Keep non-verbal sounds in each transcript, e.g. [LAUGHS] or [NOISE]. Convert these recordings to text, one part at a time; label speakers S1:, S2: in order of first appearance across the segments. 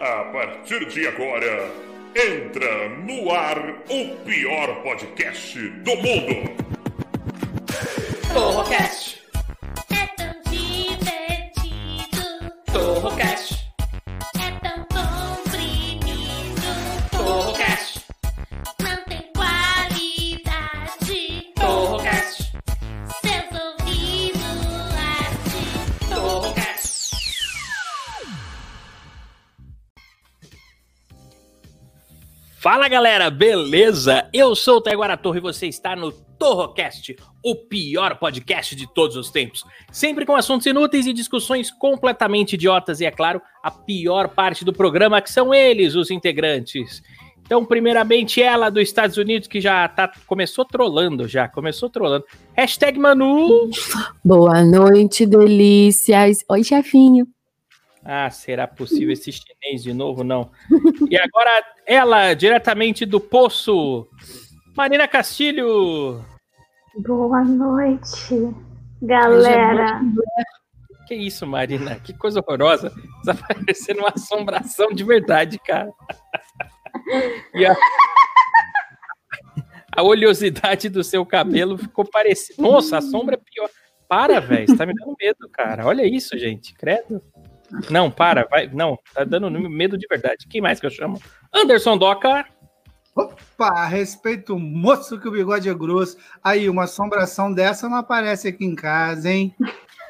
S1: A partir de agora, entra no ar o pior podcast do mundo.
S2: Torrocast,
S3: É tão divertido,
S2: Torrocast,
S3: é tão comprimido,
S2: Torrocast,
S3: não tem qualidade.
S2: Torrocast,
S3: Seus ouvidos ardem.
S2: Torrocast. Fala galera, beleza? Eu sou o Taiguara Torre e você está no Torrocast, o pior podcast de todos os tempos. Sempre com assuntos inúteis e discussões completamente idiotas e, é claro, a pior parte do programa que são eles, os integrantes. Então, primeiramente, ela dos Estados Unidos que já tá, começou trolando, já começou trolando. Hashtag Manu.
S4: Boa noite, delícias. Oi, chefinho.
S2: Ah, será possível esse chinês de novo? Não. E agora, ela, diretamente do poço, Marina Castilho.
S5: Boa noite,
S4: galera.
S5: galera.
S2: Que isso, Marina? Que coisa horrorosa. Tá parecendo uma assombração de verdade, cara. E a... a oleosidade do seu cabelo ficou parecida. Nossa, a sombra é pior. Para, velho. Você tá me dando medo, cara. Olha isso, gente. Credo. Não, para. Vai. Não, tá dando medo de verdade. Quem mais que eu chamo? Anderson Doca.
S6: Opa, respeito o moço que o bigode é grosso. Aí, uma assombração dessa não aparece aqui em casa, hein?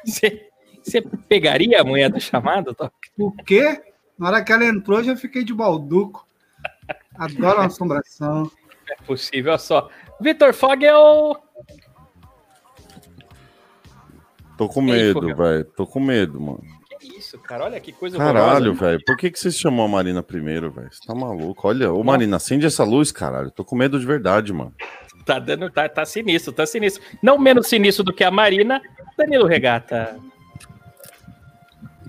S2: Você você pegaria a mulher do chamado, Doca?
S6: O quê? Na hora que ela entrou, já fiquei de balduco. Adoro uma assombração.
S2: É possível, olha só. Vitor Fogel.
S7: Tô com
S2: E aí,
S7: medo,
S2: Fogel?
S7: velho. Tô com medo, mano.
S2: Que isso, cara. Olha que coisa
S7: Caralho,
S2: horrorosa.
S7: velho. Por que, que você chamou a Marina primeiro, velho? Você tá maluco? Olha, ô Marina, acende essa luz, caralho. Tô com medo de verdade, mano.
S2: Tá dando, tá, tá sinistro, tá sinistro. Não menos sinistro do que a Marina, Danilo Regata.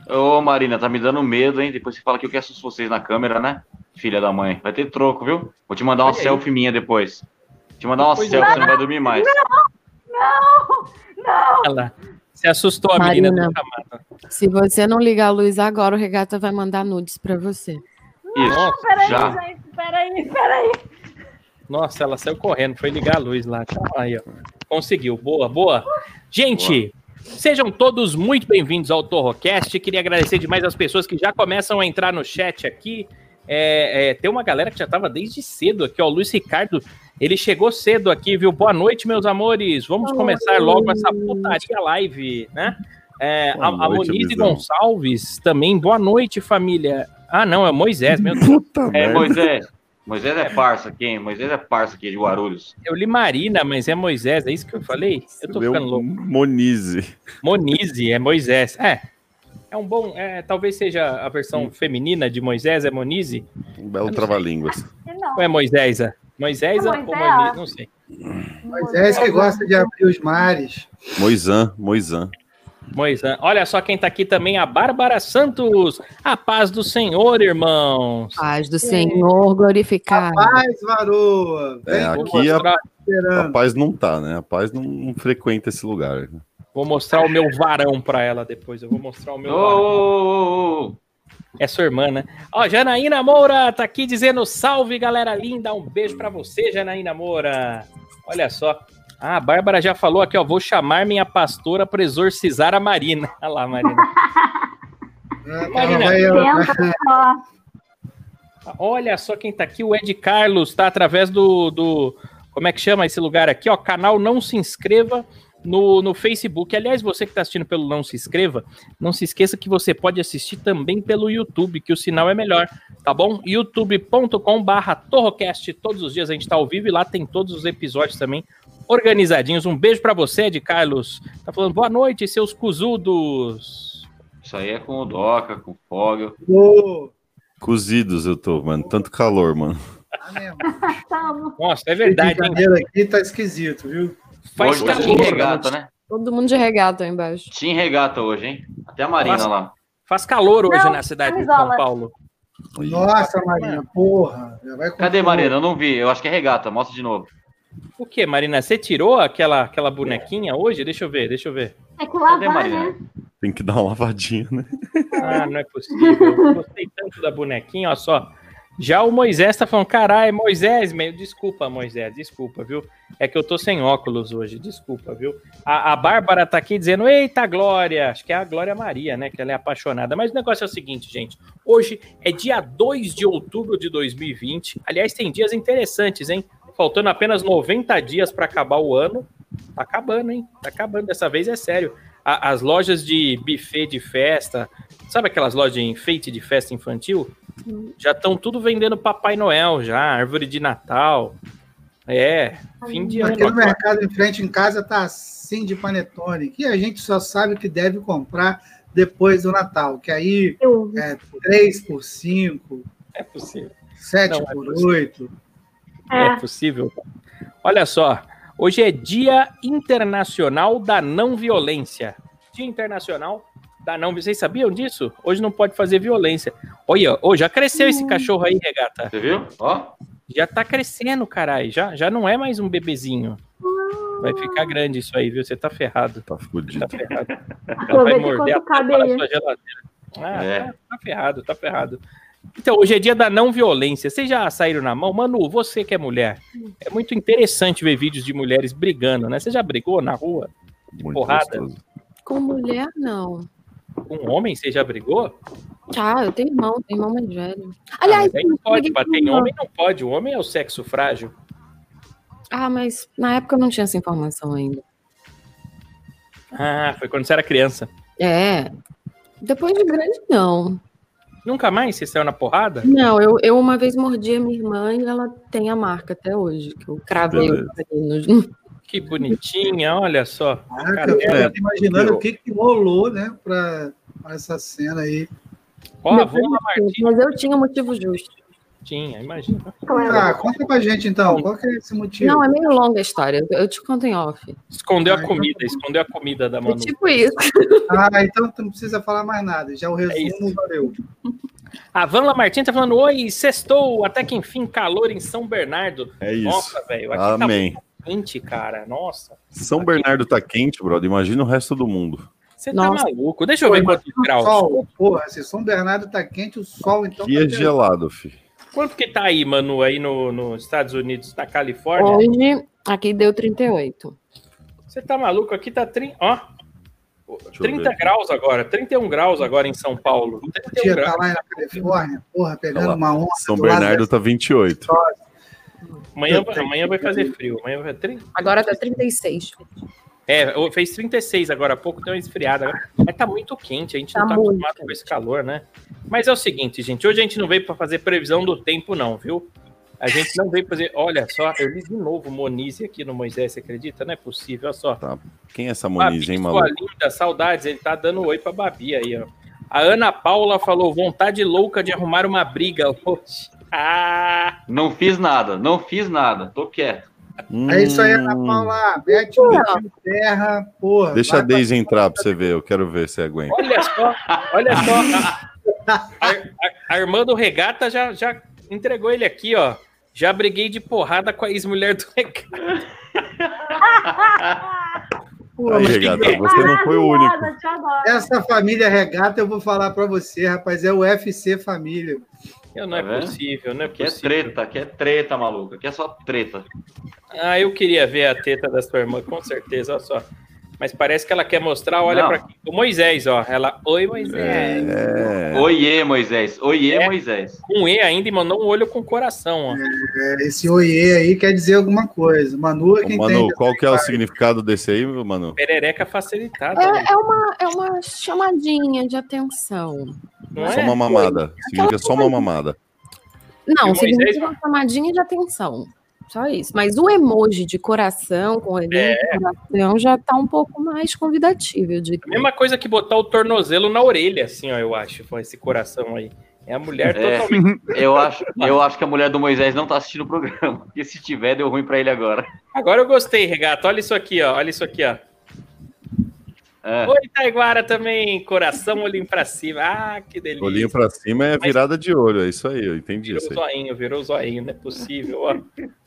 S8: Ô, Marina, tá me dando medo, hein? Depois você fala que eu quero assustar vocês na câmera, né? Filha da mãe. Vai ter troco, viu? Vou te mandar uma
S2: Olha aí.
S8: selfie minha depois. Te mandar uma
S2: Pois é.
S8: selfie, você não vai dormir mais.
S2: Olha lá. Você assustou a menina do
S4: Marina.
S2: chamado.
S4: Se você não ligar a luz agora, o regata vai mandar nudes pra você.
S8: Isso,
S5: Peraí,
S8: já.
S5: gente, peraí, peraí.
S2: Nossa, ela saiu correndo, foi ligar a luz lá. Tá Aí, ó. Conseguiu. Boa, boa. Gente, sejam todos muito bem-vindos ao Torrocast. Queria agradecer demais as pessoas que já começam a entrar no chat aqui. É, é, tem uma galera que já estava desde cedo aqui, ó. O Luiz Ricardo, ele chegou cedo aqui, viu? Boa noite, meus amores. Vamos começar logo essa putaria live, né? É, a,
S7: Boa
S2: a
S7: noite,
S2: Monize
S7: Luizão.
S2: Gonçalves também. Boa noite, família. Ah, não, é Moisés, meu Deus.
S7: [LAUGHS] Puta
S8: É,
S7: merda.
S8: Moisés. Moisés é parça aqui, hein? Moisés é parça aqui de Guarulhos.
S2: Eu li Marina, mas é Moisés, é isso que eu falei? Eu tô
S7: Deu um
S2: ficando louco.
S7: Monize.
S2: Monize é Moisés. É. É um bom. É, talvez seja a versão feminina de Moisés, é Monize?
S7: Um belo trava-línguas.
S5: Não,
S2: Ou é Moisésa? Moisésa
S5: É
S2: ou
S5: Moisés.
S2: Monize? Não sei.
S6: Mas é esse que gosta de abrir os mares.
S7: Moisan, Moisan.
S2: Moisés. Olha só quem tá aqui também, a Bárbara Santos. A paz do Senhor, irmãos.
S4: Paz do Senhor glorificado.
S6: Paz, varoa. Vem
S7: É,
S2: Vou
S7: aqui a,
S2: mostrar,
S7: a
S2: É.
S6: esperando.
S7: paz não tá, né? A paz não, não frequenta esse lugar. né?
S2: vou mostrar o meu varão pra ela depois. Eu vou mostrar o
S8: Ô,
S2: meu varão.
S8: ô, ô, ô, ô.
S2: É sua irmã, né? Ó, Janaína Moura tá aqui dizendo salve, galera linda. Um beijo pra você, Janaína Moura. Olha só. Ah, a Bárbara já falou aqui, ó. Vou chamar minha pastora pra exorcizar a Marina. [LAUGHS] Olha lá, Marina.
S6: Ah,
S2: Marina,
S6: vai, ela-
S5: tenta só.
S2: Olha só quem tá aqui. O Ed Carlos tá através do. do como é que chama esse lugar aqui? Ó, canal Não Se Inscreva. No, no Facebook. Aliás, você que está assistindo pelo Não Se Inscreva, não se esqueça que você pode assistir também pelo YouTube, que o sinal é melhor. tá bom? youtube.com/barra Torrocast. Todos os dias a gente tá ao vivo e lá tem todos os episódios também organizadinhos. Um beijo pra você, Ed Carlos. Tá falando boa noite, seus cuzudos.
S8: Isso aí é com o Doca, com o Fogel.
S6: Ô,
S7: Cozidos eu tô, mano. Tanto calor, mano.
S6: tá mesmo.
S5: Tamo.
S2: Nossa, é
S6: Esse
S2: verdade, hein?
S6: cabelo aqui tá esquisito, viu?
S2: Faz
S8: hoje vai
S2: calor,
S8: Team Regata, né?
S4: Todo mundo de regata aí embaixo.
S8: Team Regata hoje, hein? Até a Marina
S2: Nossa.
S8: lá.
S2: Faz calor hoje
S5: Não,
S2: na cidade de São
S5: camisola.
S2: Paulo.
S7: Ih,
S6: Nossa, Marina, porra. Já vai com
S8: Cadê,
S6: tudo.
S8: Marina? Eu não vi. Eu acho que é Regata. Mostra de novo.
S2: O que, Marina? Você tirou aquela, aquela bonequinha hoje? Deixa eu ver, deixa eu ver.
S5: É que
S8: Cadê,
S5: lavar,
S8: Marina?
S5: né?
S7: Tem que dar uma lavadinha, né?
S2: Ah, não é possível. Eu gostei tanto da bonequinha, ó só. Já o Moisés tá falando, caralho, Moisés, meu, desculpa, Moisés, desculpa, viu? É que eu tô sem óculos hoje, desculpa, viu? A, a Bárbara tá aqui dizendo, eita, Glória! Acho que é a Glória Maria, né? Que ela é apaixonada. Mas o negócio é o seguinte, gente. Hoje é dia 2 de outubro de 2020. Aliás, tem dias interessantes, hein? Faltando apenas 90 dias para acabar o ano. Tá acabando, hein? Tá acabando. Dessa vez é sério. A- as lojas de buffet de festa, Sabe aquelas lojas de enfeite de festa infantil? Já estão tudo vendendo Papai Noel, já, árvore de Natal. É, fim de ano.
S6: Hum. Aquele mercado em frente em casa tá assim de panetone, que a gente só sabe que deve comprar depois do Natal, que aí
S5: Eu,
S6: é 3 por 5,
S2: É possível.
S6: 7
S2: Não, é
S6: por
S2: possível.
S6: 8.
S2: É
S5: é,
S2: possível. Olha só, hoje é Dia Internacional da Não Violência. Dia Internacional da Não Vocês sabiam disso? Hoje não pode fazer violência. Olha, ô, já cresceu esse cachorro aí, regata.
S8: Você viu? Ó,
S2: Já tá crescendo, caralho. Já, já não é mais um bebezinho. Vai ficar grande isso aí, viu? Você tá ferrado.
S7: Tá fudido.
S2: Tá ferrado. Ela vai
S5: aproveita
S2: morder a
S5: quanto
S2: tampa
S5: cabe
S2: da
S5: aí.
S2: sua geladeira. Ah,
S8: É.
S2: tá, tá ferrado, tá ferrado. Então, hoje é dia da não violência. Vocês já saíram na mão? Manu, você que é mulher, é muito interessante ver vídeos de mulheres brigando, né? Você já brigou na rua?
S7: Muito
S2: Porrada.
S7: gostoso.
S4: Com mulher, não.
S2: Com um homem, você já brigou?
S4: Tchau, eu tenho irmão, tenho irmão mais velho.
S2: Ah,
S4: Aliás,
S2: mas aí não pode
S4: ninguém
S2: bater em
S4: tem
S2: homem, não pode. O homem é o sexo frágil.
S4: Ah, mas na época eu não tinha essa informação ainda.
S2: Ah, foi quando você era criança.
S4: É. Depois de grande, não.
S2: Nunca mais você saiu na porrada?
S4: Não, eu, eu uma vez mordi a minha irmã e ela tem a marca até hoje, que eu cravei
S7: Beleza.
S4: o cabelo.
S2: Que bonitinha, olha só.
S6: Caraca, eu
S2: Cara, é
S6: fico imaginando o que, que rolou, né, pra, pra essa cena aí.
S2: Ó, a
S4: Meu
S2: avó Martinha,
S4: Mas eu tinha motivo justo.
S2: imagina.
S6: Ah, conta pra gente então, qual que é esse motivo?
S4: Não, é meio longa a história. Eu te conto em off.
S2: Escondeu
S6: Ah,
S2: a
S6: então
S2: comida, escondeu a comida da
S4: É
S2: Manu.
S4: tipo isso.
S6: Ah, então tu não precisa falar mais nada, já o resumo
S2: É isso.
S6: valeu.
S2: A Van Lamartine tá falando, oi, sextou, até que enfim, calor em São Bernardo.
S7: É isso.
S2: Nossa, velho, aqui
S7: Amém.
S2: tá quente, cara, nossa.
S7: São Bernardo tá quente, brother. Imagina o resto do mundo.
S2: Você tá
S4: Nossa.
S2: maluco, deixa eu ver quantos graus.
S6: Sol, porra, se São Bernardo tá quente, o sol então
S7: Que
S6: tá
S7: é gelado, fi.
S2: Quanto que tá aí, Manu, aí no- nos Estados Unidos, na Califórnia?
S4: Hoje, aqui deu 38.
S2: Você tá maluco, aqui tá trin... ó,
S7: Deixa eu
S2: 30
S7: ver.
S2: graus agora, 31 graus agora em São Paulo. 31
S6: dia
S2: graus.
S6: tá lá na Califórnia, porra, pegando
S7: Olha lá,
S6: uma onça.
S7: São
S6: do lado
S7: Bernardo tá 28.
S2: Amanhã, vai- amanhã vai fazer frio, amanhã vai fazer
S4: Agora tá dá 36.
S2: É, o- fez 36 agora há pouco, deu uma esfriada. agora. Mas tá muito quente, a gente não
S4: Tá
S2: tá
S4: muito
S2: acostumado com esse calor, né? Mas é o seguinte, gente, hoje a gente não veio pra fazer previsão do tempo, não, viu? A gente não veio fazer. Olha só, eu li de novo Monize aqui no Moisés, você acredita? Não é possível, olha só.
S7: Quem é essa Moniz,
S2: Babi,
S7: hein,
S2: sua
S7: maluco?
S2: linda, saudades, ele tá dando oi pra Babi aí, ó. A Ana Paula falou: vontade louca de arrumar uma briga hoje. [LAUGHS] Ah!
S8: não fiz nada, não fiz nada, tô quieto.
S6: É isso aí, Ana
S7: Hum,
S6: Paula. Mete o dedo em terra, porra.
S7: Deixa
S6: vai
S7: a Deise entrar pra você ver. Eu quero ver se aguenta.
S2: Olha só, olha só.
S7: [LAUGHS]
S2: A, a- a irmã do Regata já, já entregou ele aqui, ó. Já briguei de porrada com a ex-mulher do Regata.
S6: pra- Porra,
S7: Aí,
S6: mas
S7: regata,
S2: que-
S7: você não foi o único.
S5: Maravilhosa, te adoro.
S6: Essa família regata, eu vou falar pra você, rapaz. É o UFC família.
S2: Eu, não é
S8: Tá vendo?
S2: possível, não é
S8: Aqui é
S2: possível.
S8: treta, aqui é treta, maluco. Aqui é só treta.
S2: Ah, eu queria ver a teta da sua irmã, com certeza, olha só. Mas parece que ela quer mostrar, olha
S8: Não.
S2: pra aqui. O Moisés, ó. Ela, oi, Moisés.
S7: É.
S8: Oiê, Moisés. Oiê,
S2: É.
S8: Moisés.
S2: Com E ainda e mandou um olho com coração, ó.
S6: É, Esse oiê aí quer dizer alguma coisa. Manu é
S7: Ô,
S6: quem
S7: Manu,
S6: entende.
S7: qual que é o significado desse aí, meu Manu?
S2: Perereca facilitada, né?
S4: É, é uma, é uma chamadinha de atenção.
S2: não
S7: Só
S2: é?
S7: uma mamada. Significa só uma mamada.
S4: Não,
S2: E o Moisés,
S4: significa uma chamadinha de atenção. Só isso. Mas o emoji de coração, com olhinho de coração, já tá um pouco mais convidativo, eu diria.
S2: Mesma coisa que botar o tornozelo na orelha, assim, ó, eu acho, com esse coração aí. É a mulher
S8: É.
S2: totalmente.
S8: Eu acho, eu acho que a mulher do Moisés não tá assistindo o programa. [LAUGHS] Porque se tiver, deu ruim pra ele agora.
S2: Agora eu gostei, Regato. Olha isso aqui, ó. Olha isso aqui, ó.
S8: É.
S2: Oi, Taiguara também. Coração, olhinho pra cima. Ah, que delícia.
S7: Olhinho pra cima é virada de olho. É isso aí, eu entendi
S2: Virou
S7: isso aí.
S2: zoinho, virou zoinho, não é possível. Ó.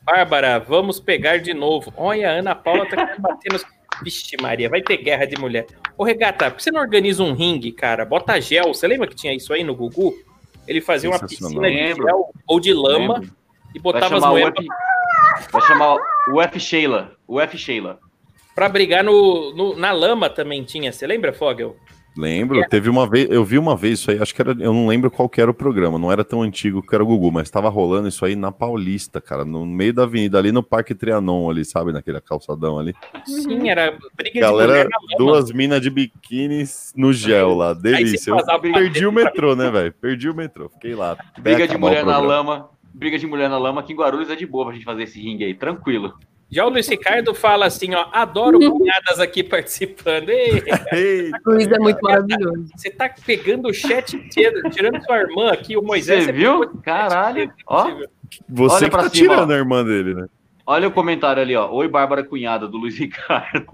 S2: Bárbara, vamos pegar de novo. Olha, a Ana Paula tá querendo bater nos. Vixe, Maria, vai ter guerra de mulher. Ô, Regata, por que você não organiza um ringue, cara? Bota gel. Você lembra que tinha isso aí no Gugu? Ele fazia uma
S7: Sensacional.
S2: piscina de
S8: Lembro.
S2: gel ou de lama
S8: Lembro.
S2: e
S8: Vai
S2: botava as
S8: chamar, o
S2: mulheres
S8: F... Vai chamar o F Sheila. O F Sheila.
S7: tá
S2: pra brigar no, no- na lama também tinha. Você lembra, Fogel?
S7: Lembro, teve uma vez, eu vi uma vez isso aí, acho que era, eu não lembro qual que era o programa, não era tão antigo que era o Gugu, mas tava rolando isso aí na Paulista, cara, no meio da avenida, ali no Parque Trianon, ali, sabe, naquele calçadão ali.
S2: Sim, era briga de
S7: Galera,
S2: mulher na lama.
S7: duas minas de biquíni no gel lá,
S2: Aí você
S7: delícia. Eu
S2: vazava pra
S7: perdi
S2: dentro
S7: o
S2: pra-
S7: metrô, né, velho? Perdi o metrô, fiquei lá. até
S8: Briga de
S7: acabar o
S8: mulher na
S7: programa.
S8: lama. Briga de mulher na lama. Aqui em Guarulhos é de boa pra gente fazer esse ringue aí. Tranquilo.
S2: Já o Luiz Ricardo fala assim, ó, adoro cunhadas aqui participando. Ei,
S7: Eita,
S4: Luiz é muito maravilhoso.
S2: você tá pegando o chat inteiro, tirando sua irmã aqui, o Moisés. é
S8: Você
S2: você
S8: viu?
S2: pegou-
S8: Caralho.
S2: é
S8: Ó,
S7: você
S8: Olha
S7: que
S8: pra
S7: tá
S8: cima,
S7: tirando
S8: ó.
S7: a irmã dele, né?
S8: olha o comentário ali, ó. Oi, Bárbara Cunhada do Luiz Ricardo.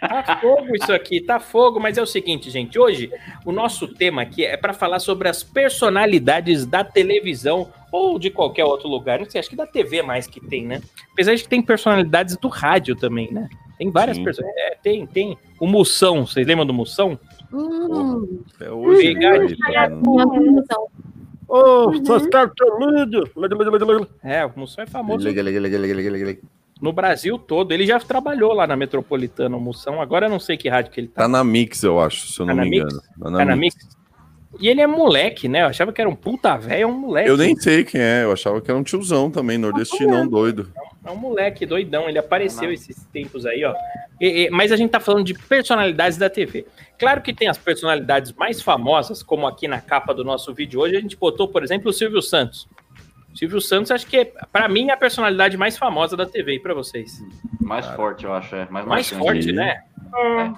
S2: Tá fogo isso aqui, tá fogo, mas é o seguinte, gente, hoje o nosso tema aqui é para falar sobre as personalidades da televisão ou de qualquer outro lugar, não sei, acho que da TV mais que tem, né? Apesar de que tem personalidades do rádio também, né? Tem várias
S7: Sim.
S2: pessoas, é, tem, tem. O Moção, vocês lembram do Moção?
S4: Hum,
S7: É hoje.
S2: Briga
S7: né,
S2: de
S7: ele tá no-
S4: uma visão.
S9: Ô, seus carteludos!
S2: É, o Moção é famoso no Brasil todo. Ele já trabalhou lá na Metropolitana, o Moção. Agora eu não sei que rádio que ele tá.
S7: Tá na Mix, eu acho, se eu
S2: Tá
S7: não
S2: na
S7: me
S2: Mix?
S7: engano. Tá
S2: Tá na
S7: Mix.
S2: Mix. E ele é moleque, né? Eu achava que era um puta velho, é um moleque.
S7: Eu nem sei quem é, eu achava que era um tiozão também, nordestinão doido.
S2: É um moleque doidão, ele apareceu
S8: Não.
S2: esses tempos aí, ó. E- e- mas a gente tá falando de personalidades da TV. Claro que tem as personalidades mais famosas, como aqui na capa do nosso vídeo hoje, a gente botou, por exemplo, o Silvio Santos. Silvio Santos, acho que, é, pra mim, é a personalidade mais famosa da TV, e pra vocês?
S8: Mais
S7: Cara.
S8: forte, eu acho. É.
S7: Tá
S8: Mais,
S2: Mais
S8: marcante.
S2: forte,
S7: sim.
S2: né?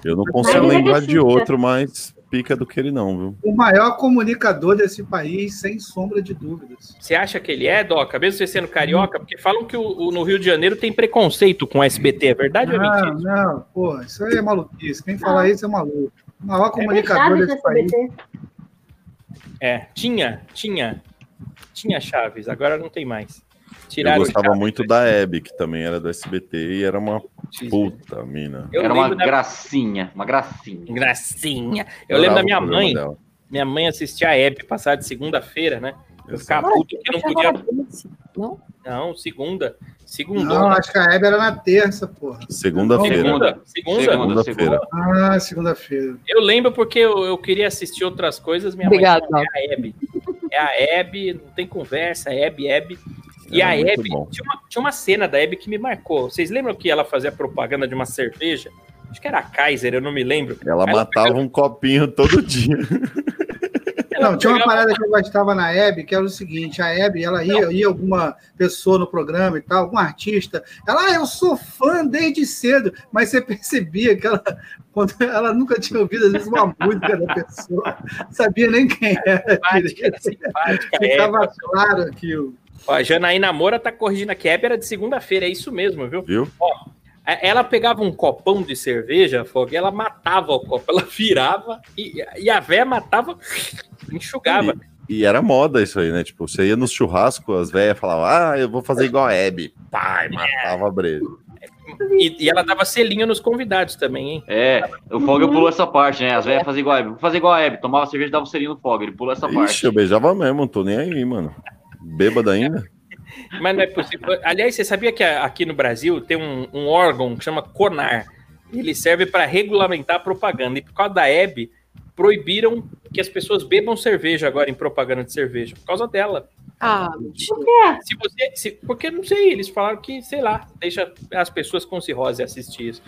S7: Eu não consigo
S5: Mas ele é né?
S7: lembrar de
S5: fica.
S7: outro mais pica do que ele, não, viu?
S6: O maior comunicador desse país, sem sombra de dúvidas.
S2: Você acha que ele é, Doca? Mesmo você sendo carioca? Porque falam que o- o- no Rio de Janeiro tem preconceito com o SBT, é verdade ou é mentira?
S6: Não, Ah, não, pô, isso aí é maluquice. Quem fala isso é maluco. O maior comunicador
S5: Chaves do
S6: desse país.
S5: SBT.
S2: É, tinha, tinha. Tinha Chaves, agora não tem mais.
S7: Eu
S2: Tiraram o
S7: gostava
S2: Chaves,
S7: muito da Hebe, que também era do SBT e era uma puta mina.
S2: Eu
S8: Era uma
S2: lembro da-
S8: gracinha. Uma gracinha.
S2: Gracinha. Eu lembro
S7: Adorava
S2: da minha
S7: o programa
S2: mãe.
S7: dela.
S2: Minha mãe assistia a Hebe passar de segunda-feira, né? Eu ficava puto que não podia. Não, segunda.
S6: Não,
S2: Segunda.
S6: acho que a Hebe era na terça, porra.
S7: Segunda-feira.
S2: Segunda. Segunda.
S8: Segunda,
S7: Segunda-feira.
S6: Ah, segunda-feira.
S2: Eu lembro porque eu, eu queria assistir outras coisas. Minha
S4: Obrigado,
S2: mãe falou, é a Hebe. É a Hebe, não tem conversa, é Hebe, Hebe. E
S7: Era
S2: a
S7: muito
S2: Hebe,
S7: bom.
S2: tinha uma, tinha uma cena da Hebe que me marcou. Vocês lembram que ela fazia propaganda de uma cerveja? Acho que era a Kaiser, eu não me
S7: [LAUGHS]
S2: lembro.
S7: Ela matava um copinho todo [LAUGHS] dia.
S6: Não, tinha uma
S2: pegava-
S6: parada que eu gostava na Hebe, que era o seguinte, a Hebe, ela ia, ia alguma pessoa no programa e tal, algum artista, ela, ah, eu sou fã desde cedo, mas você percebia que ela, quando ela nunca tinha ouvido, às vezes, uma música da pessoa, sabia nem quem era,
S2: simpática, era simpática, é. a Hebe. né?
S6: ficava claro aquilo.
S2: Ó, a Janaína Moura tá corrigindo aqui. Hebe era de segunda-feira, é isso mesmo, viu?
S7: Viu?
S2: Ó, a- ela pegava um copão de cerveja, Fog, e ela matava o copo, ela virava e, e a véia matava, [LAUGHS] enxugava.
S7: E era moda isso aí, né? Tipo, você ia no churrasco, as velhas falavam, ah, eu vou fazer igual a Hebe.
S2: É.
S7: Pai, matava a breja.
S2: E, e ela dava selinho nos convidados também, hein?
S8: É, o Fogel pulou essa parte, né? As velhas fazem igual a Hebe. Vou fazer igual a Hebe. Tomava cerveja e dava um serinho no Fogel. Ele pulou essa
S7: Ixi,
S8: parte.
S7: eu beijava mesmo, não tô nem aí, mano. Bêbada ainda?
S2: Mas não é possível. Aliás, você sabia que a- aqui no Brasil tem um, um órgão que chama CONAR. Ele serve para regulamentar a propaganda. E por causa da Hebe, proibiram que as pessoas bebam cerveja agora em propaganda de cerveja. Por causa dela.
S4: Ah, mentira.
S2: Se você, se- porque não sei, eles falaram que, sei lá, deixa as pessoas com cirrose assistir isso.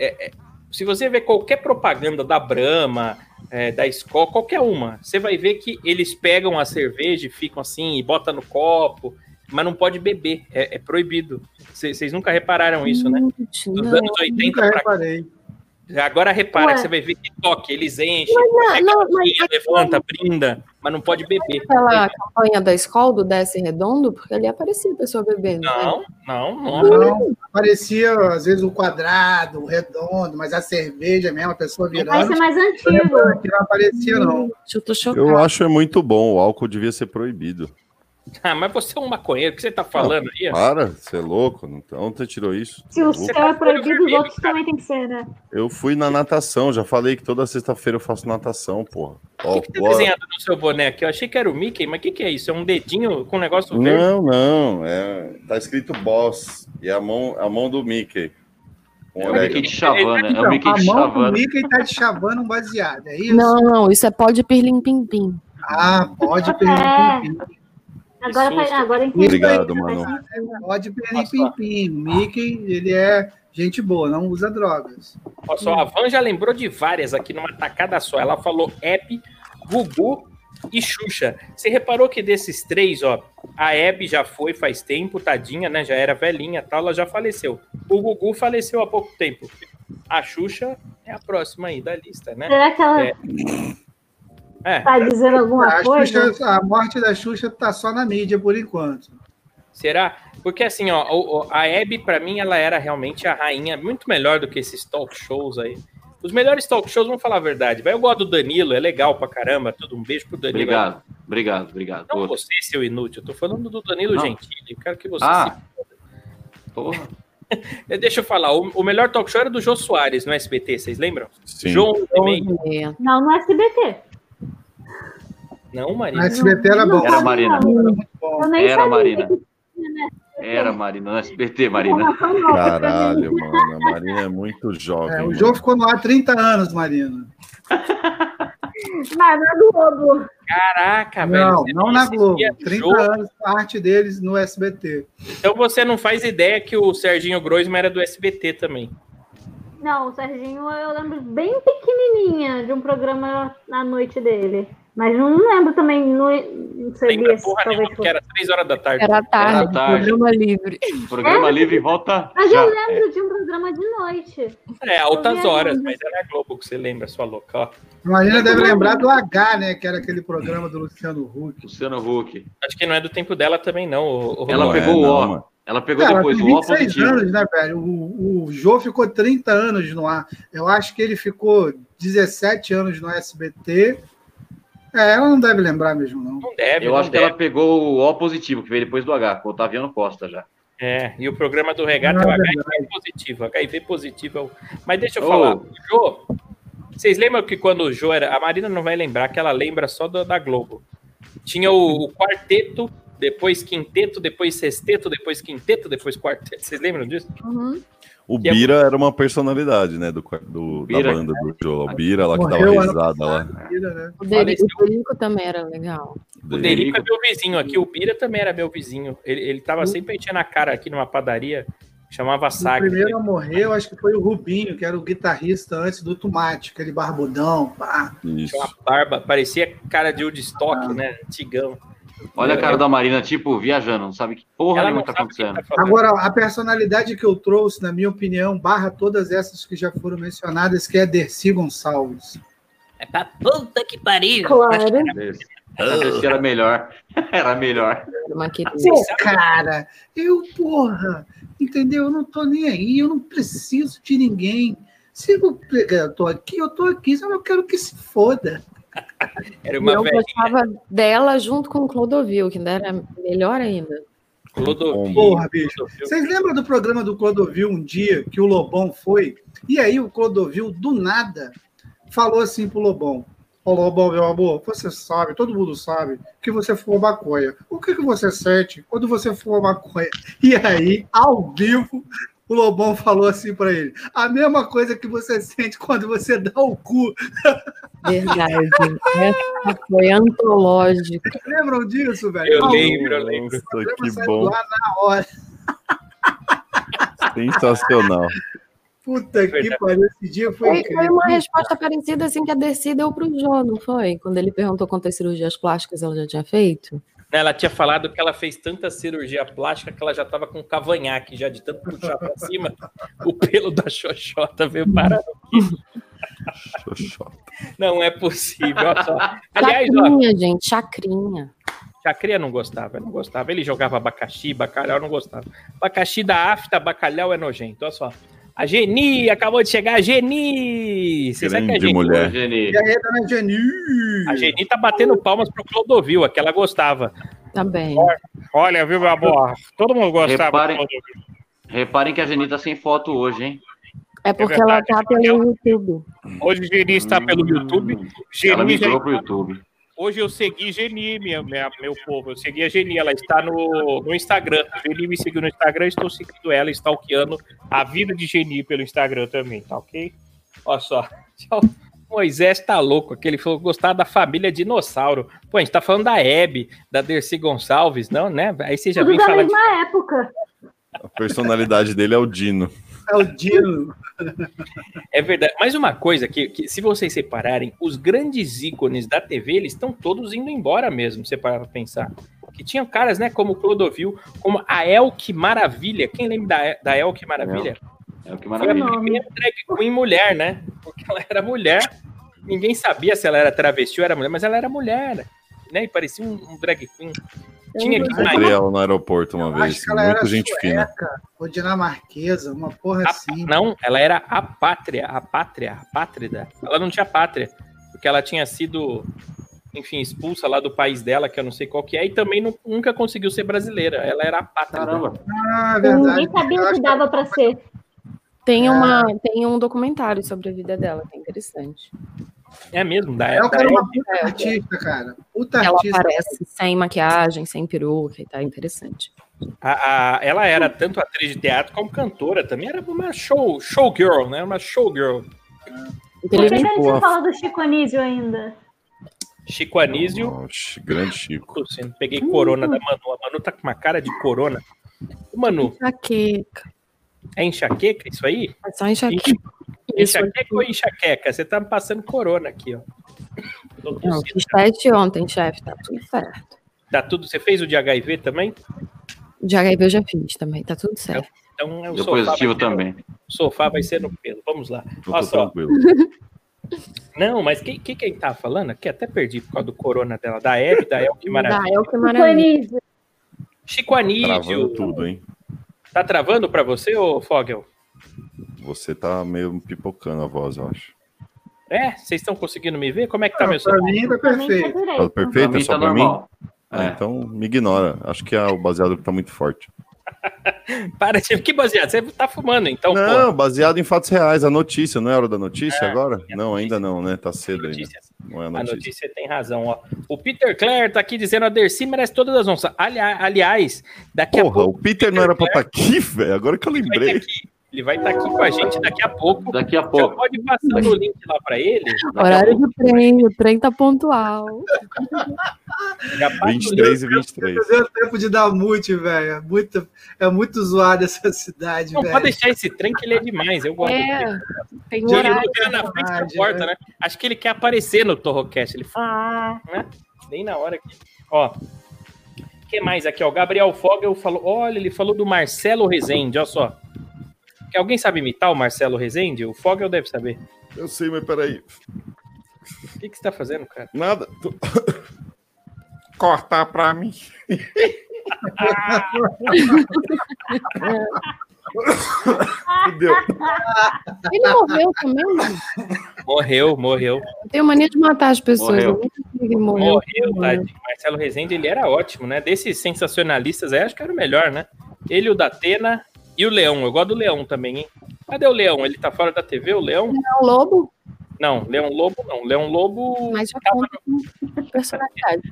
S2: É, é, se você ver qualquer propaganda da Brahma, é, da Skol, qualquer uma, você vai ver que eles pegam a cerveja e ficam assim, e bota no copo, mas não pode beber, é, é proibido. C- Vocês nunca repararam isso, né?
S4: Gente,
S2: Dos
S4: não.
S2: anos 80
S6: Nunca
S2: pra cá.
S6: reparei.
S2: Agora repara
S5: Ué.
S2: que você vai ver que toque, eles enchem,
S4: Não, não, mas
S2: pega, levanta, brinda, mas não pode beber.
S4: aquela campanha da escola do Desce Redondo, porque ali aparecia a pessoa bebendo. né?
S2: Não, não, não.
S6: Não, parecia às vezes o quadrado, o redondo, mas a cerveja mesmo, a pessoa
S5: Mas Isso
S6: virando,
S5: é mais
S6: eu
S5: antigo.
S6: lembro que não aparecia não.
S4: Gente, eu tô chocada.
S7: Eu acho é muito bom, o álcool devia ser proibido.
S2: Ah, mas você é um maconheiro, o que você tá falando aí?
S7: Para, você é louco. não- Onde você tirou isso?
S5: Se o
S7: Você
S5: céu
S2: tá
S5: é proibido, os
S2: vermelho,
S5: outros também tem que ser, né?
S7: Eu fui na natação, já falei que toda sexta-feira eu faço natação, porra.
S2: O
S7: Ó,
S2: que, que tá
S7: bora.
S2: desenhado no seu boné aqui? Eu achei que era o Mickey, mas o que, que é isso? É um dedinho com um negócio verde?
S7: Não, não. É, tá escrito boss. E a mão, a mão do Mickey. Com
S8: É o
S7: orégano.
S8: Mickey de Chavana. É o
S2: Não,
S8: Mickey
S6: Então, A
S8: de
S6: mão do
S8: Chavana.
S6: Mickey tá te chavando um baseado, é isso?
S4: Não, não, isso é pó de pirlim-pim-pim.
S6: Ah, pode
S5: É.
S6: perder.
S5: Agora,
S2: Que
S5: faz,
S2: susto.
S5: agora entendi.
S7: Obrigado, mano.
S5: né?
S6: Pode perder
S2: Posso
S6: pim, pim. Mickey, ele é gente boa, não usa drogas.
S2: Ó, só, a Van já lembrou de várias aqui numa tacada só. Ela falou Hebe, Gugu e Xuxa. Você reparou que desses três, ó, a Hebe já foi faz tempo, tadinha, né? Já era velhinha tal, ela já faleceu. O Gugu faleceu há pouco tempo. A Xuxa é a próxima aí da lista, né?
S5: Será que ela
S2: É. É,
S5: tá dizendo alguma
S6: A,
S5: coisa?
S6: Xuxa- a morte da Xuxa tá só na mídia por enquanto.
S2: será? Porque assim, ó, o- o- a Hebe, pra mim, ela era realmente a rainha, muito melhor do que esses talk shows aí. Os melhores talk shows, vamos falar a verdade. vai. Eu gosto do Danilo, é legal pra caramba. Tudo um beijo pro Danilo.
S8: Obrigado, obrigado, obrigado.
S2: Não
S8: Outro.
S2: você, seu inútil. Eu tô falando do Danilo
S8: Não.
S2: Gentili. Eu quero que você.
S8: Ah, porra.
S2: se- Eh, Deixa eu falar. O, o melhor talk show era do Jô Soares no SBT, vocês lembram?
S7: Sim.
S2: João também.
S4: É.
S5: Não, no SBT.
S2: Não,
S6: Na
S2: Maria.
S6: SBT era bom.
S5: Não,
S8: Era Marina.
S5: não. é
S6: Era muito bom.
S5: Eu nem
S8: Era
S5: sabia
S8: Marina.
S5: que
S8: Era Marina, não é SBT,
S5: tinha
S8: Marina.
S5: informação nova pra mim.
S7: Caralho, mano. A Marina é muito
S6: É,
S7: jovem.
S6: o
S7: mano.
S6: jogo ficou no ar 30 anos, Marina.
S5: Mas na Globo.
S8: É,
S2: Caraca, velho.
S6: Não,
S2: você
S6: não na
S2: assistia
S6: Globo.
S2: Jô.
S6: 30 anos parte deles no SBT.
S2: Então você não faz ideia que o Serginho Groisman era do SBT também.
S5: Não, o Serginho eu lembro bem pequenininha de um programa na noite dele. Mas não lembro também, não, não
S2: Lembra
S5: sabia se
S2: porra
S5: talvez
S2: nenhuma,
S5: fosse.
S2: porque era três horas da tarde.
S4: Era tarde,
S8: Era tarde.
S4: programa livre.
S8: [LAUGHS] Programa livre volta.
S5: Mas
S8: já.
S5: eu lembro de um programa de noite.
S2: É, altas
S5: Não,
S2: horas,
S5: não.
S2: mas era a Globo que você lembra, sua louca. Ó,
S6: A Marina deve lembrar do H, né? Que era aquele programa do Luciano Huck.
S8: É, Luciano Huck.
S2: acho que não é do tempo dela também, não. o- o-
S8: Ela
S7: Não é,
S8: pegou
S7: não,
S8: o O.
S7: mano.
S8: Ela pegou
S6: Cara,
S8: depois
S6: É, tem
S8: o O
S6: 26
S8: positivo.
S6: anos, né, velho? O, o Jô ficou 30 anos no ar. Eu acho que ele ficou 17 anos no SBT. É, ela não deve lembrar mesmo, não.
S2: Não deve,
S8: Eu
S2: não
S8: acho que
S2: deve.
S8: ela pegou o O positivo, que veio depois do H, com o Otaviano Costa já.
S2: É, e o programa do Regata é o
S6: Não, é
S2: HIV positivo. HIV positivo é o... Mas deixa eu
S8: Ô.
S2: falar, o Jô, vocês lembram que quando o Jô era. A Marina não vai lembrar, que ela lembra só da- da Globo. Tinha o, o quarteto, depois quinteto, depois sexteto, depois quinteto, depois quarteto. Vocês lembram disso?
S4: Uhum.
S7: O Bira era uma personalidade, né? Do, do- da
S8: Bira.
S7: banda do Joe. O Bira lá que dava
S6: Morreu ano
S7: risada lá.
S6: Mira, né?
S4: O Derico,
S2: Faleceu.
S4: o Derico também era legal.
S2: O Derico é meu vizinho aqui, o Bira também era meu vizinho. Ele, ele tava sempre enchendo a cara aqui numa padaria, que chamava
S6: O
S2: Saga.
S6: primeiro a morrer, eu acho que foi o Rubinho, que era o guitarrista antes do Tomate, aquele barbudão. Pá.
S7: Isso.
S2: Tinha uma barba, parecia cara de Woodstock, né? Antigão.
S8: Olha a cara
S7: É.
S8: da Marina, tipo, viajando, não sabe que porra
S2: Ela não
S8: nenhuma tá
S2: sabe o que
S8: acontecendo.
S2: tá falando.
S6: Agora, a personalidade que eu trouxe, na minha opinião, barra todas essas que já foram mencionadas, que é Dercy Gonçalves.
S10: É pra puta que pariu.
S5: Claro.
S8: [LAUGHS] Esse esse era melhor. [LAUGHS] Era melhor.
S4: era Uma querida.
S6: Pô, cara, eu, porra, entendeu? Eu não tô nem aí, eu não preciso de ninguém. Se eu eu tô aqui, eu tô aqui, só eu quero que se foda.
S2: Era
S4: E
S2: uma
S4: eu
S2: velhinha.
S4: gostava dela junto com o Clodovil, que ainda era melhor ainda.
S2: Clodovil.
S6: Porra, bicho.
S2: Clodovil.
S6: Vocês lembram do programa do Clodovil um dia que o Lobão foi? E aí o Clodovil, do nada, falou assim pro Lobão: Ô Lobão, meu amor, você sabe, todo mundo sabe, que você fuma maconha. O que, que você sente quando você fuma maconha? [LAUGHS] E aí, ao vivo. O Lobão falou assim pra ele: a mesma coisa que você sente quando você dá o cu.
S4: Verdade. [LAUGHS] Essa foi antológica.
S6: Lembram disso, velho?
S2: Eu
S6: Ao
S2: lembro, eu lembro.
S7: Nossa,
S6: vivo,
S7: que
S6: saiu
S7: bom.
S6: do ar na hora.
S7: Sensacional.
S6: Puta que
S2: Verdade.
S6: pariu, esse dia foi
S4: Foi, foi
S6: incrível.
S4: uma resposta parecida assim que a Dercy deu pro Jô, não foi? Quando ele perguntou quantas cirurgias plásticas ela já tinha feito.
S2: Ela tinha falado que ela fez tanta cirurgia plástica que ela já estava com um cavanhaque, já de tanto puxar para cima, o pelo da xoxota veio parar.
S7: Xoxó.
S2: Não é possível. olha só. Aliás, ó,
S4: Chacrinha, gente, chacrinha.
S2: Chacria não gostava, ele não gostava. Ele jogava abacaxi, bacalhau, não gostava. Abacaxi da afta, bacalhau é nojento. Olha só. A Geni acabou de chegar, a Geni! Você sabe que a
S7: Grande
S2: Geni,
S7: mulher.
S8: Geni.
S6: E aí, dona Geni.
S2: a Geni tá batendo palmas pro Clodovil, a que ela gostava.
S4: Tá bem.
S2: Olha, viu, meu amor? Todo mundo
S8: gostava Reparem- do
S2: Clodovil.
S8: Reparem que a Geni tá sem foto hoje, hein?
S4: É porque
S2: verdade, um
S4: ela tá
S2: porque
S4: pelo YouTube.
S2: Hoje Geni está tá pelo
S8: Hum.
S2: YouTube.
S8: Ela
S2: Geni já-
S8: migrou pro YouTube.
S2: Hoje eu segui Geni, minha, minha- meu povo. Eu segui a Geni, ela está no, no Instagram. A Geni me seguiu no Instagram, estou seguindo ela, stalkeando a vida de Geni pelo Instagram também, tá ok? Olha só. Tchau. Moisés tá louco, aquele falou gostar da família dinossauro. Pô, a gente tá falando da Hebe, da Dercy Gonçalves, não, né? Aí você já
S5: Tudo
S2: vem
S5: da
S2: falar de.
S5: mesma época.
S7: A personalidade dele é o Dino.
S6: É o Dino.
S2: É verdade. Mais uma coisa que, que, se vocês separarem, os grandes ícones da TV, eles estão todos indo embora mesmo, se você parar pra pensar. Que tinham caras, né, como o Clodovil, como a Elke Maravilha. Quem lembra da, da Elke Maravilha?
S8: É o que
S2: Foi a
S8: maravilha.
S2: primeira drag queen mulher, né? Porque ela era mulher. Ninguém sabia se ela era travesti ou era mulher, mas ela era mulher, né? E parecia um, um drag queen. Tinha que
S7: Encontrei ela no aeroporto uma vez.
S6: Ah, então Acho que ela era
S7: Muito gente fina.
S6: sueca ou dinamarquesa, uma porra
S2: A-
S6: assim.
S2: Ah, Não, ela era a pátria, a pátria, a pátrida. Ela não tinha pátria, porque ela tinha sido, enfim, expulsa lá do país dela, que eu não sei qual que é, e também nu- nunca conseguiu ser brasileira. Ela era a pátria.
S8: Caramba.
S6: Ah, verdade.
S5: Ninguém sabia o
S6: Acho
S5: que
S6: que-
S5: dava pra ser.
S2: É.
S4: Tem, uma, tem um documentário sobre a vida dela, que é interessante.
S2: É mesmo, da
S6: Ela tá
S2: época.
S6: era uma puta
S4: É.
S6: artista, cara. Puta
S4: Ela
S6: artista.
S4: aparece sem maquiagem, sem peruca e tá interessante.
S2: A- a- ela era tanto atriz de teatro como cantora também. Era uma show, showgirl, né? Uma showgirl.
S4: Então,
S5: Por que
S4: ele
S5: que a gente
S7: Tipo, a-
S5: não fala do Chico Anísio ainda?
S2: Chico Anísio.
S7: Nossa, grande Chico.
S2: tossindo. Peguei corona
S6: Uhum.
S2: da Manu. A Manu tá com uma cara de corona. Ô, Manu,
S4: Enxaqueca.
S2: é enxaqueca isso aí?
S4: É só enxaqueca. Isso
S2: Enxaqueca ou enxaqueca? Você tá me passando corona aqui, ó. Tô
S4: Não,
S2: tossindo.
S4: fiz teste ontem, chefe. Tá tudo certo.
S2: Dá tudo. Você fez o de HIV também?
S4: De HIV eu já fiz também. Tá tudo certo.
S2: Então é o
S8: Deu
S2: sofá. vai
S8: positivo
S2: ser-
S8: também.
S2: O sofá vai ser no pelo. Vamos lá.
S7: Eu tô
S2: Nossa, ó.
S7: tranquilo.
S2: Não, mas quem que, quem tava falando? Que até perdi por causa do corona dela. Da Hebe, da El, que maravilha.
S4: Ah, é o que
S5: Chico
S4: maravilha.
S5: Anísio.
S2: Chico
S7: Travando
S2: Anísio.
S7: tudo, hein?
S2: Tá travando pra você, ô Fogel?
S7: Você tá meio pipocando a voz, eu acho.
S2: É? Vocês estão conseguindo me ver? Como é que tá meu
S6: Pra
S2: celular?
S6: mim tá
S5: Também tá
S6: perfeito.
S7: Tá
S5: direito.
S7: perfeito? É
S8: mim
S7: só
S8: tá
S7: pra mim?
S8: normal.
S7: Ah,
S8: É.
S7: então me ignora. Acho que é o baseado que tá muito forte.
S2: Para de... Que baseado? Você tá fumando, então, pô.
S7: tá. Não, baseado em fatos reais. A notícia, não é hora da notícia
S2: É,
S7: agora?
S2: é a
S7: Não,
S2: notícia.
S7: ainda não, né? Tá cedo ainda.
S2: Notícias.
S7: Não é a
S2: A
S7: notícia.
S2: notícia tem razão, ó. O Peter Clare tá aqui dizendo a Dercy merece todas as onças. Ali- aliás, daqui a
S7: Porra,
S2: pouco
S7: o Peter não era pra estar aqui, velho. Agora que eu
S2: ele vai
S7: lembrei.
S2: tá aqui. Ele vai estar aqui com a gente daqui a pouco.
S8: Daqui a
S2: Já
S8: pouco.
S2: pode passar o link lá pra ele.
S8: Daqui a
S4: Horário
S8: pouco.
S4: do trem, o trem tá pontual.
S2: Já passa o link.
S7: 23 e 23.
S6: Não deu tempo de dar um mute, velho. É muito, é muito zoado essa [LAUGHS] cidade,
S2: Não pode
S6: velho.
S2: deixar esse trem que ele é demais. Eu gosto. dele.
S4: É, tem um
S6: Já
S2: Ele
S6: horário.
S2: fica na frente da porta, né? Acho que ele quer aparecer no Torrocast. Ele fala, né? Bem na hora aqui. Ó. O que mais aqui? Ó, o Gabriel Fogel falou. Olha, ele falou do Marcelo Rezende, olha só. Que Alguém sabe imitar o Marcelo Rezende? O Fogel deve saber.
S7: Eu sei, mas peraí.
S2: O que, que você tá fazendo, cara?
S7: Nada.
S1: [COUGHS]
S7: Cortar
S2: [LAUGHS]
S7: pra mim. Fudeu.
S4: Ele morreu também?
S2: Morreu, morreu.
S4: Eu tenho mania de matar as pessoas.
S8: Morreu.
S4: Eu nunca sei que ele morreu.
S2: Morreu, tadinho. Marcelo Rezende, ele era ótimo, né? Desses sensacionalistas aí, acho que era o melhor, né? Ele, o da Atena e o Leão. Eu gosto do Leão também, hein? Cadê o Leão? Ele tá fora da TV, o Leão?
S4: É um lobo,
S2: Não, Leão Lobo não. Leão Lobo.
S4: mas já conta com personalidade.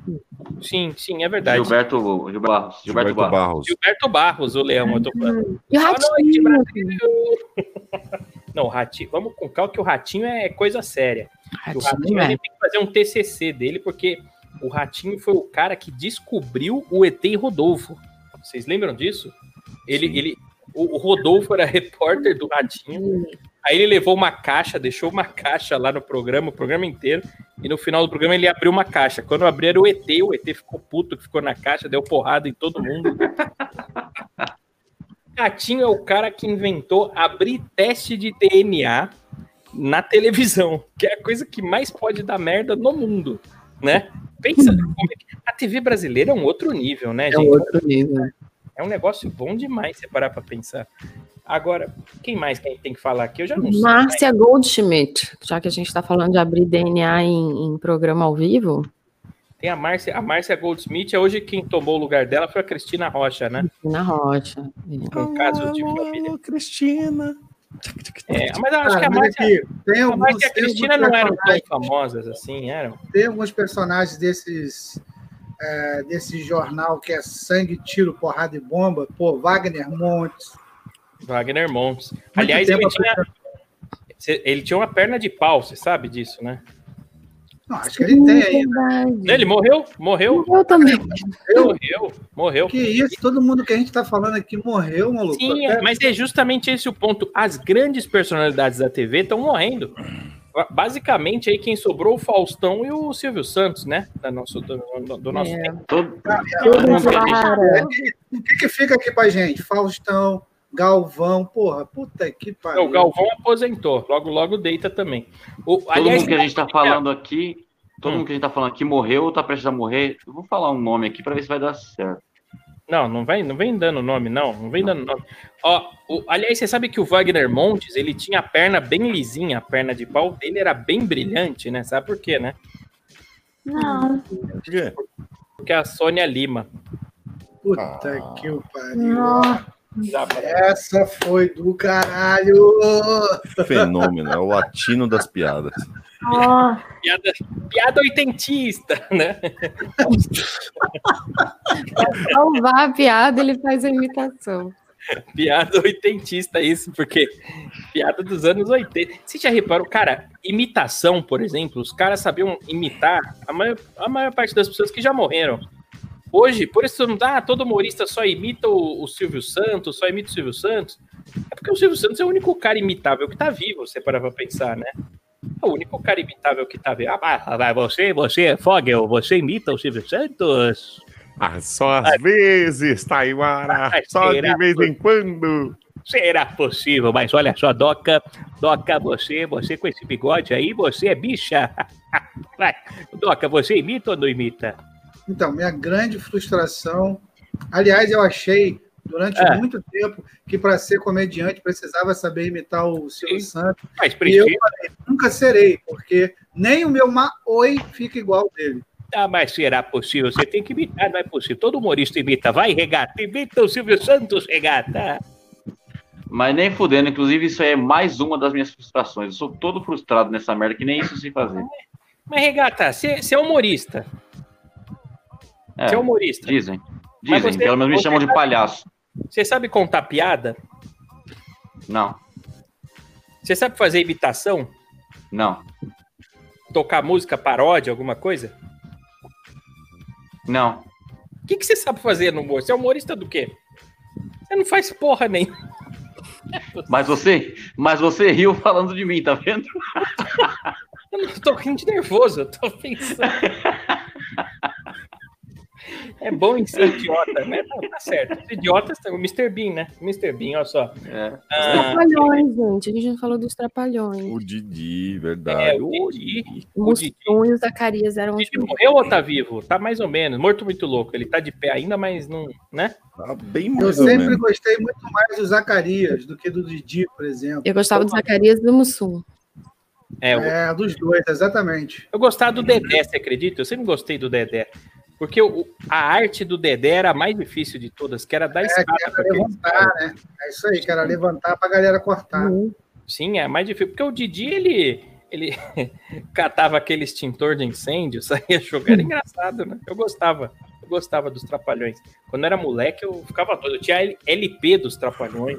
S2: Sim, sim, é verdade. Gilberto,
S8: Gilberto, Gilberto Barros. Gilberto Barros.
S7: Barros.
S2: Barros, o Leão, eu tô falando.
S4: E o
S2: Boa noite,
S4: ratinho?
S2: Brasil! Não, o Ratinho. Vamos com calma, que o Ratinho é coisa séria. O Ratinho
S4: é.
S2: ele tem que fazer um TCC dele, porque o Ratinho foi o cara que descobriu o ET e Rodolfo. Vocês lembram disso? Ele,
S7: Sim.
S2: ele, o o Rodolfo era [LAUGHS] repórter do Ratinho. Aí ele levou uma caixa, deixou uma [LAUGHS] caixa lá no programa, o programa inteiro, e no final do programa ele abriu uma caixa. Quando abriu era o ET, o ET ficou puto que ficou na caixa, deu porrada em todo mundo. [LAUGHS] Ratinho é o cara que inventou abrir teste de DNA na televisão, que é a coisa que mais pode dar merda no mundo, né? Pensa, como Uhum. é que- a TV brasileira é um outro nível, né,
S4: É um
S2: gente?
S4: outro nível.
S2: É um negócio bom demais você parar pra pensar. Agora, quem mais que a gente tem que falar aqui? Eu já não sei.
S4: Márcia Goldschmidt, já que a gente está falando de abrir DNA em, em programa ao vivo,
S2: Tem a Márcia, a Márcia Goldsmith, é hoje quem tomou o lugar dela foi a Cristina Rocha, né?
S4: na Rocha.
S7: É.
S2: Um caso de família.
S7: Cristina.
S2: É, mas eu acho que
S6: Cara,
S2: a
S6: mas
S2: Márcia,
S6: aqui, tem
S2: a Márcia
S6: alguns,
S2: e a
S6: tem alguns
S2: Cristina não eram tão
S6: personagens-
S2: famosas assim, eram?
S6: tem alguns personagens desses é, desse jornal que é sangue, tiro, porrada e bomba. Pô, Wagner Montes.
S2: Wagner Montes. Aliás, ele
S6: tempo
S2: tinha, ele tinha uma perna de pau, você sabe disso, né?
S6: Não, acho que ele tem ainda.
S4: ainda.
S2: Ele morreu? Morreu?
S4: Eu também.
S2: Morreu? Morreu.
S6: Que isso, todo mundo que a gente tá falando aqui morreu, maluco.
S2: Sim,
S6: Até-
S2: mas é justamente esse o ponto. As grandes personalidades da TV estão morrendo. Basicamente, aí quem sobrou o Faustão e o Silvio Santos, né? Da nosso, do, do- do nosso
S4: É.
S2: tempo.
S8: Todo, todo mundo que a gente
S4: Clara,
S6: é, O que que fica aqui pra gente? Faustão, Galvão, porra, puta que pariu.
S2: O Galvão aposentou, logo, logo deita também. O,
S8: Todo mundo que a gente tá falando aqui, todo
S2: Hum.
S8: mundo que a gente tá falando aqui morreu ou tá prestes a morrer. Eu vou falar um nome aqui pra ver se vai dar certo.
S2: Não, não, vai, não vem dando nome, não. Não vem dando nome. Ó, o- aliás, você sabe que o Wagner Montes, ele tinha a perna bem lisinha, a perna de pau dele era bem brilhante, né? Sabe por quê, né?
S5: Não.
S2: Porque é a Sônia Lima.
S6: Puta que o pariu.
S5: Nossa.
S6: Essa foi do caralho.
S7: Fenômeno, é o latino das piadas.
S5: nossa.
S2: Piada, piada oitentista, né?
S4: salvar a piada, ele faz a imitação.
S2: [LAUGHS] Piada oitentista, isso, porque piada dos anos 80. Você já reparou, cara, imitação, por exemplo, os caras sabiam imitar a maior, a maior parte das pessoas que já morreram. Hoje, por isso não dá, ah, todo humorista só imita o, o Silvio Santos, só imita o Silvio Santos. É porque o Silvio Santos é o único cara imitável que tá vivo, você parar pra pensar, né? É o único cara imitável que tá vivo. Ah, mas- mas você, você, Fogel, você imita o Silvio Santos?
S1: Ah, só às vezes, tá Taimara.
S2: Ai,
S1: ah, Só de
S2: será?
S1: vez em quando.
S2: Será possível? Mas olha só, Doca, Doca, você, você com esse bigode aí, você é bicha. [LAUGHS] Vai, Doca, você imita ou não imita?
S6: Então, minha grande frustração. Aliás, eu achei durante
S2: É.
S6: muito tempo que para ser comediante precisava saber imitar o Silvio
S2: Sim.
S6: Santos.
S2: Mas
S6: E eu
S2: precisa,
S6: falei, nunca serei, porque nem o meu ma oi fica igual dele.
S2: mas será possível? Você tem que imitar, não é possível. Todo humorista imita. Vai, regata, imita o Silvio Santos, regata.
S8: Mas nem fudendo, inclusive isso aí é mais uma das minhas frustrações. Eu sou todo frustrado nessa merda, que nem isso se fazer.
S2: Mas, regata, você você é humorista.
S8: É,
S2: Você é humorista.
S8: dizem.
S2: Mas
S8: Dizem,
S2: você-
S8: pelo menos me
S2: você
S8: chamam de
S2: sabe-
S8: palhaço.
S2: Você sabe contar piada?
S8: Não,
S2: Você sabe fazer imitação?
S8: não,
S2: Tocar música, paródia, alguma coisa?
S8: não.
S2: O que, que você sabe fazer no humor? Você é humorista do quê? Você não faz porra nenhuma.
S8: Mas você, mas você riu falando de mim, tá vendo?
S2: Eu não tô rindo de nervoso, eu tô [LAUGHS] pensando. É bom em ser idiota, né? Não, tá certo. Os idiotas são o Mr. Bean, né? Mr. Bean, olha só.
S8: É.
S4: Os
S2: Ah,
S4: trapalhões, gente. A gente não falou dos trapalhões.
S7: O Didi,
S2: é,
S7: verdade.
S2: o Didi. O Didi.
S4: Mussum e o Zacarias eram
S2: O
S4: os
S2: Didi morreu ou tá vivo? Tá mais ou menos. Morto muito louco. Ele tá de pé ainda, mas não. né?
S7: Tá bem
S6: Eu
S7: mais ou
S6: sempre
S7: menos.
S6: gostei muito mais do Zacarias do que do Didi, por exemplo.
S4: Eu gostava do Zacarias e do Mussum.
S2: É, eu,
S6: É, dos dois, exatamente.
S2: eu gostava do Dedé, você acredita? Eu sempre gostei do Dedé. Porque o- a arte do Dedé era a mais difícil de todas, que era dar
S6: É, que
S2: escada.
S6: era
S2: pra aquele
S6: levantar, né? É isso aí, que era levantar pra galera
S4: Hum.
S6: cortar.
S4: Uhum.
S2: Sim, é mais difícil, porque o Didi, ele, ele [LAUGHS] catava aquele extintor de incêndio, [LAUGHS] saía jogando, era engraçado, né? Eu gostava, eu gostava dos Trapalhões. Quando eu era moleque, eu ficava todo, eu tinha LP dos Trapalhões,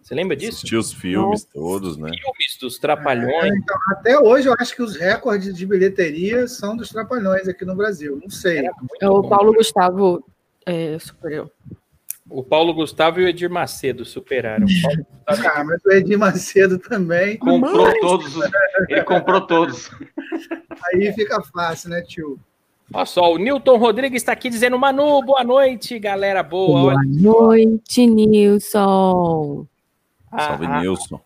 S2: você lembra disso?
S7: Assistiu os filmes todos, né?
S2: Filmes dos Trapalhões,
S6: Então, até hoje eu acho que os recordes de bilheteria são dos trapalhões aqui no Brasil. Não sei.
S2: era
S4: É
S2: muito
S4: O
S2: bom.
S4: Paulo Gustavo é, superou.
S2: O Paulo Gustavo e o Edir Macedo superaram. O Paulo Gustavo-
S6: Ah, mas o Edir Macedo também.
S8: Comprou todos. os- Ele comprou todos.
S6: Aí fica fácil, né, tio?
S2: Olha só, o Newton Rodrigues está aqui dizendo, Manu, boa noite, galera boa.
S4: Boa
S2: Olha,
S4: noite, Nilson.
S2: a-
S7: Salve,
S2: a-
S7: Nilson.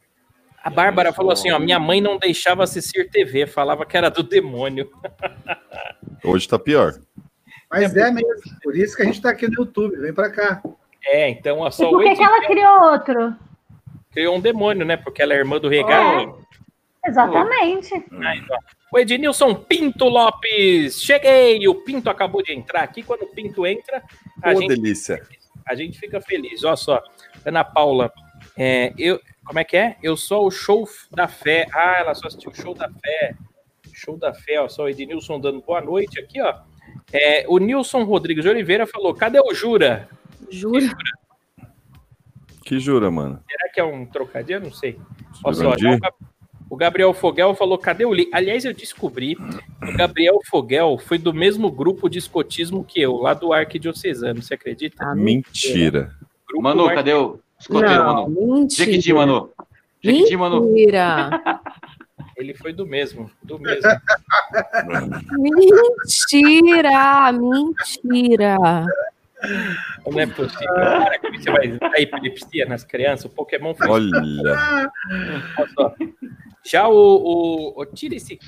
S2: A Bárbara falou assim, ó, minha mãe não deixava assistir TV, falava que era do demônio.
S7: Hoje tá pior.
S6: Mas é mesmo. Por isso que a gente tá aqui no YouTube. Vem pra cá.
S2: É, então a
S5: E
S2: Sol
S5: por que,
S2: Wade
S5: que ela criou outro?
S2: criou um demônio, né? Porque ela é irmã do regalo.
S5: Exatamente.
S2: Ah, então. O Ednilson Pinto Lopes, cheguei! O Pinto acabou de entrar aqui. Quando o Pinto entra, a,
S7: Ô,
S2: Ah, gente,
S7: delícia.
S2: a gente fica feliz. Olha só, Ana Paula, é, eu, como é que é? Eu sou o show da fé. Ah, ela só assistiu o show da fé. Show da fé, ó. Só o Ednilson dando boa noite aqui, ó. É, o Nilson Rodrigues de Oliveira falou: cadê o Jura?
S4: Jura?
S7: Que jura, mano.
S2: Será que é um trocadilho? Eu não sei. Olha só,
S7: Jurandir?
S2: já o Gab- o Gabriel Fogel falou: cadê o Lee? Aliás, eu descobri que o Gabriel Fogel foi do mesmo grupo de escotismo que eu, lá do Arquidiocesano, você acredita?
S4: Ah,
S7: Mentira.
S2: Grupo
S8: Manu,
S2: Ar-
S8: cadê o escoteiro,
S4: Não,
S8: Manu?
S4: mentira.
S8: Jequiti, Manu. Jequiti, Manu.
S4: Mentira.
S2: Ele foi do mesmo, do mesmo.
S4: Mentira. Mentira.
S2: Não é possível. Para que você vai dar epilepsia nas crianças, o Pokémon foi
S7: Olha.
S2: Olha só. Já o, o, o- tira esse.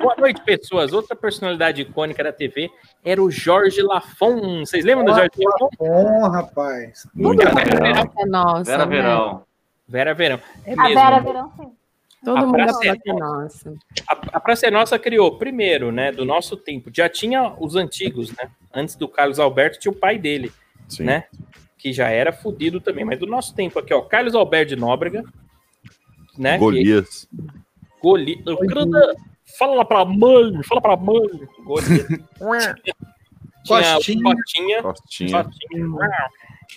S2: Boa noite, pessoas. Outra personalidade icônica da TV era o Jorge Lafon. Vocês lembram do Jorge Lafon?
S6: Bom, rapaz.
S7: Muito legal.
S4: É nossa.
S8: Vera
S4: né?
S8: Verão.
S2: Vera Verão. É
S5: A
S2: mesmo.
S5: Vera assim. Verão, sim.
S4: Todo
S2: A
S4: mundo
S2: praça
S4: fala
S2: é
S4: que é nossa.
S2: A, a Praça é Nossa criou primeiro, né? Do nosso tempo. Já tinha os antigos, né? Antes do Carlos Alberto, tinha o pai dele,
S7: Sim.
S2: né? Que já era fudido também. Mas do nosso tempo aqui, ó. Carlos Alberto de Nóbrega, né? Que-
S7: Golias.
S2: Goli... Grana, Fala lá pra mãe, fala pra mãe. Golias. tinha
S6: Costinha.
S2: o Cotinha.
S7: Costinha.
S2: Cotinha.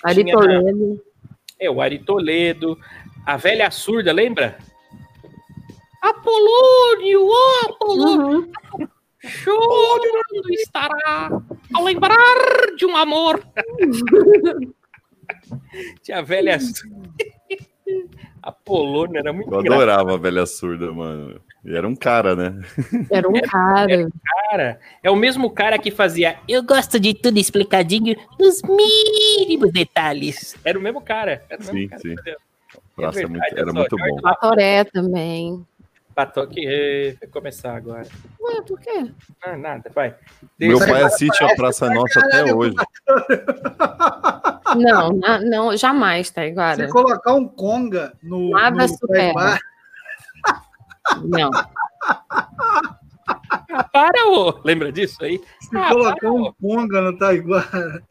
S4: Ari
S2: Tinha-
S4: Toledo.
S2: É, o Ari Toledo. A velha surda, lembra?
S10: Apolônio, ó, Apolônio,
S5: Uhum.
S10: chorando estará ao lembrar de um amor.
S2: [LAUGHS] Tinha
S10: [LAUGHS]
S2: a velha surda. A Polônia era muito
S7: Eu
S2: engraçada,
S7: adorava a velha surda, mano. E era um cara,
S2: É
S7: né?
S4: Era um cara.
S2: cara. É o mesmo cara que fazia.
S10: Eu gosto de tudo explicadinho nos mínimos detalhes.
S2: Era o mesmo cara. Era o mesmo
S7: Sim,
S2: cara
S7: sim.
S2: que fazia.
S7: Nossa, é
S2: verdade,
S7: muito-
S2: olha
S7: era
S2: só,
S7: muito
S2: Jorge
S7: bom.
S4: Toré também.
S2: Batou que eh, vai começar agora.
S4: Ué, por quê?
S2: Ah, nada, vai.
S7: Meu
S2: Deixa-
S7: pai assiste a Praça Nossa até hoje.
S4: Não, na- não, jamais, tá,
S6: Se
S4: Taiguara.
S6: colocar um conga no,
S4: Nada
S6: no
S4: supera.
S6: Taimar,
S4: Não.
S2: Ah, para, ô! Lembra disso aí?
S6: [LAUGHS] se
S2: Ah,
S6: colocar
S2: para,
S6: um
S2: ô.
S6: conga no Taiguara,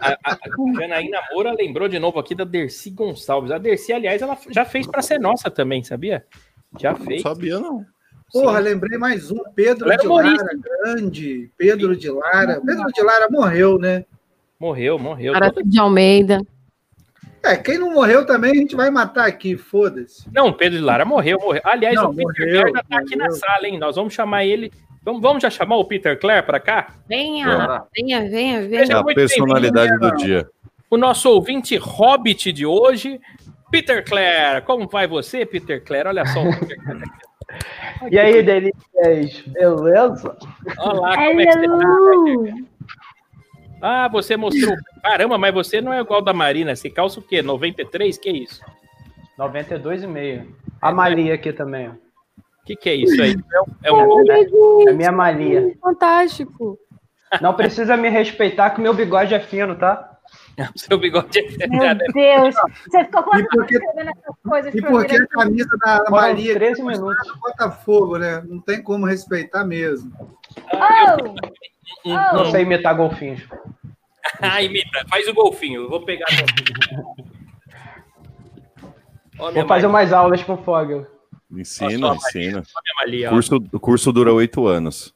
S2: A, a, a Janaína Moura lembrou de novo aqui da Dercy Gonçalves. A Dercy, aliás, ela já fez pra ser nossa também, sabia? Já
S7: Não
S2: fez.
S7: sabia, não.
S6: porra, lembrei mais um, Pedro
S2: Ela era
S6: de Lara,
S2: humorista.
S6: grande, Pedro de Lara, Pedro de Lara morreu, né?
S2: Morreu, morreu.
S4: Arata de Almeida.
S6: É, quem não morreu também a gente vai matar aqui, foda-se.
S2: Não, Pedro de Lara morreu, morreu. Aliás,
S6: Não,
S2: o Peter
S6: morreu,
S2: Clare já tá aqui na
S6: morreu.
S2: sala, hein? Nós vamos chamar ele. Vamos, vamos já chamar o Peter Clare para cá?
S4: Venha,
S8: Bora.
S4: venha, venha, venha.
S2: Seja
S7: A
S2: é muito né,
S7: personalidade do dia.
S2: O nosso ouvinte hobbit de hoje, Peter Clare. Como vai você, Peter Clare? Olha só o Peter Clare.
S11: [LAUGHS] E aí, delícias, beleza?
S2: Olha lá como é que você tá.
S5: Hello!
S2: Ah, você mostrou. Caramba, mas você não é igual da Marina. Você calça o quê? 93? Que isso?
S11: 92,5. A Malia aqui também. ó.
S2: Que que é isso aí? É um- É um...
S4: Olha,
S11: É minha Malia.
S4: gente, fantástico.
S11: Não precisa me respeitar que meu bigode é fino, tá?
S2: Seu bigode [LAUGHS] é
S5: Meu Deus. Você ficou com
S6: E por que-
S5: escrevendo essas coisas
S6: E
S5: pra
S6: porque
S5: virar-
S6: a camisa da
S11: Foram
S6: Maria que
S11: 13
S6: tá
S11: minutos.
S6: do Botafogo, né? Não tem como respeitar mesmo.
S5: Oh! Oh!
S11: Não sei imitar golfinhos.
S2: Ah, imita. Faz o golfinho. Eu vou pegar. Ó, minha
S11: Vou fazer
S2: Maria,
S11: umas aulas com o Fogel.
S7: Ensina,
S2: Nossa,
S7: ensina.
S2: ó, minha Maria, ó.
S7: Curso, o curso dura oito anos.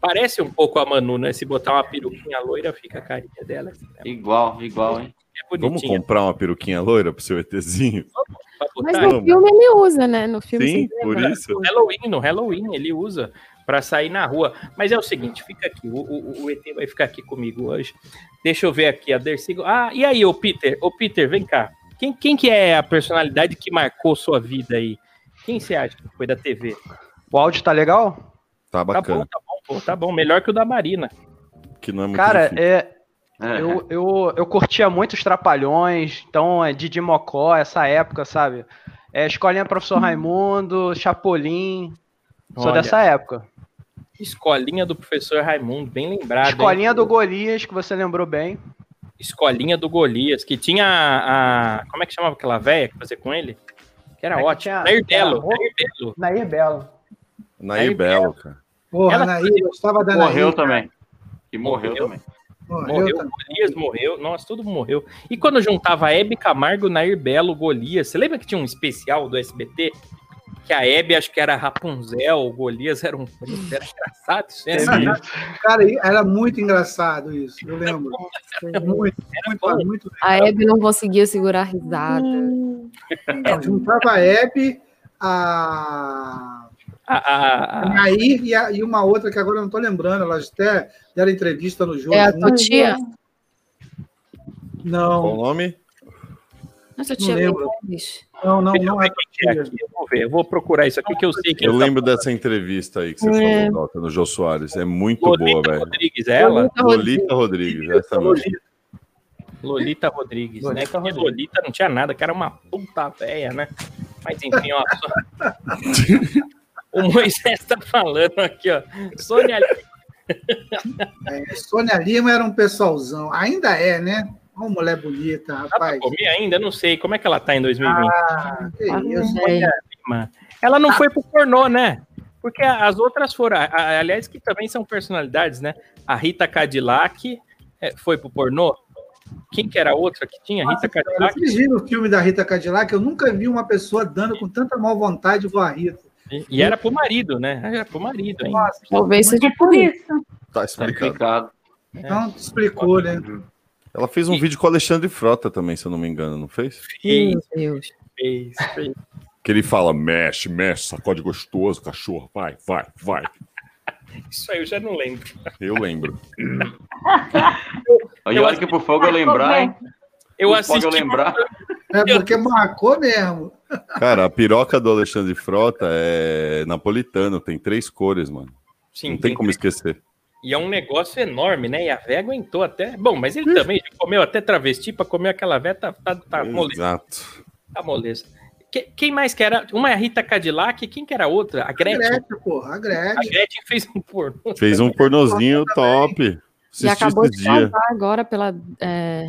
S2: Parece um pouco a Manu, né? Se botar uma peruquinha loira, fica a carinha dela. assim, né?
S8: Igual, igual, hein?
S2: É
S7: Vamos
S2: bonitinha.
S7: comprar uma peruquinha loira pro seu ETzinho?
S2: Pra
S4: Mas
S2: botar
S4: no filme ele usa, né? No filme né?
S7: Sim,
S4: você
S7: por
S4: lembra?
S7: isso.
S2: no Halloween, no Halloween ele usa pra sair na rua. Mas é o seguinte, fica aqui. O, o- o ET vai ficar aqui comigo hoje. Deixa eu ver aqui a Dercy. Ah, e aí, ô Peter? Ô Peter, vem cá. Quem, quem que é a personalidade que marcou sua vida aí? Quem você acha que foi da TV?
S11: O áudio tá legal?
S7: Tá
S2: Tá bom,
S7: bacana.
S2: tá bom, pô, tá bom. Melhor que o da Marina.
S7: que não é muito
S11: Cara,
S7: difícil.
S11: é,
S8: É.
S11: eu, eu, eu curtia muito os Trapalhões, então é Didi Mocó, essa época, sabe? É, Escolinha Professor Raimundo, Chapolin. Sou
S2: Olha.
S11: dessa época.
S2: Escolinha do professor Raimundo, bem lembrado. hein?
S11: Escolinha do Golias, que você lembrou bem.
S2: Escolinha do Golias, que tinha a. a- como é que chamava aquela véia que fazia com ele? Que era
S11: É que
S2: ótimo.
S11: tinha-
S2: Nair Belo,
S11: tinha-
S2: Nair Belo.
S11: Nair Belo.
S7: Nair Belo, cara.
S6: Porra,
S2: Ela-
S6: Anaí, eu gostava da Anaí.
S8: Morreu também. E morreu, também.
S6: Morreu
S2: Morreu,
S6: também.
S2: Golias morreu, nossa, todo mundo morreu. E quando juntava a Hebe Camargo, Nair Belo, Golias, você lembra que tinha um especial do SBT? Que a Hebe acho que era Rapunzel, o Golias era um príncipe, era engraçado isso, né? era,
S6: Sim. Cara, era muito engraçado isso, eu lembro. Muito, muito, muito.
S4: A Hebe não conseguia segurar a risada.
S6: Juntava a Hebe, a
S2: a- a- a-
S6: Nair e, a- e uma outra que agora eu não estou lembrando, elas até deram entrevista no jogo.
S4: É a tua tia?
S7: Qual o
S6: Não,
S7: nome?
S4: Nossa,
S6: Não
S4: é tia Bem
S6: lembro.
S4: Gomes.
S6: não, não, não é a
S2: é
S6: tua
S2: aqui,
S6: tia.
S2: eu vou ver, eu vou procurar isso aqui que eu sei que é
S7: Eu lembro dessa entrevista aí que você
S4: É.
S7: falou, Dota, no Jô Soares. É muito boa,
S2: Lolita
S7: velho.
S2: Rodrigues, é ela?
S4: Lolita Rodrigues.
S7: Lolita Rodrigues, essa mesmo.
S2: Lolita Rodrigues, né?
S11: Lolita
S2: Porque
S11: Rodrigues.
S2: Lolita não tinha nada, que era uma puta véia, né? Mas enfim, ó. só- o Moisés tá falando aqui, ó. Sônia Lima,
S6: É, Sônia Lima era um pessoalzão, ainda é, né? Uma mulher bonita,
S2: dá pra
S6: rapaz.
S2: comer ainda? Não sei. Como é que ela tá em 2020?
S6: Ah, que
S4: Ah,
S6: isso.
S4: velho.
S2: Lima? Ela não foi pro pornô, né? Porque as outras foram. a- a- aliás, que também são personalidades, né? A Rita Cadillac é, foi pro pornô. Quem que era a outra que tinha? Rita Cadillac?
S6: Vocês viram o filme da Rita Cadillac? Eu nunca vi uma pessoa dando com tanta má vontade igual a Rita.
S2: E, e era pro marido, né? Era pro marido, hein?
S6: Nossa,
S4: Talvez seja
S5: É por isso.
S7: Tá
S8: Tá
S7: explicado.
S8: explicado.
S2: É.
S6: não explicou, né?
S7: Ela fez um vídeo com o Alexandre Frota também, se eu não me engano, não fez?
S2: Fez,
S4: Meu Deus.
S2: fez, fez.
S7: Que ele fala, merda.
S1: Mexe, mexe, sacode gostoso, cachorro. Vai, vai, vai.
S2: Isso aí eu já não lembro.
S7: Eu lembro.
S8: E olha que pro fogo eu lembrar, hein?
S2: Eu
S8: Pro fogo
S2: assisti.
S8: eu lembrar.
S6: É porque marcou mesmo.
S7: Cara, a piroca do Alexandre Frota é napolitano, tem três cores, mano.
S2: Sim,
S7: não tem como esquecer.
S2: E é um negócio enorme, né? E a véia aguentou até. Bom, mas ele também já comeu até travesti pra comer aquela véia, tá, tá, tá moleza.
S7: Exato.
S2: Tá moleza. Que- quem mais que era? Uma é a Rita Cadillac, quem que era a outra? A
S6: A
S2: Gretchen.
S6: Gretchen, porra, a
S2: A
S6: Gretchen.
S2: Gretchen fez um porno.
S7: Fez um pornozinho top.
S4: e
S7: Assisti
S4: acabou
S7: esse
S4: de
S7: dia.
S4: casar agora pela. é,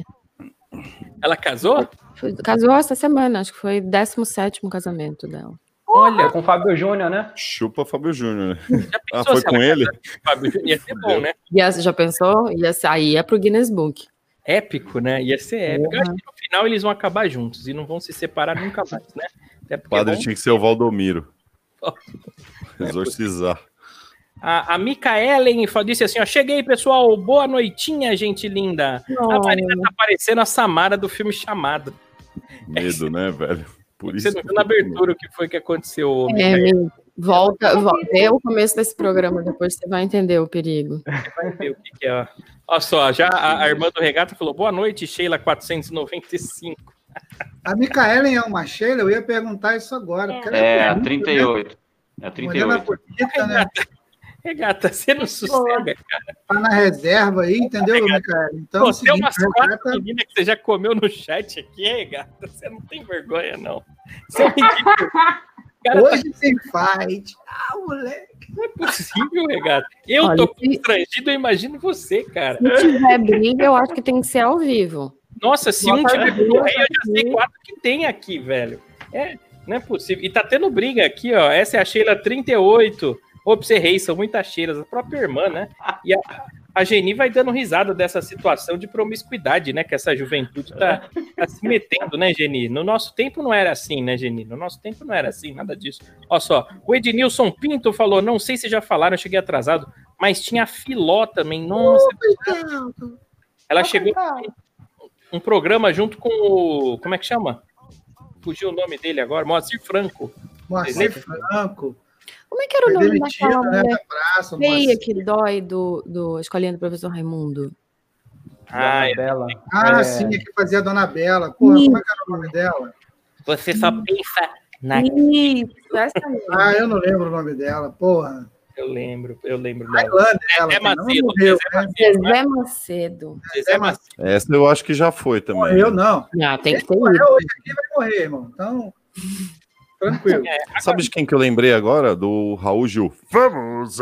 S2: [LAUGHS] Ela casou?
S4: foi- casou essa semana, acho que foi 17 casamento dela.
S11: Olha, com o Fábio Júnior, né?
S7: Chupa Fábio Júnior, né?
S2: Já
S7: Ah, foi
S2: se ela
S7: com ele?
S2: casasse com o Fábio Júnior? Ia ser bom, né?
S4: Ia, já pensou? Ia, aí é pro Guinness Book.
S2: Épico, né? Ia ser épico. Eu acho que no final eles vão acabar juntos e não vão se separar nunca mais, né? Até
S7: O
S2: porque
S7: padre
S2: vão-
S7: tinha que ser o
S2: [LAUGHS]
S7: Valdomiro.
S2: É,
S7: Exorcizar.
S2: A, a Micaelen fa- disse assim: ó, cheguei, pessoal. Boa noitinha, gente linda. A Marina tá parecendo a Samara do filme Chamado.
S7: Medo, né, velho? Por
S2: Você
S7: isso.
S2: não viu na abertura o que foi que aconteceu.
S4: É, amigo, volta, volta. Vê o começo desse programa, depois você vai entender o perigo.
S2: Vai ver o que, que é. ó. Olha só, já a, a irmã do Regata falou: boa noite, Sheila 495.
S6: A Micaelen é uma Sheila, eu ia perguntar isso agora. porque ela
S8: É, a
S2: né?
S6: bonita,
S8: 38. É
S6: né? Mulher é
S8: a 38.
S6: bonita, né?
S2: Regata, você não sossega.
S6: Tá na reserva aí, entendeu, Micaelen? Então, é o tá
S2: Você tem
S6: seguinte,
S2: umas
S6: a
S2: quatro
S6: Regata-
S2: meninas que você já comeu no chat aqui, hein, Regata? Você não tem vergonha, não. Você é ridículo. O Cara, tá-
S6: Hoje tem fight. Ah, moleque.
S2: não é possível, Regata. Eu
S4: Olha,
S2: tô
S4: se-
S2: constrangido, eu imagino você, cara.
S4: Se tiver briga, eu acho que tem que ser ao vivo.
S2: Nossa, se um
S4: Bota
S2: tiver
S4: as
S2: com
S4: duas
S2: rei, eu já sei
S4: aqui.
S2: quatro que tem aqui, velho. É, não é possível. E tá tendo briga aqui, ó. Essa é a Sheila 38. Ô, pra você rei, são muitas Sheilas, a própria irmã, né? E a, a Geni vai dando risada dessa situação de promiscuidade, né? Que essa juventude tá, tá se metendo, né, Geni? No nosso tempo não era assim, né, Geni? No nosso tempo não era assim, nada disso. Ó só, o Ednilson Pinto falou: não sei se já falaram, eu cheguei atrasado, mas tinha a Filó também. Nossa, ela chegou um programa junto com o. Como é que chama? Fugiu o nome dele agora, Moacir Franco.
S6: Moacir Franco.
S4: Como é que era o
S6: Foi
S4: nome
S6: demitido,
S4: daquela
S6: né?
S4: mulher
S6: Da praça, o
S4: feia
S6: Moacir.
S4: que dói do, do escolinha do professor Raimundo?
S2: Ah,
S11: Dona Bela.
S6: Ah,
S11: É.
S6: sim, é que fazia a Dona Bela. Porra, como é que era o nome dela?
S2: você só pensa na.
S4: Né? Isso, essa mesmo.
S6: Ah, eu não lembro o nome dela, porra.
S2: Eu lembro, eu lembro. dela.
S6: Tailândia, ela.
S2: Zezé
S6: também. Não
S2: Macedo,
S6: morreu,
S2: Zezé
S6: né?
S2: Macedo, né?
S4: Zezé Macedo.
S6: é,
S2: Zezé Macedo.
S7: Essa eu acho que já foi também. né?
S6: Morreu, não.
S4: Ah, tem que ter
S6: Morreu
S4: ido.
S6: hoje aqui, vai morrer, irmão. Então, Tranquilo.
S2: É,
S7: Sabe de quem que eu lembrei agora? Do Raul Gil. Vamos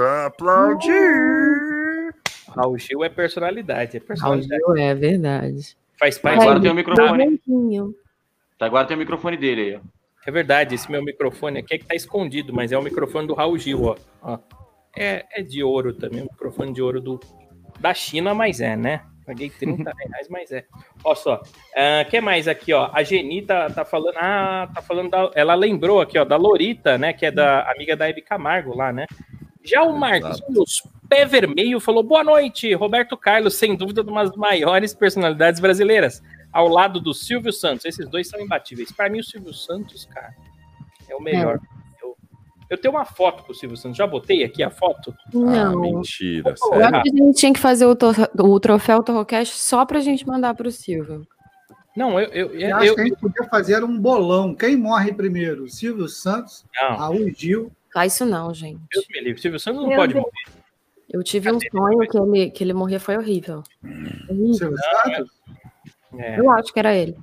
S7: aplaudir!
S2: Raul Gil é personalidade, é
S4: Raul
S2: personalidade.
S4: Gil, é verdade.
S2: Faz parte
S8: Agora tem o
S2: do-
S8: microfone.
S4: Branquinho.
S8: Tá, Agora tem o microfone dele aí. ó.
S2: É verdade, esse meu microfone aqui é que tá escondido, mas é o microfone do Raul Gil, ó. Ó. É, é de ouro também, um microfone de ouro do, da China, mas é, né? Paguei 30 reais, mas é. Ó só, ah, que mais aqui, ó? A Geni tá, tá falando, ah, tá falando da, ela lembrou aqui, ó, da Lorita, né, que é da amiga da Hebe Camargo lá, né? Já o Marquinhos Pé Vermelho falou, boa noite, Roberto Carlos, sem dúvida, uma das maiores personalidades brasileiras ao lado do Silvio Santos. Esses dois são imbatíveis. Para mim, o Silvio Santos, cara, é o melhor. Eu, eu tenho uma foto com o Silvio Santos. Já botei aqui a foto?
S7: Ah,
S4: Não.
S7: mentira, Tá
S4: Eu
S7: sério.
S4: acho que a gente tinha que fazer o, to- o troféu Torrocast só pra gente mandar pro Silvio.
S2: Não, eu. eu,
S6: Eu
S2: eu,
S6: acho
S2: eu-
S6: que é a gente podia fazer um bolão. Quem morre primeiro? Silvio Santos,
S2: não,
S6: Raul Gil.
S4: Faz Ah, isso não, gente.
S2: Deus me livre. Silvio Santos não
S5: Meu
S2: pode
S5: Deus.
S2: morrer.
S4: Eu tive um sonho que ele, que ele morria, foi horrível. Horrível.
S6: Silvio Santos?
S2: É, eu
S4: Eu acho que era ele.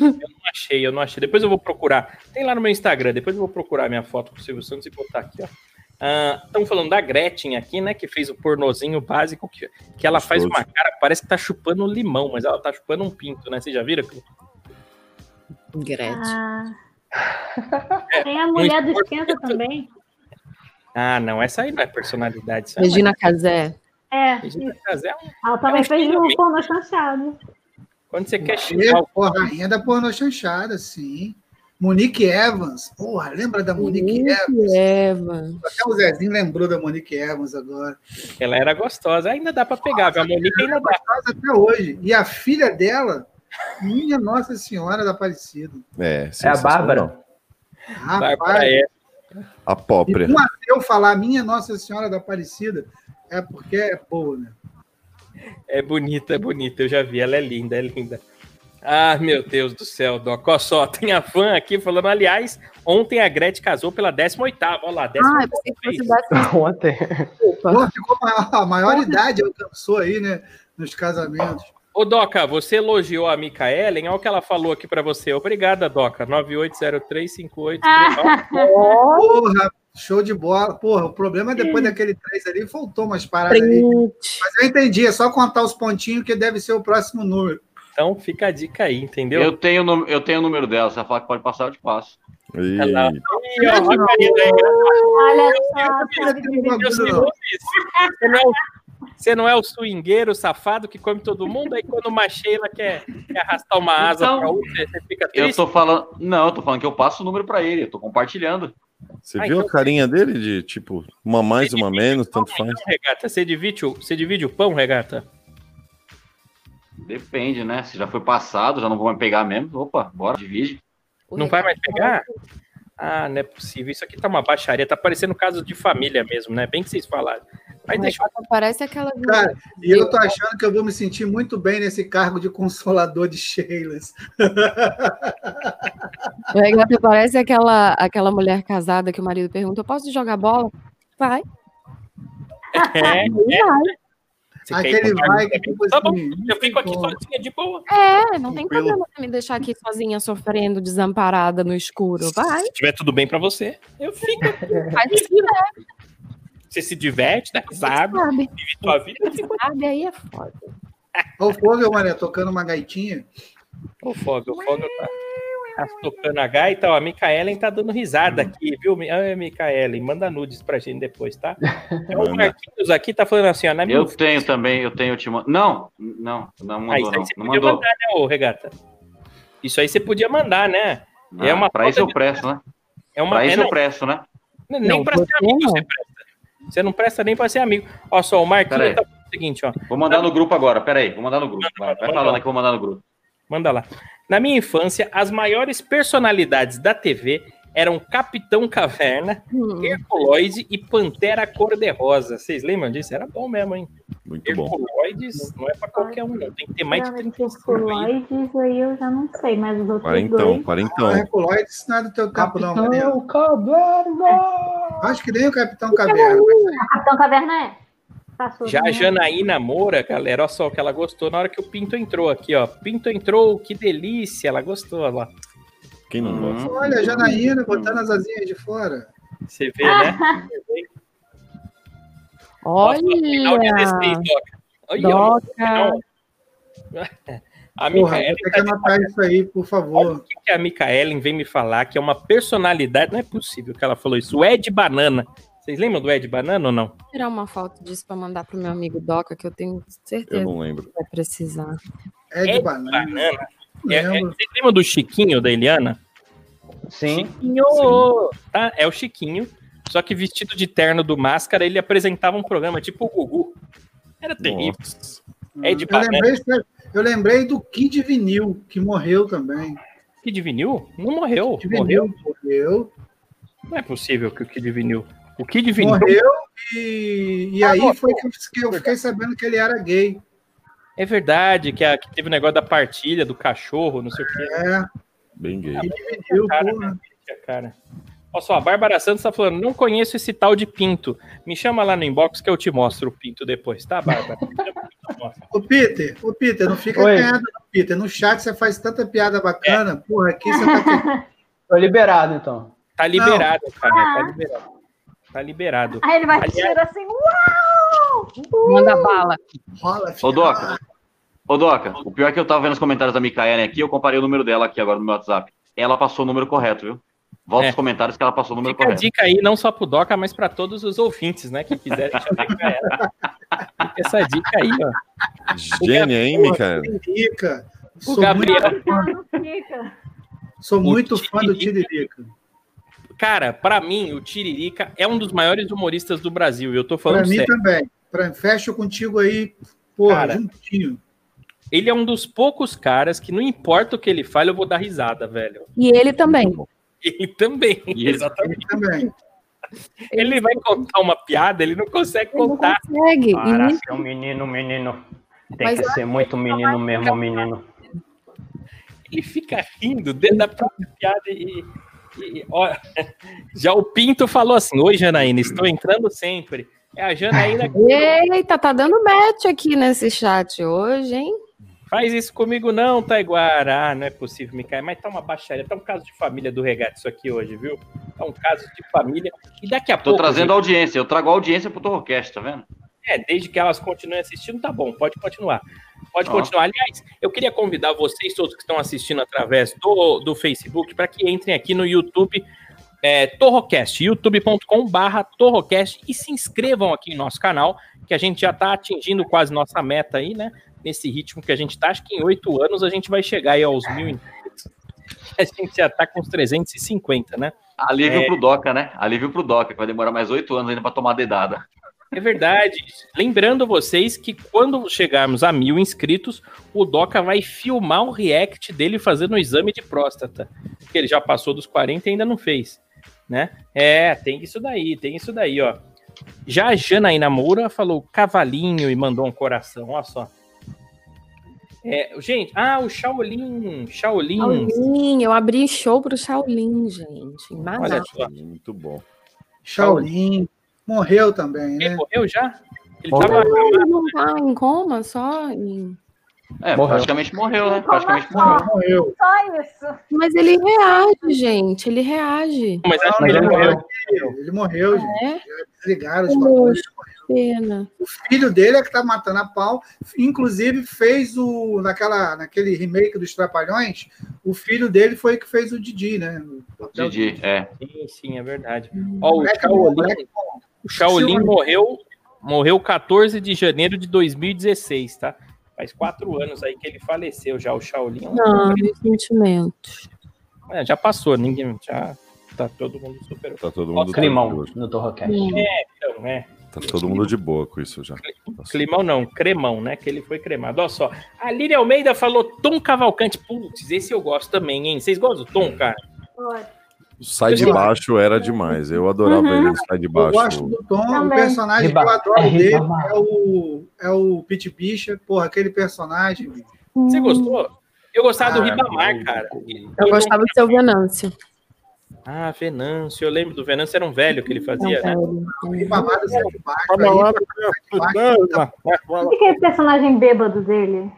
S2: não achei, eu não achei. Depois eu vou procurar. Tem lá no meu Instagram, depois eu vou procurar minha foto com o Silvio Santos e botar aqui, ó. Estão falando da Gretchen aqui, né? Que fez o pornozinho básico que, que ela faz
S7: Gostoso.
S2: uma cara, parece que tá chupando limão, mas ela tá chupando um pinto, né? Vocês já viram? aquilo?
S4: Gretchen.
S5: Ah. Tem a mulher do esquenta também.
S2: Ah, não, essa aí não é personalidade. Isso é uma-
S4: Regina Casé.
S5: É,
S2: Regina Casé é um-
S5: ela também
S2: Mas
S5: fez
S2: tudo
S5: um
S2: bem.
S5: pornô chanchado.
S2: Quando você quer
S6: E,
S2: xingar o
S6: é porra, rainha da porno chanchada, sim. Monique Evans. Porra, lembra da Monique,
S4: é
S6: Evans?
S4: Eva.
S6: Até o Zezinho lembrou da Monique Evans agora.
S2: ela era gostosa, ainda dá pra pegar, viu? A Monique ainda dá.
S6: Gostosa Até hoje. E a filha dela, minha Nossa Senhora da Aparecida.
S9: É
S7: É,
S9: a
S7: sensacional.
S9: Bárbara.
S2: Vai
S6: Rapaz,
S2: pra ela. é,
S7: A
S6: E
S7: própria.
S6: um ateu falar minha Nossa Senhora da Aparecida é porque é boa, né?
S2: É bonita, é bonita, eu já vi, ela é linda, é linda. Ah, meu Deus do céu, Doc. Ó só, [LAUGHS] tem a fã aqui falando, aliás, ontem a Gretchen casou pela 18ª, olha lá,
S4: Ah,
S2: 18ª
S4: eu pensei que
S2: vez.
S4: você desse
S9: Ontem.
S4: desculpa.
S6: Pô, ficou maior- a maioridade alcançou aí, né? Nos casamentos.
S2: Ô, Doca, você elogiou a Micaelen, olha o que ela falou aqui pra você. Obrigada, Doca, 980358.
S4: [LAUGHS]
S6: Porra, show de bola. Porra, o problema é depois daquele 3 ali, faltou umas paradas aí.
S4: Print.
S6: Mas eu entendi, é só contar os pontinhos que deve ser o próximo número.
S2: Então fica a dica aí, entendeu?
S8: Eu tenho, o nú- eu tenho o número dela, se ela falar que pode passar, eu te passo.
S7: Ih,
S2: Ela- Ih, ó, a carinha da
S5: Olha só,
S6: Não tem um
S2: Meu
S6: bagulho,
S2: senhor,
S6: não.
S2: [LAUGHS] Você não, é o, você não é o swingueiro safado que come todo mundo, aí quando uma Sheila quer, quer arrastar uma asa
S8: Então,
S2: pra outra, você fica
S8: Eu
S2: triste.
S8: tô falando. Não, eu tô falando que eu passo o número pra ele, eu tô compartilhando.
S7: Você
S2: Ah,
S7: viu
S2: então-
S7: a carinha dele de tipo, uma mais, uma menos, tanto faz?
S2: Então, regata, você divide, o, você divide o pão, regata?
S8: Depende, né? Se já foi passado, já não vou mais pegar mesmo. Opa, bora, divide.
S4: O
S2: Não vai mais
S4: Ricardo
S2: pegar? Ah, não é possível. Isso aqui tá uma baixaria, tá parecendo caso de família mesmo, né? Bem que vocês falaram. Mas
S4: Mas
S2: deixa eu
S4: Parece aquela.
S6: Cara, E eu tô achando que eu vou me sentir muito bem nesse cargo de consolador de Sheilas.
S4: O Regata parece aquela, aquela mulher casada que o marido pergunta: posso jogar bola? Vai.
S2: é,
S4: Vai.
S2: Você quer
S6: Aquele
S2: encontrar
S6: vai
S2: alguém?
S6: que tipo
S2: Tá bom,
S6: assim,
S2: eu fico aqui sozinha de boa.
S4: É, não tem
S7: Tranquilo.
S4: problema você me deixar aqui sozinha, sofrendo, desamparada no escuro. Vai.
S2: Se tiver tudo bem pra você, eu fico.
S4: Faz isso, né?
S2: Você se diverte, dá risada,
S4: sabe?
S2: vive tua vida.
S4: Sabe? Aí é foda.
S6: Olha o Fogel, mané, tocando uma gaitinha.
S2: Ô, Fogel, o Fogel tá, tá tocando a gaita. Ó, a Micaelen tá dando risada aqui, viu? Mi- Ai, Micaelen, manda nudes pra gente depois,
S8: [LAUGHS]
S2: tá? Então, o
S7: Manda.
S2: Marquinhos aqui tá falando assim, ó, na minha
S8: Eu tenho também, eu tenho, eu te mando. Não, não, não
S2: Ah,
S8: mandou,
S2: isso aí
S8: não.
S2: você
S8: Não
S2: podia
S8: mandou.
S2: mandar, né, ô, Regata? Isso aí você podia mandar, né?
S8: Ah,
S2: É uma
S8: pra isso
S2: falta
S8: eu
S2: de-
S8: presto, né?
S2: É uma,
S8: Pra
S2: é,
S8: isso
S2: não,
S8: eu presto, né?
S2: nem
S4: Não,
S2: pra ser
S4: você
S2: amigo
S4: não.
S2: você presta. Você não presta nem pra ser amigo. Ó, só, o Marquinhos
S8: Peraí.
S2: tá falando o seguinte, ó.
S8: Vou mandar no grupo agora, peraí, vou mandar no grupo. Vai,
S2: manda,
S8: vai
S2: manda.
S8: falando que eu vou mandar no grupo.
S2: Manda lá. Na minha infância, as maiores personalidades da TV eram Capitão Caverna,
S4: Hum.
S2: Herculoide e Pantera Cor-de-Rosa. Vocês lembram disso? Era bom mesmo, hein?
S7: Muito bom.
S2: Herculoides não é pra qualquer um, não. Tem que ter mais de
S5: Não,
S2: 35 aí.
S5: circuloides aí eu já não sei, mas os outros
S7: Quarentão,
S2: Hum.
S5: dois...
S6: Então,
S7: quarentão.
S6: Herculoide, isso não é do teu tempo, não, mané.
S9: Capitão Caverna!
S6: Acho que nem o Capitão Caverna. mas-
S5: A Ah, Capitão Caverna é. Passou,
S2: Já a
S5: né?
S2: Janaína Moura, galera, olha só o que ela gostou na hora que o Pinto entrou aqui, ó. Pinto entrou, que delícia, ela gostou, olha lá.
S7: Quem não gosta?
S2: Hum.
S6: Olha, Janaína botando as asinhas de fora.
S2: Você vê, né?
S4: Olha!
S2: Final 16, Doca. Olha, ó,
S4: Doca.
S2: final. A
S6: Porra,
S2: Micaela tá
S6: tem que anotar isso aí, por favor.
S2: que que a Micaelen vem me falar que é uma personalidade. Não é possível que ela falou isso. O Ed Banana. Vocês lembram do Ed Banana ou não?
S4: Vou tirar uma foto disso para mandar pro meu amigo Doca, que eu tenho
S7: Eu
S2: Hum.
S4: certeza
S7: não lembro.
S4: que vai precisar.
S6: É de
S2: É
S6: banana.
S2: Banana. É, é,
S6: Lembro.
S2: vocês lembram do Chiquinho da Eliana?
S11: Sim.
S2: Chiquinho! Tá? É o Chiquinho. Só que vestido de terno do máscara, ele apresentava um programa tipo o Gugu. Era terrível.
S7: Nossa.
S2: Ed
S6: Eu
S2: Banana.
S6: lembrei, eu lembrei do Kid Vinil, que morreu também.
S2: Kid Vinil? Não morreu.
S6: Kid
S2: Morreu.
S6: Vinil morreu.
S2: Não é possível que o Kid Vinil. O Kid Vinil.
S6: Morreu e, e
S2: Ah,
S6: aí
S2: morreu.
S6: foi que eu fiquei- eu fiquei sabendo que ele era gay.
S2: É verdade que, a- que teve o negócio da partilha do cachorro, não sei o né, que.
S6: É,
S2: [LAUGHS]
S7: Bem gay.
S6: Kid Vinil,
S2: Cara,
S6: porra.
S2: Eita, cara. Olha só, a Bárbara Santos tá falando, não conheço esse tal de Pinto. Me chama lá no inbox que eu te mostro o Pinto depois, tá, Bárbara? Eu te mostro.
S6: Ô, Peter, ô, Peter, não fica
S11: Oi.
S6: ganhado, não, Peter. No chat você faz tanta piada
S2: É.
S6: bacana, porra, aqui você tá
S2: [LAUGHS]
S6: querendo.
S11: Tô liberado, então.
S2: tá liberado, cara, tá liberado. Tá liberado.
S5: Aí ele vai
S2: Aliás-
S5: tirar assim, uau!
S4: Manda bala.
S6: Rola,
S8: Ô,
S6: filho.
S8: Doca. Ô, Doca, o pior é que eu tava vendo os comentários da Micaela aqui, eu comparei o número dela aqui agora no meu WhatsApp. Ela passou o número correto, viu? Volta
S2: É.
S8: os comentários que ela passou o número
S2: Fica a
S8: é correto.
S2: dica aí, não só pro Doca, mas pra todos os ouvintes, né, que quiserem chamar ela. Fica essa dica aí, ó.
S7: Gênia, hein, Micaela?
S6: Tiririca. Sou,
S2: O Gabriel-
S6: muito,
S5: Fica.
S6: sou
S2: O
S6: muito fã do Tiririca.
S2: Cara, pra mim, o Tiririca é um dos maiores humoristas do Brasil, e eu tô
S6: Pra
S2: falando
S6: mim
S2: sério.
S6: também. Pra, fecho contigo aí, porra,
S2: Cara.
S6: juntinho.
S2: Ele é um dos poucos caras que não importa o que ele fale, eu vou dar risada, velho.
S4: E ele também.
S2: Ele também,
S8: E ele-
S2: exatamente.
S6: Ele também.
S2: Ele vai contar uma piada, ele não consegue
S4: Ele não
S2: contar.
S4: consegue. E
S11: Para
S4: nem-
S11: ser um menino, menino. Tem
S4: Mas
S11: que ser muito menino mesmo, menino.
S2: Ele fica rindo dentro da própria piada e. e- ó, [LAUGHS] já o Pinto falou assim: Oi, Janaína, estou entrando sempre. É a Janaína
S4: [LAUGHS]
S2: que
S4: Eita, tá dando match aqui nesse chat hoje, hein?
S2: faz isso comigo, não, Taiguara. Ah, não é possível, Micael. Mas tá uma baixaria, tá um caso de família do regate isso aqui hoje, viu? Tá um caso de família. E daqui a
S8: Tô
S2: pouco.
S8: trazendo audiência, eu trago audiência pro Torcast, tá vendo?
S2: É, desde que elas continuem assistindo, tá bom, pode continuar. Pode
S8: Ó.
S2: continuar. Aliás, eu queria convidar vocês, todos que estão assistindo através do, do Facebook, para que entrem aqui no YouTube é, Torrocast, youtube.com/barra Torrocast e se inscrevam aqui em nosso canal, que a gente já está atingindo quase nossa meta aí, né? Nesse ritmo que a gente tá, acho que em oito anos a gente vai chegar aí aos mil inscritos. [LAUGHS] A gente já tá com os 350, né?
S8: Alívio
S2: É.
S8: pro Doca, né? Alívio pro Doca, que vai demorar mais oito anos ainda pra tomar dedada.
S2: É verdade. Lembrando vocês que quando chegarmos a mil inscritos, o Doca vai filmar o react dele fazendo o exame de próstata. Porque ele já passou dos 40 e ainda não fez. Né? É, tem isso daí, tem isso daí, ó. Já a Janaína Moura falou cavalinho e mandou um coração, olha só. É, gente, ah, o Shaolin, Shaolin.
S4: Shaolin, eu abri show pro Shaolin, gente. em
S2: Olha
S4: Manaus.
S2: só,
S7: Muito bom.
S6: Shaolin. Morreu também,
S2: ele
S6: né?
S2: morreu já? Ele
S11: Morreu.
S2: tava
S4: Ele não tá em coma, só em-
S8: É,
S11: Morreu.
S8: praticamente morreu, né? Praticamente
S5: Como
S8: morreu.
S5: assim?
S6: Morreu.
S5: Só isso.
S4: Mas ele reage, gente. Ele reage.
S2: mas acho que
S11: Mas
S2: ele
S11: ele
S2: morreu.
S11: morreu.
S6: Ele morreu, gente.
S4: É?
S6: Ligaram os
S4: Poxa,
S6: fatores.
S4: pena.
S6: O filho dele é que tá matando a pau. Inclusive, fez o. Naquela, naquele remake dos Trapalhões, o filho dele foi que fez o Didi, né? O papel
S8: Didi, é.
S2: Sim, sim, é verdade. Ó, É o
S6: Moleque, né?
S2: Shaolin,
S6: moleque.
S2: O Shaolin
S6: Silva-
S2: morreu, morreu 14 de janeiro de 2016, tá? Faz quatro anos aí que ele faleceu já, o Shaolin. um
S4: Não, meus sentimentos.
S2: É, já passou, ninguém. Já tá todo mundo superou.
S7: Tá todo mundo.
S11: Climão
S7: tranquilo.
S11: no Torrocast.
S4: É.
S2: Então, é.
S7: Tá todo mundo de boa com isso já. Tá certo.
S2: Climão não, cremão, né? Que ele foi cremado. Olha só. A Lília Almeida falou Tom Cavalcante. Putz, esse eu gosto também, hein? Vocês gostam do Tom, cara?
S5: Olha,
S7: Sai de baixo era demais. Eu adorava ele sai de
S6: Uhum. Eu
S7: baixo.
S6: gosto do Tom,
S5: Também.
S6: o personagem
S11: Riba-
S6: que eu adoro
S11: é
S6: dele
S11: Ribamar.
S6: é o, é o Pit Bicha, porra, aquele personagem. bicho.
S2: Você gostou? Eu gostava do
S11: Ah,
S2: Ribamar,
S11: eu-
S2: cara.
S4: Eu gostava do seu Venâncio.
S2: Ah, Venâncio. Eu lembro do Venâncio, era um velho que ele fazia, né?
S4: Não,
S6: Ribamar do Zé de Baixo, aí, tá
S5: o que que é aquele personagem bêbado dele?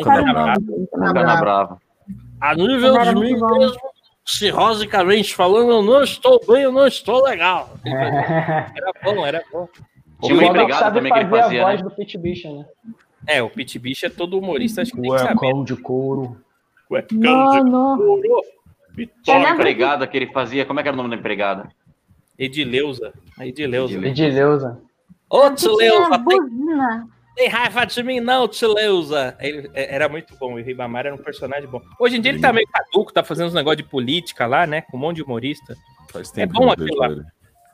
S2: João Canabrava.
S8: Tá
S7: Canabrava.
S8: Cana brava.
S2: A nível
S5: Era
S2: de
S5: muito
S2: mim
S5: bom.
S2: mesmo, cirrosicamente falando, eu não estou bem, eu não estou legal. Ele fazia- Era bom, era bom.
S8: Tinha um empregado também que ele
S12: fazer
S8: fazia,
S12: a voz
S8: né?
S12: do Pit Bicha, né?
S2: É, o Pit Bicho é todo humorista, acho que tem que saber.
S12: Cuecão de couro.
S2: Cuecão
S12: Mano.
S8: Tinha
S2: Eu
S8: uma
S2: lembro-
S8: empregada que ele fazia. Como é que era o nome da empregada?
S2: Edileuza. A Edileuza.
S12: Edileuza.
S2: Ô,
S5: Tinha
S2: Tileuza, tem,
S5: buzina.
S2: tem raiva de mim não, Tileuza. Ele, é- era muito bom, e o Ribamar era um personagem bom. Hoje em dia ele tá meio caduco, tá fazendo uns negócios de política lá, né, com um monte de humorista.
S7: Faz
S2: É
S7: tempo que eu
S2: bom
S7: não vejo
S2: aquilo lá.
S7: ele.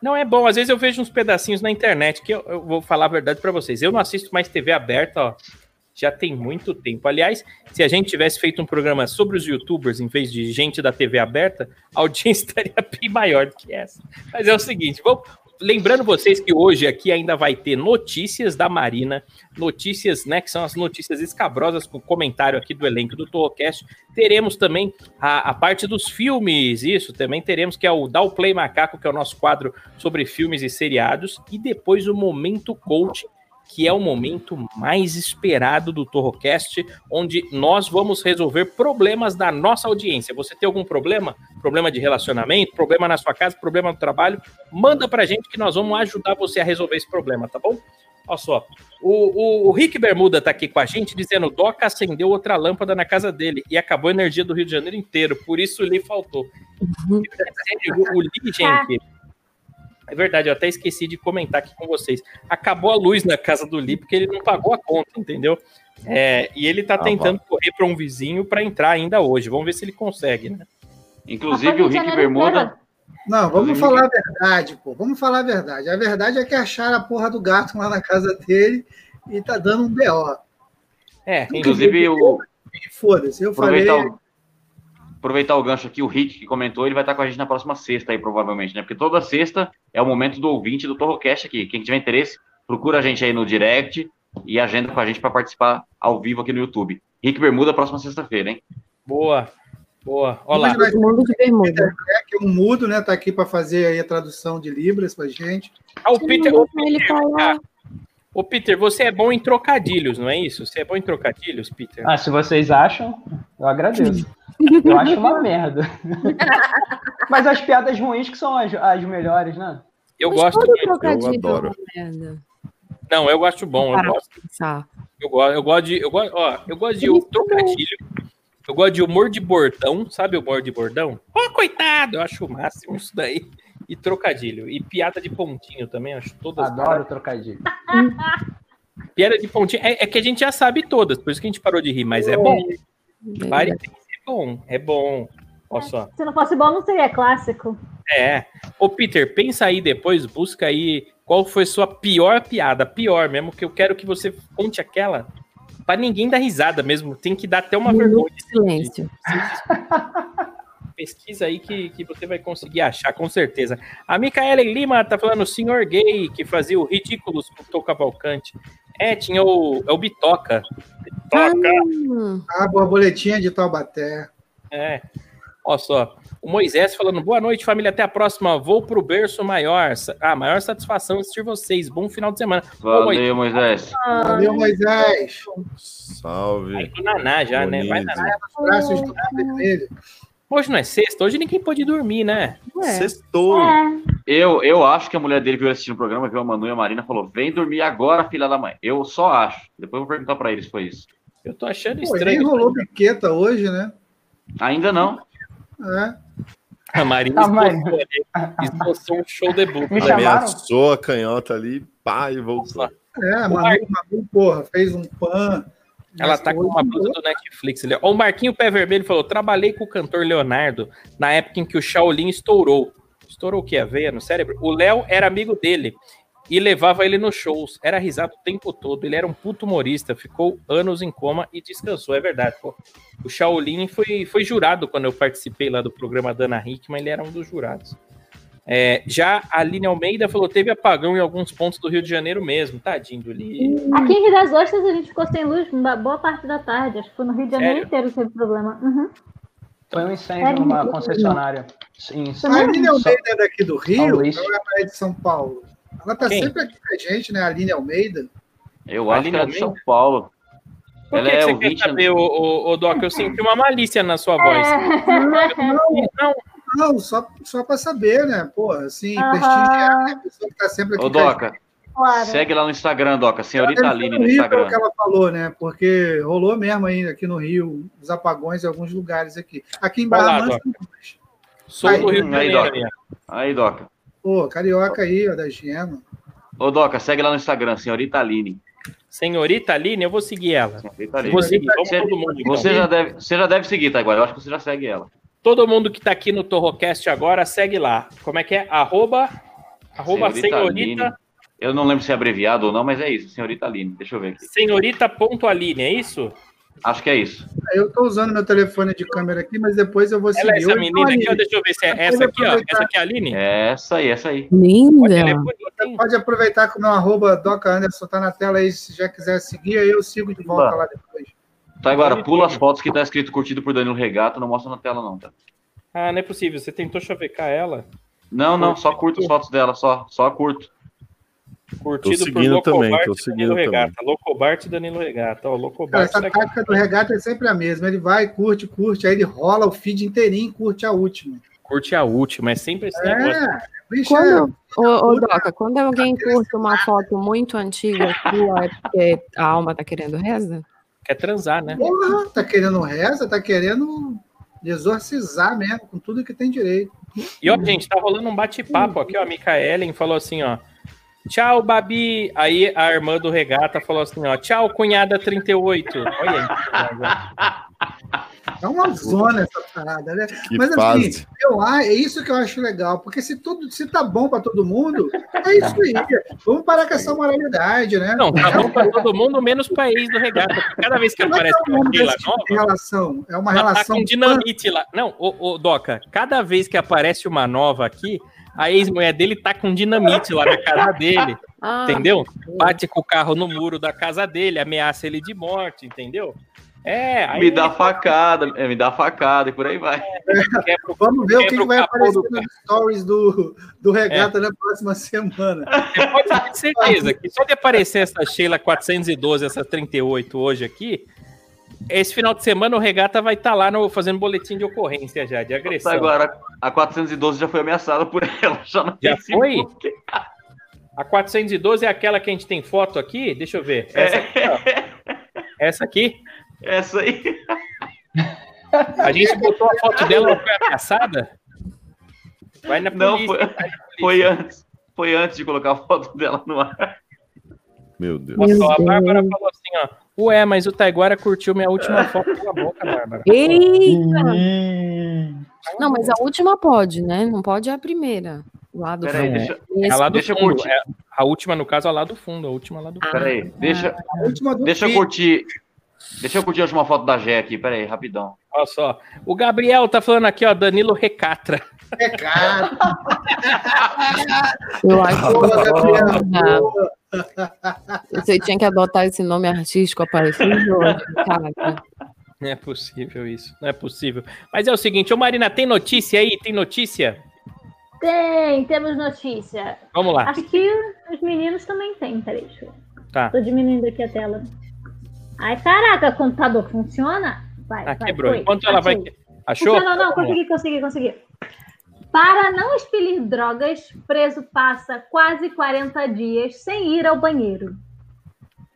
S2: Não, é bom. Às vezes eu vejo uns pedacinhos na internet, que eu, eu vou falar a verdade pra vocês. Eu não assisto mais TV aberta, ó. Já tem muito tempo. Aliás, se a gente tivesse feito um programa sobre os youtubers em vez de gente da TV aberta, a audiência [LAUGHS] estaria bem maior do que essa. Mas é o seguinte, vamos. Lembrando vocês que hoje aqui ainda vai ter notícias da Marina, notícias, né, que são as notícias escabrosas com comentário aqui do elenco do Torrocast. Teremos também a, a parte dos filmes, isso também teremos, que é o Dá o Play Macaco, que é o nosso quadro sobre filmes e seriados, e depois o Momento Coach, que é o momento mais esperado do Torrocast, onde nós vamos resolver problemas da nossa audiência. Você tem algum problema? Problema de relacionamento, problema na sua casa, problema no trabalho? Manda pra gente que nós vamos ajudar você a resolver esse problema, tá bom? Olha só, o, o- o Rick Bermuda tá aqui com a gente dizendo: Doca acendeu outra lâmpada na casa dele e acabou a energia do Rio de Janeiro inteiro, por isso lhe faltou. O- o Lee, gente, é verdade, eu até esqueci de comentar aqui com vocês. Acabou a luz na casa do Li porque ele não pagou a conta, entendeu? É, e ele tá
S8: Ah,
S2: tentando correr para um vizinho para entrar ainda hoje. Vamos ver se ele consegue, né?
S8: Inclusive, o Rick Bermuda.
S6: Não, vamos
S8: Inclusive,
S6: falar a verdade, pô. Vamos falar a verdade. A verdade é que acharam a porra do gato lá na casa dele e tá dando um B.O.
S2: É,
S8: Inclusive, o,
S6: Foda-se, eu falei.
S8: aproveitar, o, aproveitar o gancho aqui, o Rick que comentou, ele vai estar com a gente na próxima sexta aí, provavelmente, né? Porque toda sexta é o momento do ouvinte do Torrocast aqui. Quem tiver interesse, procura a gente aí no direct e agenda com a gente para participar ao vivo aqui no YouTube. Rick Bermuda, próxima sexta-feira, hein?
S2: Boa, boa. Olha lá.
S6: mundo de bermuda. É que o mudo, né, tá aqui pra fazer aí a tradução de Libras pra gente.
S2: Ah, o Peter, o Peter,
S4: tá
S2: ah, Ô, Peter, você é bom em trocadilhos, não é isso? Você é bom em trocadilhos, Peter?
S12: Ah, se vocês acham, eu agradeço. Eu acho uma merda. [LAUGHS] Mas as piadas ruins que são as, as melhores, né?
S2: Eu gosto muito.
S4: Merda.
S2: Não, eu acho bom. Eu
S4: Para
S2: gosto,
S4: pensar.
S2: eu gosto, eu gosto de. Eu gosto, ó, eu gosto de trocadilho. Eu gosto de humor de bordão, sabe o humor de bordão? Ó, coitado, eu acho o máximo isso daí. E trocadilho. E piada de pontinho também, eu acho todas.
S12: Adoro trocadilho.
S2: Piada de pontinho. É, é que a gente já sabe todas, por isso que a gente parou de rir, mas é,
S5: É.
S2: bom. Pare, tem que ser bom, é bom. Olha só.
S5: Se não fosse bom, não seria clássico.
S2: É. Ô, Peter, pensa aí depois, busca aí qual foi sua pior piada. Pior mesmo, que eu quero que você conte aquela. Pra ninguém dar risada mesmo. Tem que dar até
S4: Uhum.
S2: uma vergonha.
S4: Silêncio.
S2: Pesquisa aí que, que você vai conseguir achar, com certeza. A Micaela Lima tá falando o senhor gay que fazia o Ridículos com o Tom Cavalcante. É, tinha o, é o Bitoca.
S6: A borboletinha Ah, de Taubaté.
S2: É. Olha só. O Moisés falando, boa noite, família. Até a próxima. Vou pro berço maior. Sa- Ah, maior satisfação em assistir vocês. Bom final de semana. Ô,
S8: Valeu, Moisés.
S6: Valeu, Moisés.
S7: Salve.
S2: Vai do Naná já, né? Vai
S7: Bonito.
S2: Naná.
S6: Braços do Mar vermelho.
S2: Hoje não é sexta, hoje ninguém pode dormir, né?
S6: É.
S7: Sextou.
S6: Ah,
S8: Eu, eu acho que a mulher dele veio assistir o programa, viu a Manu e a Marina, falou: vem dormir agora, filha da mãe. Eu só acho. Depois eu vou perguntar pra eles se foi isso.
S2: Eu tô achando
S6: Pô, nem
S2: estranho.
S6: rolou biqueta hoje, né?
S8: Ainda não.
S6: É.
S2: A Marina
S6: Ah, mas-
S2: esboçou, né? esboçou um show debut.
S6: [LAUGHS] Me
S7: Ameaçou a canhota ali, pá, e voltou.
S6: É, a Manu, Manu, porra, fez um pan.
S2: Ela tá com uma blusa do Netflix. ali. Ó, O Marquinho Pé Vermelho falou: trabalhei com o cantor Leonardo na época em que o Shaolin estourou. Estourou o que? A veia no cérebro? O Léo era amigo dele e levava ele nos shows. Era risado o tempo todo. Ele era um puto humorista. Ficou anos em coma e descansou. É verdade. pô. O Shaolin foi, foi jurado quando eu participei lá do programa da Ana Hickman. Ele era um dos jurados. É, já a Aline Almeida falou: teve apagão em alguns pontos do Rio de Janeiro mesmo. Tadinho do Lee.
S5: Aqui em Rio das Ostras a gente ficou sem luz uma boa parte da tarde. Acho que foi no Rio de Janeiro
S2: Sério?
S5: inteiro que teve [LAUGHS] problema. Uhum.
S12: Foi um incêndio numa concessionária. Sim, sim.
S6: A Aline Almeida é daqui do
S12: São
S6: Rio,
S12: Luís.
S6: ela é de São Paulo. Ela tá
S2: Quem?
S6: sempre aqui com a gente, né? A Aline Almeida.
S8: Eu acho
S2: Aline
S8: que era de
S2: Almeida?
S8: São Paulo.
S2: Por
S8: Ela
S2: que, que
S8: é
S2: você quer
S8: ouvinte-
S2: saber, ô, ô, ô, Doc? Eu senti uma malícia na sua voz.
S5: É.
S6: Não, não, só, só pra saber, né? Pô, assim,
S5: Aham.
S6: prestigiar né? a pessoa que tá sempre aqui.
S8: Ô, Doca,
S5: Claro.
S8: segue lá no Instagram, Doca, senhorita
S6: Deve ser
S8: Aline no
S6: é horrível o
S8: Instagram.
S6: que ela falou, né? Porque rolou mesmo ainda aqui no Rio, os apagões em alguns lugares aqui. Aqui em
S8: Olá,
S6: Barra Mansa,
S8: Doca. Sou
S6: Aí,
S8: do Rio de
S6: hum,
S8: Janeiro.
S6: aí,
S8: Aí, Doca. Aí, Doca.
S6: pô, carioca aí, ó, da Gema.
S8: Ô, Doca, segue lá no Instagram, senhorita Aline.
S2: Senhorita Aline, eu vou seguir ela.
S8: Senhorita Aline.
S2: Vou seguir, vamos
S8: Você, é
S2: todo mundo. então.
S8: você já deve, você já deve seguir, tá? Agora, eu acho que você já segue ela.
S2: Todo mundo que tá aqui no Torrocast agora, segue lá. Como é que é? Arroba, arroba senhorita,
S8: Aline. Eu não lembro se é abreviado ou não, mas é isso, senhorita Aline. Deixa eu ver aqui.
S2: senhorita.aline, é isso?
S8: Acho que é isso.
S6: Eu tô usando meu telefone de câmera aqui, mas depois eu vou seguir.
S2: Ela é essa
S6: Oi,
S2: menina aqui,
S6: Aline.
S2: ó, deixa eu ver se é
S6: Depois
S2: essa aqui, ó.
S6: aproveitar.
S2: Essa aqui é a Aline? é
S8: Essa aí, essa aí.
S4: Linda.
S6: Você pode aproveitar que o meu arroba Doca Anderson tá na tela aí, se já quiser seguir, aí eu sigo de volta
S8: Tá.
S6: lá depois.
S8: Tá, agora, pula as fotos que tá escrito curtido por Danilo Regato, não mostra na tela, não, tá?
S2: Ah, não é possível. Você tentou chavecar ela.
S8: Não, não, só curto as fotos dela, só, só curto.
S2: Curtido
S7: Tô seguindo também, tô
S2: e Danilo
S7: seguindo tá
S2: Regata. Locobart e Danilo Regata. Ó,
S6: Cara,
S2: Locobart. tá
S6: essa tática do regata é sempre a mesma. Ele vai, curte, curte, aí ele rola o feed inteirinho, curte a última.
S2: Curte a última, é sempre esse negócio.
S6: É, bicho, é-
S4: Quando, ô, ô, Doca, quando alguém curte uma foto muito antiga sua, é porque a alma tá querendo reza?
S2: Quer transar, né?
S6: Porra, tá querendo reza, tá querendo exorcizar mesmo, com tudo que tem direito.
S2: E ó, gente, tá rolando um bate-papo aqui, ó. A Micaelen falou assim, ó. Tchau, Babi. Aí a irmã do Regata falou assim, ó. Tchau, cunhada 38. Olha
S6: É uma zona essa parada, né?
S2: Que
S6: Mas assim,
S2: fase.
S6: eu, a- é isso que eu acho legal, porque se tudo se tá bom pra todo mundo, é isso aí. Vamos parar com essa moralidade, né?
S2: Não, tá bom pra todo mundo, menos pra ex do Regata. porque Cada vez que
S6: Como é
S2: aparece
S6: que é o
S2: uma
S6: nome
S2: Keila
S6: desse tipo
S2: nova...
S6: de relação? É uma
S2: Ela
S6: relação.
S2: Tá com dinamite lá. Não, ô, ô, Doca, cada vez que aparece uma nova aqui, a ex-mulher dele tá com dinamite lá na casa dele.
S4: Ah.
S2: entendeu? Bate com o carro no muro da casa dele, ameaça ele de morte, entendeu? É, aí
S8: Me dá um- facada, é, me dá facada e por aí vai.
S2: quebra o-
S6: Vamos ver o que,
S2: quebra
S6: que vai
S2: capô
S6: aparecer
S2: do É.
S6: nos stories do, do regata na próxima semana.
S2: Pode ter certeza que só de aparecer essa Sheila 412, essa 38 hoje aqui, esse final de semana o Regata vai estar lá no, fazendo boletim de ocorrência já, de agressão.
S8: Tá, agora, a 412 já foi ameaçada por ela. Já, não
S2: Já
S8: tem
S2: foi?
S8: por quê.
S2: A 412 é aquela que a gente tem foto aqui? Deixa eu ver. Essa aqui,
S8: É.
S2: ó. Essa aqui?
S8: Essa aí.
S2: A gente botou a foto dela, ela foi ameaçada? Vai na
S8: Não,
S2: polícia.
S8: foi, foi antes. Foi antes de colocar a foto dela no ar.
S7: Meu Deus.
S2: Olha só, a Bárbara falou assim, ó. Ué, mas o Taiguara curtiu
S5: [LAUGHS]
S2: minha última foto. Cala a boca, Bárbara. Tá
S4: Eita! Não, mas a última pode, né? Não pode a primeira. Lá do
S8: Peraí,
S4: fundo.
S8: deixa-
S2: É lá do
S8: Deixa eu
S2: fundo.
S8: curtir.
S2: é- a última, no caso, é lá do fundo. A última
S5: Ah.
S2: lá do fundo.
S8: Peraí, deixa,
S6: A última do
S8: deixa eu
S6: feed.
S8: curtir. Deixa eu curtir a última foto da Gé aqui, peraí, rapidão.
S2: Olha só. O Gabriel tá falando aqui, ó, Danilo Recatra. [LAUGHS]
S6: Recatra.
S4: Eu acho que
S6: Boa, Gabriel,
S4: Ah,
S6: boa.
S4: você tinha que adotar esse nome artístico aparecido hoje, cara.
S2: Não é possível isso, não é possível. Mas é o seguinte, ô Marina, tem notícia aí? Tem notícia?
S5: Tem, temos notícia.
S2: Vamos lá.
S5: Acho que os meninos também têm, peraí, deixa eu...
S2: Ah. Tá.
S5: Tô diminuindo aqui a tela. Ai, caraca, computador funciona? Vai,
S2: Ah,
S5: vai,
S2: quebrou.
S5: foi.
S2: Enquanto ela vai.
S5: Achei.
S2: Achou?
S5: Não, não, não,
S2: Vamos lá.
S5: consegui, consegui, consegui. Para não expelir drogas, preso passa quase 40 dias sem ir ao banheiro.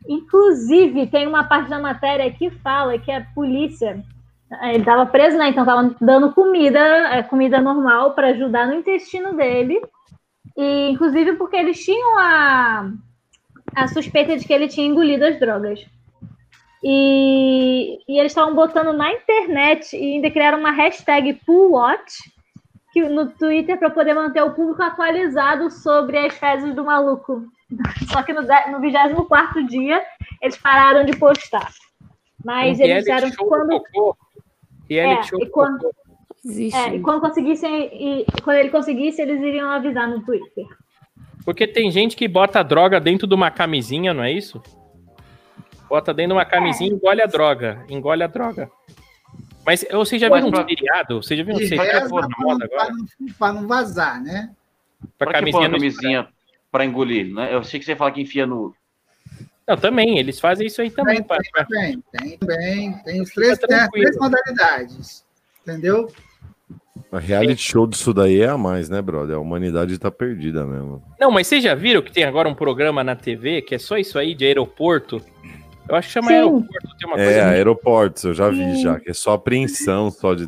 S5: Inclusive, tem uma parte da matéria que fala que a polícia. eh, Ele estava preso, né? Então estava dando comida, eh, comida normal, para ajudar no intestino dele. E, inclusive, porque eles tinham a, a suspeita é de que ele tinha engolido as drogas. E, e eles estavam botando na internet e ainda criaram uma hashtag PoolWatch que, no Twitter para poder manter o público atualizado sobre as fezes do maluco. [LAUGHS] Só que no, dé- no 24 dia eles pararam de postar. Mas
S2: Um
S5: eles
S2: reality
S5: disseram que
S2: show do
S5: quando.
S2: cocô. Reality
S5: É,
S2: show
S5: e
S2: do
S5: quando-
S2: cocô.
S5: É, e quando conseguissem, e quando ele conseguisse, eles iriam avisar no Twitter.
S2: Porque tem gente que bota a droga dentro de uma camisinha, não é isso? Bota dentro de uma camisinha e engole a droga. Engole a droga. Mas ô, vocês já
S8: Mas
S2: viram um
S8: pra-
S2: seriado? Vocês já viram um
S6: E
S2: seriado
S6: reza
S2: pô, na moda
S6: pra
S2: agora?
S6: não, pra não vazar, né?
S2: Pra
S8: Pra que põe
S2: camisinha
S8: uma
S2: no
S8: camisinha pra engolir, né? Eu achei que você ia falar que enfia no.
S2: Não, também, eles fazem isso aí também. pra- pra-
S6: Tem, tem, tem, tem os três,
S2: Fica
S6: tem as
S2: tranquilo.
S6: três modalidades. Entendeu?
S7: A reality show disso daí é a mais, né, brother? A humanidade tá perdida mesmo.
S2: Não, mas vocês já viram que tem agora um programa na TV que é só isso aí de aeroporto? Eu acho que chama
S7: Sim.
S2: aeroporto, tem uma
S7: é,
S2: coisa muito
S7: aeroportos, eu já vi já, que é só apreensão, só de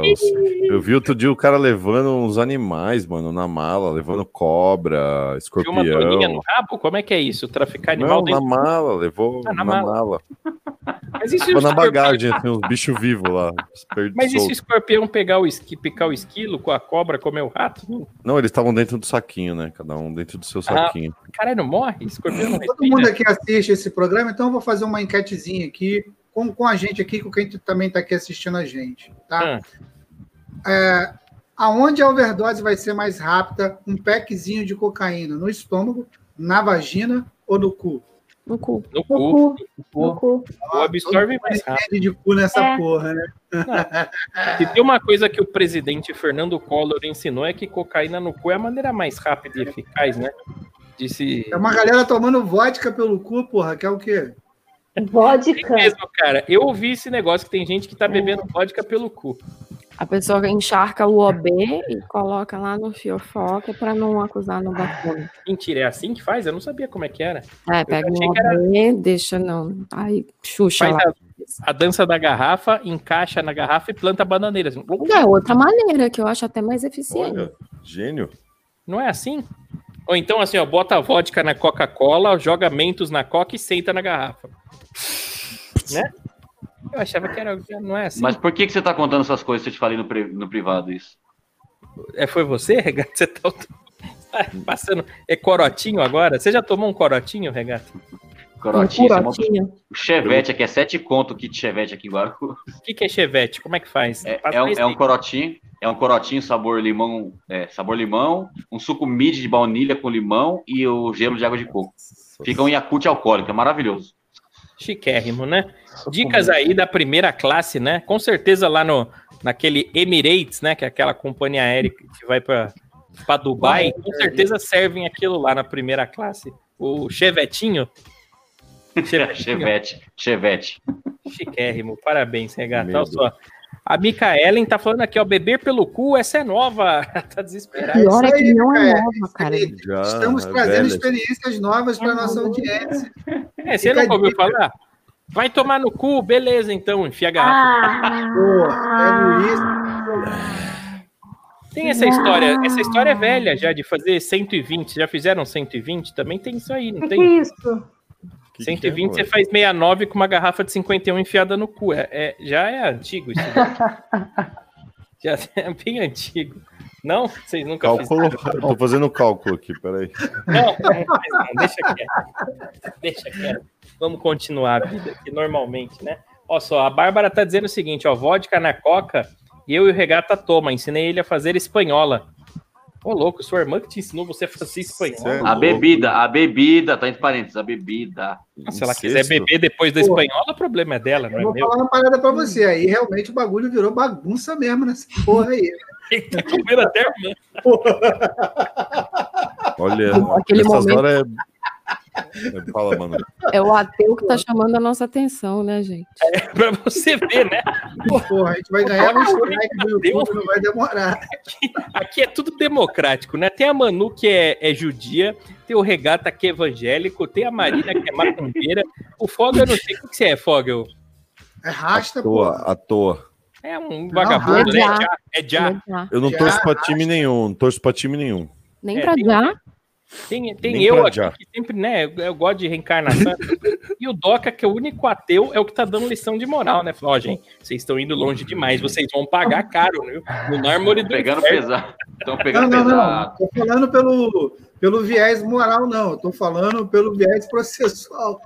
S6: [LAUGHS]
S7: os- Eu vi outro dia o cara levando uns animais, mano, na mala, levando cobra,
S2: de uma turminha no
S7: escorpião.
S2: rabo? Como é que é isso? Traficar animal
S7: Não, na
S2: dentro
S7: mala, levou
S2: Ah, na
S7: na,
S2: mala.
S7: mala.
S2: Mas e se o
S7: Levou na
S2: escorpião-
S7: bagagem, assim, uns bichos vivos lá. perdidos
S2: Mas e se o
S7: soltos.
S2: escorpião pegar o esqui, picar o esquilo com a cobra, comer o rato? Hum,
S7: Não, eles estavam dentro do saquinho, né? Cada um dentro do seu
S2: Ah,
S7: saquinho.
S2: caralho, não morre? Escorpião não
S6: Todo mundo aqui assiste esse programa, então eu vou fazer uma enquetezinha aqui com, com a gente aqui, com quem tu- também está aqui assistindo a gente. Tá?
S2: Hum.
S6: É, aonde a overdose vai ser mais rápida? Um packzinho de cocaína no estômago, na vagina ou no cu?
S4: No cu.
S2: No
S6: tá
S2: cu.
S4: No cu.
S2: O absorve mais
S6: rápido. de cu nessa
S2: É.
S6: porra, né?
S2: Se tem uma coisa que o presidente Fernando Collor ensinou é que cocaína no cu é a maneira mais rápida e eficaz, né? De se...
S6: É uma galera tomando vodka pelo cu, porra, que é o quê?
S5: Vodka.
S2: Mesmo, cara. Eu ouvi esse negócio que tem gente que tá bebendo vodka pelo cu.
S4: A pessoa encharca o OB e coloca lá no fiofoca para não acusar no bafone.
S2: Mentira, é assim que faz? Eu não sabia como é que era.
S4: É, pega
S2: achei
S4: um
S2: que era- é
S4: OB, deixa não. Aí, xuxa
S2: Faz
S4: lá.
S2: a, a dança da garrafa, encaixa na garrafa e planta assim. bananeiras.
S4: É outra maneira que eu acho até mais eficiente.
S7: Gênio.
S2: Não é assim? Ou então assim, ó, bota a vodka na Coca-Cola, joga mentos na Coca e senta na [LAUGHS] garrafa. Né? Eu achava que era, não é assim.
S8: Mas por que, que você tá contando essas coisas se eu te falei no, pri- no privado isso?
S2: É, foi você, Regata? [LAUGHS] Você tá, tá passando. É corotinho agora? Você já tomou um corotinho, Regata?
S4: um
S8: Corotinha, essa é moto- O Chevette aqui é sete conto o kit Chevette aqui em
S2: [LAUGHS]
S8: Guarulhos.
S2: O que, que é chevette? Como é que faz?
S8: É,
S2: Passa
S8: é um,
S2: mais
S8: é um
S2: tempo.
S8: corotinho, é um corotinho sabor limão, é, sabor limão, um suco mid de baunilha com limão e o gelo de água de coco. Fica um Yakult alcoólico, é maravilhoso.
S2: Chiquérrimo, né? Dicas aí da primeira classe, né? Com certeza lá no naquele Emirates, né? Que é aquela companhia aérea que vai para para Dubai, com certeza servem aquilo lá na primeira classe. O
S6: [LAUGHS]
S2: chevetinho.
S8: [LAUGHS] Chevette, Chevette.
S2: Chiquérrimo, parabéns, regata.
S8: Meu
S2: Olha só. A Micaelen tá falando aqui, ó, beber pelo cu, essa é nova. [LAUGHS] tá desesperada.
S4: Pior é
S6: isso
S4: que
S6: aí,
S4: não é
S6: cara.
S4: nova, cara.
S7: Já,
S6: Estamos
S7: é
S6: trazendo
S7: velho.
S6: experiências novas para nossa audiência.
S2: É, você
S6: Fica
S2: nunca
S6: a
S2: ouviu
S6: dica.
S2: falar? Vai tomar no cu, beleza, então, enfia a garrafa. Tem essa história, essa história é velha já de fazer 120, já fizeram 120? Também tem isso aí, não
S5: Que
S2: tem?
S5: isso?
S2: 120
S5: que é,
S2: você faz 69 com uma garrafa de 51 enfiada no cu. É, é- já é antigo isso. daí. já é bem antigo. Não? Vocês nunca
S7: Cálculo. [LAUGHS]
S2: fizeram?
S7: Tô fazendo cálculo aqui, peraí.
S2: Não, não, deixa quieto. Deixa quieto. Vamos continuar a vida aqui normalmente, né? Ó só, a Bárbara tá dizendo o seguinte, ó, vodka na coca, eu e o Regata toma, ensinei ele a fazer espanhola. Ô louco, sua irmã que te ensinou você a fazer espanhola?
S6: Tá
S8: A bebida,
S6: né?
S8: a bebida, tá entre parênteses, a bebida.
S2: Se ela quiser beber depois da espanhola, o problema é dela, não
S6: Eu vou
S2: é meu.
S6: falar uma parada pra você. Aí realmente o bagulho virou bagunça mesmo nessa porra aí.
S2: Tá comendo até a irmã.
S7: Olha,
S4: Aquele
S7: essas
S4: momento-
S7: horas é... é- Fala, mano.
S4: É o ateu que tá chamando a nossa atenção, né, gente?
S2: pra você ver, né?
S6: Porra, a gente vai ganhar um strike do YouTube, não vai demorar.
S2: Aqui é tudo democrático, né? Tem a Manu que é, é judia, tem o Regata que é evangélico, tem a Marina que é macumbeira, o Fogel eu não sei o que que você é, Fogel.
S6: É rasta,
S7: À toa, à toa.
S2: É um vagabundo, né?
S4: já.
S2: É já. É
S4: já.
S7: Eu não
S2: Já
S7: torço pra time nenhum, não torço pra time nenhum.
S4: Nem
S2: É,
S4: pra
S2: tem-
S4: já.
S2: Tem, tem
S7: Nem
S2: eu
S7: pra
S2: aqui
S7: já.
S2: que sempre, né? Eu, eu gosto de
S7: [LAUGHS]
S2: reencarnação. e o Doca, que é o único ateu, é o que tá dando lição de moral, né? Falou, ó, gente, vocês estão indo longe demais, vocês vão pagar caro, viu? No mármore do
S8: Pegando
S2: inferno.
S8: pesado. Estão
S6: Não,
S8: pegando
S6: não,
S8: pesado.
S6: não. Tô falando pelo, pelo viés moral, não. Eu Tô falando pelo viés processual.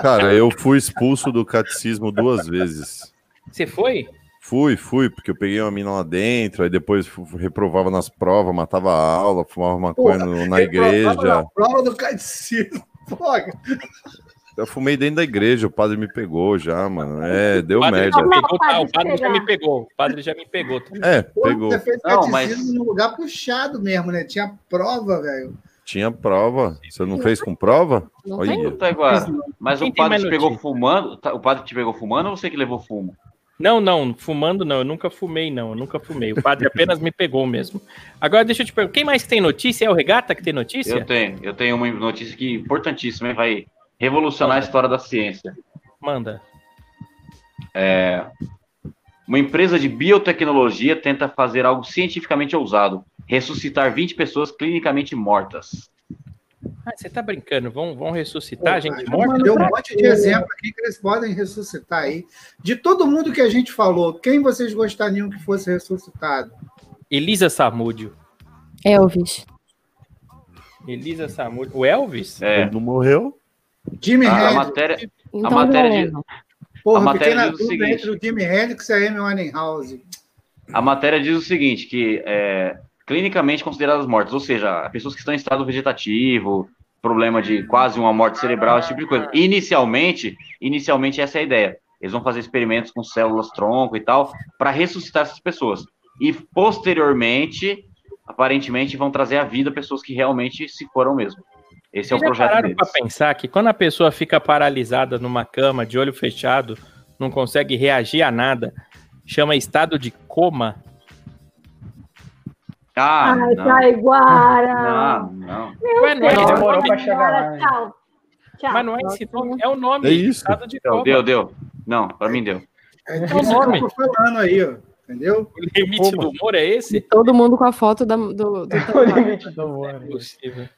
S7: Cara, eu fui expulso do catecismo duas vezes.
S2: Você foi?
S7: Fui, fui, porque eu peguei uma mina lá dentro, aí depois fu- fu- reprovava nas provas, matava a aula, fumava maconha no- na igreja.
S6: Prova do catecismo. Porra.
S7: Eu fumei dentro da igreja, o padre me pegou já, mano. É, deu
S2: O padre
S7: merda.
S2: já me pegou, tá?
S6: Não,
S2: o padre já
S6: pegar.
S2: me pegou. O padre já me pegou.
S7: É, pegou.
S6: Você fez
S7: Não,
S6: catecismo num lugar puxado mesmo, né? Tinha prova, velho.
S7: Tinha prova. Você não fez com prova?
S8: Não
S7: Olha.
S8: tem luta agora. Mas
S2: Quem
S8: o
S2: tem
S8: padre
S2: mais
S8: te pegou
S2: notícia?
S8: fumando? tá, O padre te pegou fumando ou você que levou fumo?
S2: Não, não, fumando não, eu nunca fumei, não, eu nunca fumei. O padre apenas me pegou mesmo. Agora deixa eu te perguntar, quem mais tem notícia? É o Regata que tem notícia?
S8: Eu tenho. Eu tenho uma notícia que é importantíssima, hein? vai revolucionar a história da ciência.
S2: Manda.
S8: É, uma empresa de biotecnologia tenta fazer algo cientificamente ousado: ressuscitar 20 pessoas clinicamente mortas.
S2: Ah, você tá brincando, vão, vão ressuscitar a gente morta?
S6: Mano, Tá, deu um monte de exemplo aqui que eles podem ressuscitar aí. De todo mundo que a gente falou, quem vocês gostariam que fosse ressuscitado?
S2: Elisa Samúdio.
S4: Elvis.
S2: Elisa Samúdio. O
S8: É,
S2: Elvis?
S7: Ele não morreu?
S6: Jimmy
S12: Ah,
S8: A- a
S6: Hendrix.
S8: matéria,
S4: Então,
S8: a matéria
S4: não.
S8: de,
S6: Porra,
S8: a
S6: eu fiquei
S8: matéria
S6: na
S8: diz o
S6: dúvida
S8: seguinte.
S6: entre o Jimmy Hendrix e a Amy Winehouse.
S8: A matéria diz o seguinte, que é, clinicamente consideradas mortas, ou seja, pessoas que estão em estado vegetativo, problema de quase uma morte cerebral, esse tipo de coisa. Inicialmente, inicialmente essa é a ideia. Eles vão fazer experimentos com células tronco e tal para ressuscitar essas pessoas. E posteriormente, aparentemente, vão trazer à vida pessoas que realmente se foram mesmo. Esse é o
S2: Vocês já
S8: projeto
S2: pararam
S8: deles.
S2: pra pensar que quando a pessoa fica paralisada numa cama, de olho fechado, não consegue reagir a nada, chama estado de coma?
S8: Ah,
S5: Ai,
S8: não.
S5: Taiguara!
S8: [LAUGHS] Não, não.
S2: Ué, não é esse
S12: Demorou
S2: nome?
S12: pra chegar lá. né?
S5: Taiguara,
S12: hein?
S5: tchau. Tchau.
S2: Mas não é esse nome, é o nome.
S7: É isso.
S2: Estado de
S8: Deu,
S2: coma.
S8: deu, deu. Não, pra mim deu.
S6: É
S2: o
S6: disso que
S2: nome.
S6: eu tô falando aí, ó. Entendeu?
S2: O limite do humor é esse?
S4: Todo mundo com a foto da- do, do
S12: O limite do humor.
S2: Impossível.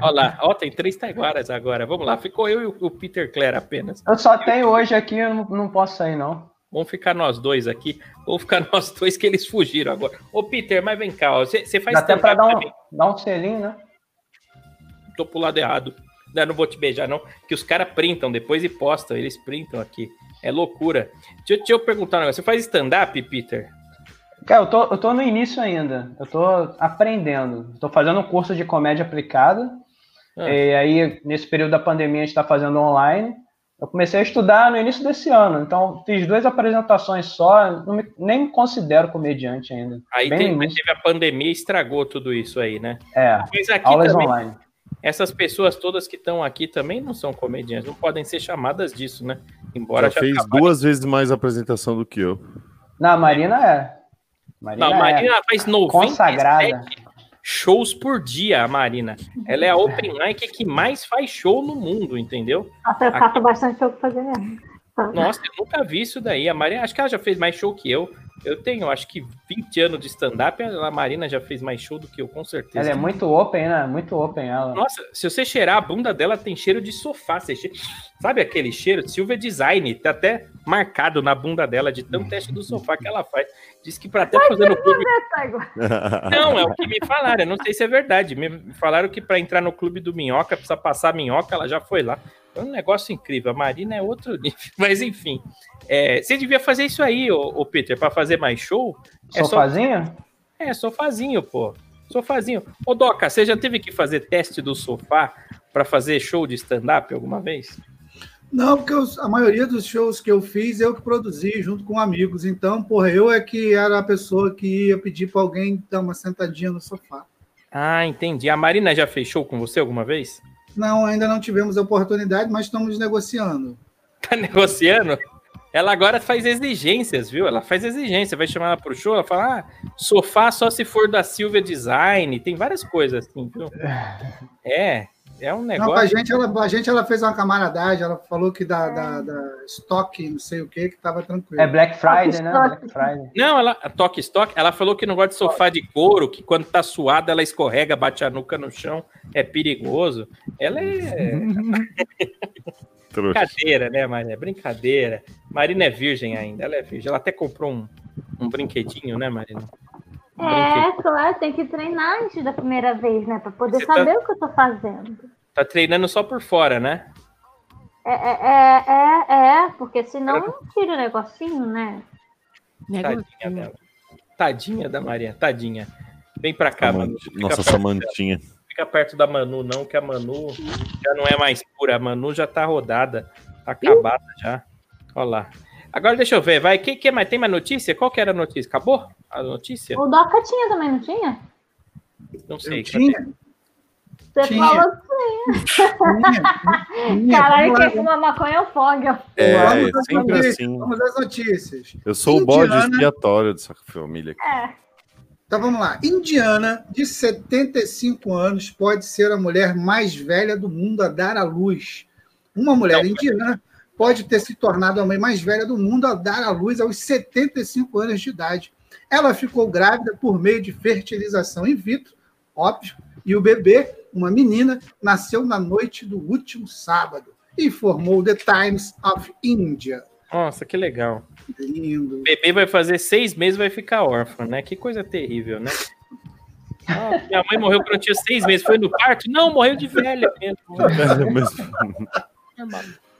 S2: Olha lá, ó, tem três taiguaras agora. Vamos lá, ficou eu e o- o Peter Clare apenas.
S12: Eu só tenho hoje aqui, eu não, não posso sair, não.
S2: Vamos ficar nós dois aqui. Vamos ficar [LAUGHS] nós dois que eles fugiram agora. Ô, Peter, mas vem cá, ó, você você faz
S12: Dá até pra dar
S2: stand-up
S12: um,
S2: também?
S12: dar um selinho, né?
S2: Tô pro lado errado. Não, não vou te beijar, não. Que os caras printam depois e postam. Eles printam aqui. É loucura. Deixa, eu- deixa eu perguntar um negócio. Você faz stand-up, Peter?
S12: Cara, eu tô, eu tô no início ainda. Eu tô aprendendo. Tô fazendo um curso de comédia aplicada.
S2: Ah.
S12: E aí, nesse período da pandemia, a gente tá fazendo online. Eu comecei a estudar no início desse ano. Então, fiz duas apresentações só. Não me- nem me considero comediante
S6: Ah,
S12: ainda.
S2: Aí
S12: Bem
S2: tem-
S12: no
S2: mas
S12: início.
S2: teve a pandemia e estragou tudo isso aí, né?
S12: É,
S2: Mas
S12: [LAUGHS]
S2: aqui
S12: aulas
S2: também,
S12: online.
S2: essas pessoas todas que estão aqui também não são comediantes. Não podem ser chamadas disso, né? Embora
S7: Já
S2: já,
S7: fez
S2: acabaram.
S7: duas vezes mais apresentação do que eu. [LAUGHS]
S12: Não, a Marina é. Marina
S2: Não, a
S12: é
S2: Marina faz 97
S12: consagrada.
S2: shows por dia, a Marina. Ela é
S12: Uhum.
S2: a open mic que mais faz show no mundo, entendeu?
S5: Nossa, eu
S2: Aqui.
S5: faço Tá bastante show pra fazer mesmo.
S2: Nossa, eu nunca vi isso daí. A Marina, acho que ela já fez mais show que eu. Eu tenho, acho que 20 anos de stand-up. A Marina já fez mais show do que eu, com certeza.
S12: Ela é muito open, né? Muito open ela.
S2: Nossa, se você cheirar a bunda dela, tem cheiro de sofá. Você che- Sabe aquele cheiro? Silvia Design tá até marcado na bunda dela de tão teste do sofá que ela faz. Diz que para até fazer no clube.
S5: Taiguara.
S2: Não, é o que me falaram. Eu não sei se é verdade. Me falaram que para entrar no clube do Minhoca precisa passar minhoca. Ela já foi lá. É um negócio incrível. A Marina é outro nível. [LAUGHS] Mas enfim, é, você devia fazer isso aí, ô, ô Peter, para fazer mais show. É só-
S12: Sofazinho?
S2: É, sofazinho, pô. Sofazinho. Ô, Doca, você já teve que fazer teste do sofá pra fazer show de stand-up alguma vez?
S6: Não, porque eu- a maioria dos shows que eu fiz, eu que produzi junto com amigos. Então, porra, eu é que era a pessoa que ia pedir pra alguém dar uma sentadinha no sofá.
S2: Ah, entendi. A Marina já fez show com você alguma vez?
S6: Não, ainda não tivemos a oportunidade, mas estamos negociando.
S2: Tá [LAUGHS] negociando? Ela agora faz exigências, viu? Ela faz exigência. Vai chamar ela pro show, ela fala, ah, sofá só se for da Silvia Design. Tem várias coisas assim, viu? É, é um
S6: Não, com a
S2: negócio.
S6: gente, ela, a gente ela fez uma camaradagem, ela falou que da, da, da estoque, não sei o que, que tava tranquilo.
S12: É Black Friday, né?
S5: Nossa.
S12: Black Friday.
S2: Não, ela, a Toque Stock, ela falou que não gosta de sofá de couro, que quando tá suada ela escorrega, bate a nuca no chão, é perigoso. Ela é,
S7: Trouxa.
S2: Brincadeira, né, Marina? Brincadeira. Marina é virgem ainda, ela é virgem. Ela até comprou um, um brinquedinho, né, Marina? Um
S5: É,
S2: brinquedinho.
S5: claro, tem que treinar antes da primeira vez, né? Pra poder
S2: Você tá-
S5: saber o que eu tô fazendo.
S2: Tá treinando só por fora, né?
S5: É, é, é, é, é, porque senão não tira o negocinho, né?
S2: Tadinha
S4: né?
S2: dela. Tadinha da Maria, tadinha. Vem pra cá, Manu.
S7: Samant-
S2: Fica
S7: Nossa,
S2: perto,
S7: Samantinha.
S2: fica perto da Manu, não, que a Manu já não é mais pura. A Manu já tá rodada, tá acabada já. Olha lá. Agora deixa eu ver, vai. Quem que mais? Tem mais notícia? Qual que era a notícia? Acabou a notícia?
S5: O Doca tinha também, não tinha?
S2: Não sei.
S6: Eu tinha?
S5: Você
S6: Tinha.
S5: falou assim.
S6: tinha.
S5: Caralho,
S6: Vamos lá.
S5: quem fuma maconha é o Fogel.
S7: É,
S6: Vamos às
S7: sempre
S6: notícias,
S7: assim.
S6: Vamos às notícias.
S7: Eu sou o bode
S6: Indiana.
S7: expiatório dessa família. aqui.
S6: Então vamos lá. Indiana, de 75 anos, pode ser a mulher mais velha do mundo a dar à luz. Uma mulher indiana pode ter se tornado a mãe mais velha do mundo a dar à luz aos 75 anos de idade. Ela ficou grávida por meio de fertilização in vitro, óbvio, e o bebê, uma menina, nasceu na noite do último sábado, informou The Times of India.
S2: Nossa, que legal.
S6: Lindo.
S2: O bebê vai fazer seis meses e vai ficar órfão, né? Que coisa terrível, né? Ah, minha mãe morreu quando eu tinha seis meses. Foi no parto? Não, morreu de velha mesmo.
S6: Ah.
S7: [LAUGHS] É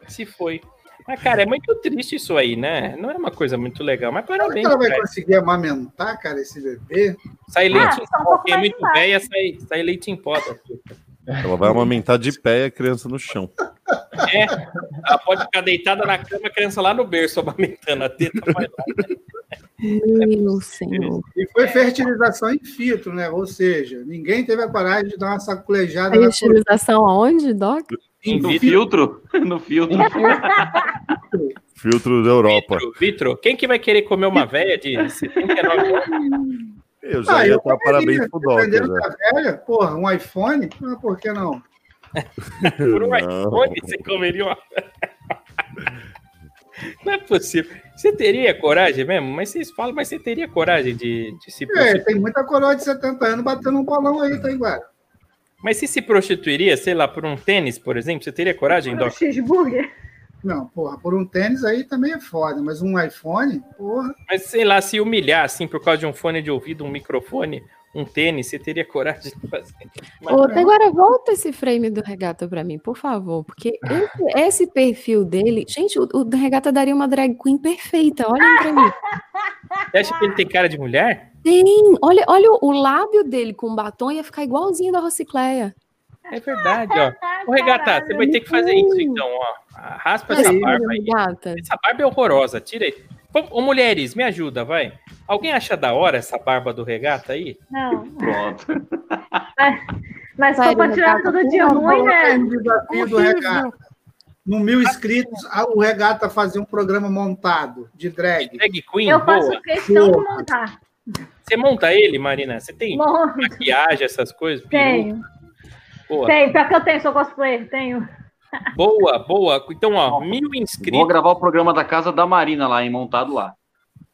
S2: Se foi. Mas, cara, é muito triste isso aí, né? Não é uma coisa muito legal. Mas
S6: Será é que
S2: parabéns,
S6: ela vai
S2: cara.
S6: conseguir amamentar, cara, esse bebê?
S2: Sai leite
S6: Ah,
S2: em
S6: tá
S2: pó.
S6: um pouco
S2: Quem é
S6: mais
S2: muito
S6: embaixo.
S2: velha, sai, sai leite em pó. tá? da puta.
S7: Ela vai amamentar de pé e a criança no chão.
S2: É, ela pode ficar deitada na cama, a criança lá no berço, amamentando a teta. um vai lá.
S4: Meu senhor.
S6: E foi fertilização in vitro, né? Ou seja, ninguém teve a coragem de dar uma sacolejada na Então,
S4: Fertilização aonde, Doc?
S8: No filtro? [LAUGHS] No filtro.
S7: Filtro da Europa.
S2: Vitro, quem que vai querer comer uma velha
S6: [LAUGHS]
S2: de 79 anos?
S7: Eu
S6: já Ah, ia eu dar comeria,
S7: parabéns pro Doc, né?
S6: Dependendo
S7: já.
S6: da velha, porra, um iPhone? Ah, por que não?
S2: Por um
S7: Não.
S2: iPhone você comeria uma. [LAUGHS] Não é possível. Você teria coragem mesmo? Mas vocês falam, mas você teria coragem de, de se
S6: É,
S2: prostituir?
S6: tem muita coroa de 70 anos batendo um bolão aí, tá igual.
S2: Mas se se prostituiria, sei lá, por um tênis, por exemplo, você teria coragem, Doc?
S5: Cheeseburger.
S6: Não, porra, por um tênis aí também é foda, mas um iPhone, porra.
S2: Mas sei lá, se humilhar assim por causa de um fone de ouvido, um microfone, um tênis, você teria coragem de fazer? Mas-
S4: Ô, agora volta esse frame do regata pra mim, por favor, porque esse, esse perfil dele, gente, o, o regata daria uma drag queen perfeita. Olhem pra mim.
S2: Você acha que ele tem cara de mulher?
S4: Tem, olha, olha o, o lábio dele com batom ia ficar igualzinho da Rocicleia.
S2: É verdade, ó. Ô, Regata, você vai ter que fazer isso então, ó. Ah, Raspa essa barba aí.
S4: Gata.
S2: Essa barba é horrorosa, tira aí. Vamos- Ô, mulheres, me ajuda, vai. Alguém acha da hora essa barba do regata aí?
S5: Não.
S8: Pronto.
S5: Mas só
S4: Sério,
S5: pra tirar
S4: Regata,
S5: todo dia
S4: porra,
S12: é.
S5: ruim,
S6: Coloca aí no
S5: né?
S6: desafio do
S4: Horrível.
S6: regata. No mil inscritos, a- o regata fazer um programa montado de drag.
S2: Drag queen,
S5: Eu
S2: boa.
S5: faço questão de
S6: Boa.
S5: montar.
S2: Você monta ele, Marina? Você tem
S5: Monto.
S2: maquiagem, essas coisas?
S5: Tenho.
S2: Peruca? Boa,
S5: Tenho, pior que eu tenho, sou cosplayer, tenho.
S2: boa, boa. Então, ó, mil inscritos.
S8: Vou gravar o programa da casa da Marina lá, hein? Montado lá.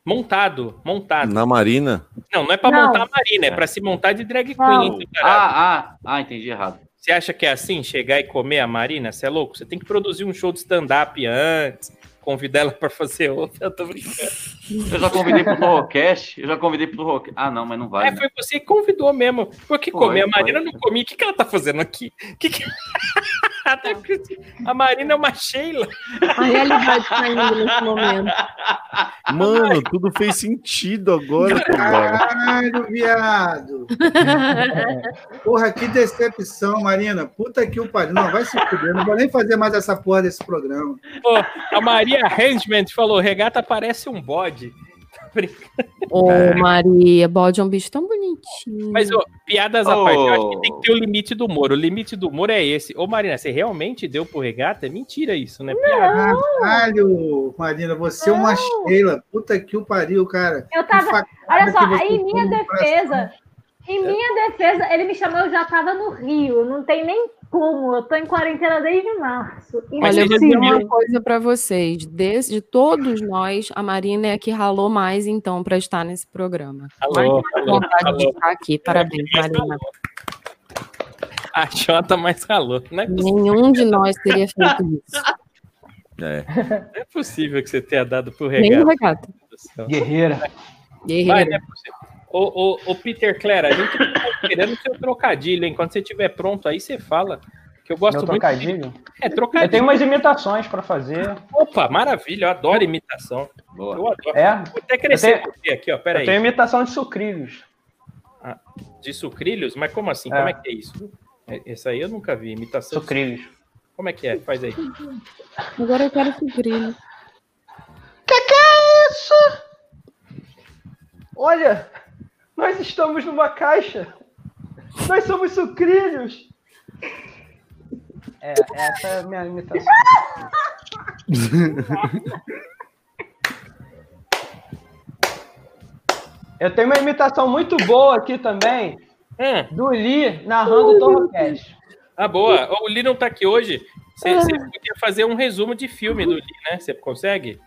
S2: Montado, montado.
S7: Na Marina,
S2: Não, não é pra
S5: Não.
S2: montar a Marina, é pra se montar de drag
S5: Não.
S2: queen. hein, seu caralho.
S8: Ah, ah, ah, entendi errado.
S2: Você acha que é assim, chegar e comer a Marina? Você é louco? Você tem que produzir um show de stand-up antes, convidar ela pra fazer outra. Eu tô brincando.
S8: Eu já convidei pro Torrocast, eu já convidei pro Torrocast. Ah, não, mas não vai.
S2: É, foi você que convidou mesmo. Porque
S8: Foi,
S2: comer a
S8: foi.
S2: Marina, eu não comi. O que, que ela tá fazendo aqui? Que que- [LAUGHS] Tá escrito- a Marina é uma Sheila.
S4: A realidade tá indo nesse momento.
S2: Ah, [LAUGHS]
S7: mano, tudo fez sentido agora, cara.
S6: Caralho, viado. Porra, que decepção, Marina. Puta que o pariu. Não, vai se fuder. Não vou nem fazer mais essa porra desse programa.
S2: Pô, a Maria Handman falou: regata parece um bode. Tá brincando.
S4: Ô, Maria, bode é um bicho tão bonitinho.
S2: Mas, ô, piadas à
S8: Ô.
S2: parte, eu acho que tem que ter o limite do humor. O limite do humor é esse. Ô, Marina, você realmente deu pro regata? É mentira isso, né? Piada.
S6: Caralho, Marina, você é uma Sheila. Puta que o pariu, cara.
S5: Eu
S6: Que
S5: tava.
S6: facada
S5: Olha
S6: que
S5: só,
S6: você
S5: em minha
S6: deu no coração.
S5: defesa, em minha defesa, ele me chamou, eu já tava no Rio, não tem nem como, eu tô em quarentena desde março.
S2: Mas
S4: Olha, eu
S2: ele
S4: vou dizer
S2: sumiu.
S4: uma coisa pra vocês. De, de todos nós, a Marina é a que ralou mais, então, pra estar nesse programa.
S2: Alô,
S4: Mais
S2: alô,
S4: vontade de
S2: alô.
S4: estar aqui. Parabéns,
S2: Mas tá
S4: Marina.
S2: A [LAUGHS] Jota mais ralou. Não é, possível,
S4: Nenhum de nós teria
S2: [LAUGHS]
S4: feito isso.
S7: É.
S2: não é possível que você tenha dado pro
S4: Nem o
S2: regata.
S4: regata.
S2: do céu.
S11: Guerreira.
S2: Vai,
S4: Guerreiro.
S2: não é possível. Ô, ô, ô, Peter Clare, a gente tá querendo seu trocadilho, hein? Quando você estiver pronto aí, você fala. Que eu gosto
S11: Meu
S2: muito. de-
S11: trocadilho.
S2: É, trocadilho.
S11: Eu tenho umas imitações pra fazer.
S2: Opa, maravilha, eu adoro imitação.
S8: Boa.
S2: Eu adoro.
S11: É.
S2: Vou até crescer
S11: Eu tenho-
S2: você aqui, ó.
S11: Eu
S2: Peraí.
S11: tenho imitação de sucrilhos.
S2: De sucrilhos? Mas como assim?
S11: É.
S2: Como é que é isso? É, Essa aí eu nunca vi. Imitação.
S11: Sucrilhos.
S2: Como é que é? Faz aí.
S4: Agora eu quero que brilhe.
S11: Olha, nós estamos numa caixa. Nós somos sucrilhos.
S12: É, essa é a minha imitação. Eu tenho uma imitação Tá, muito boa aqui também do Lee narrando o Torrocast.
S2: Ah, boa. Ó, O Lee não tá aqui hoje. Você você podia fazer um resumo de filme do Lee, né? Você consegue?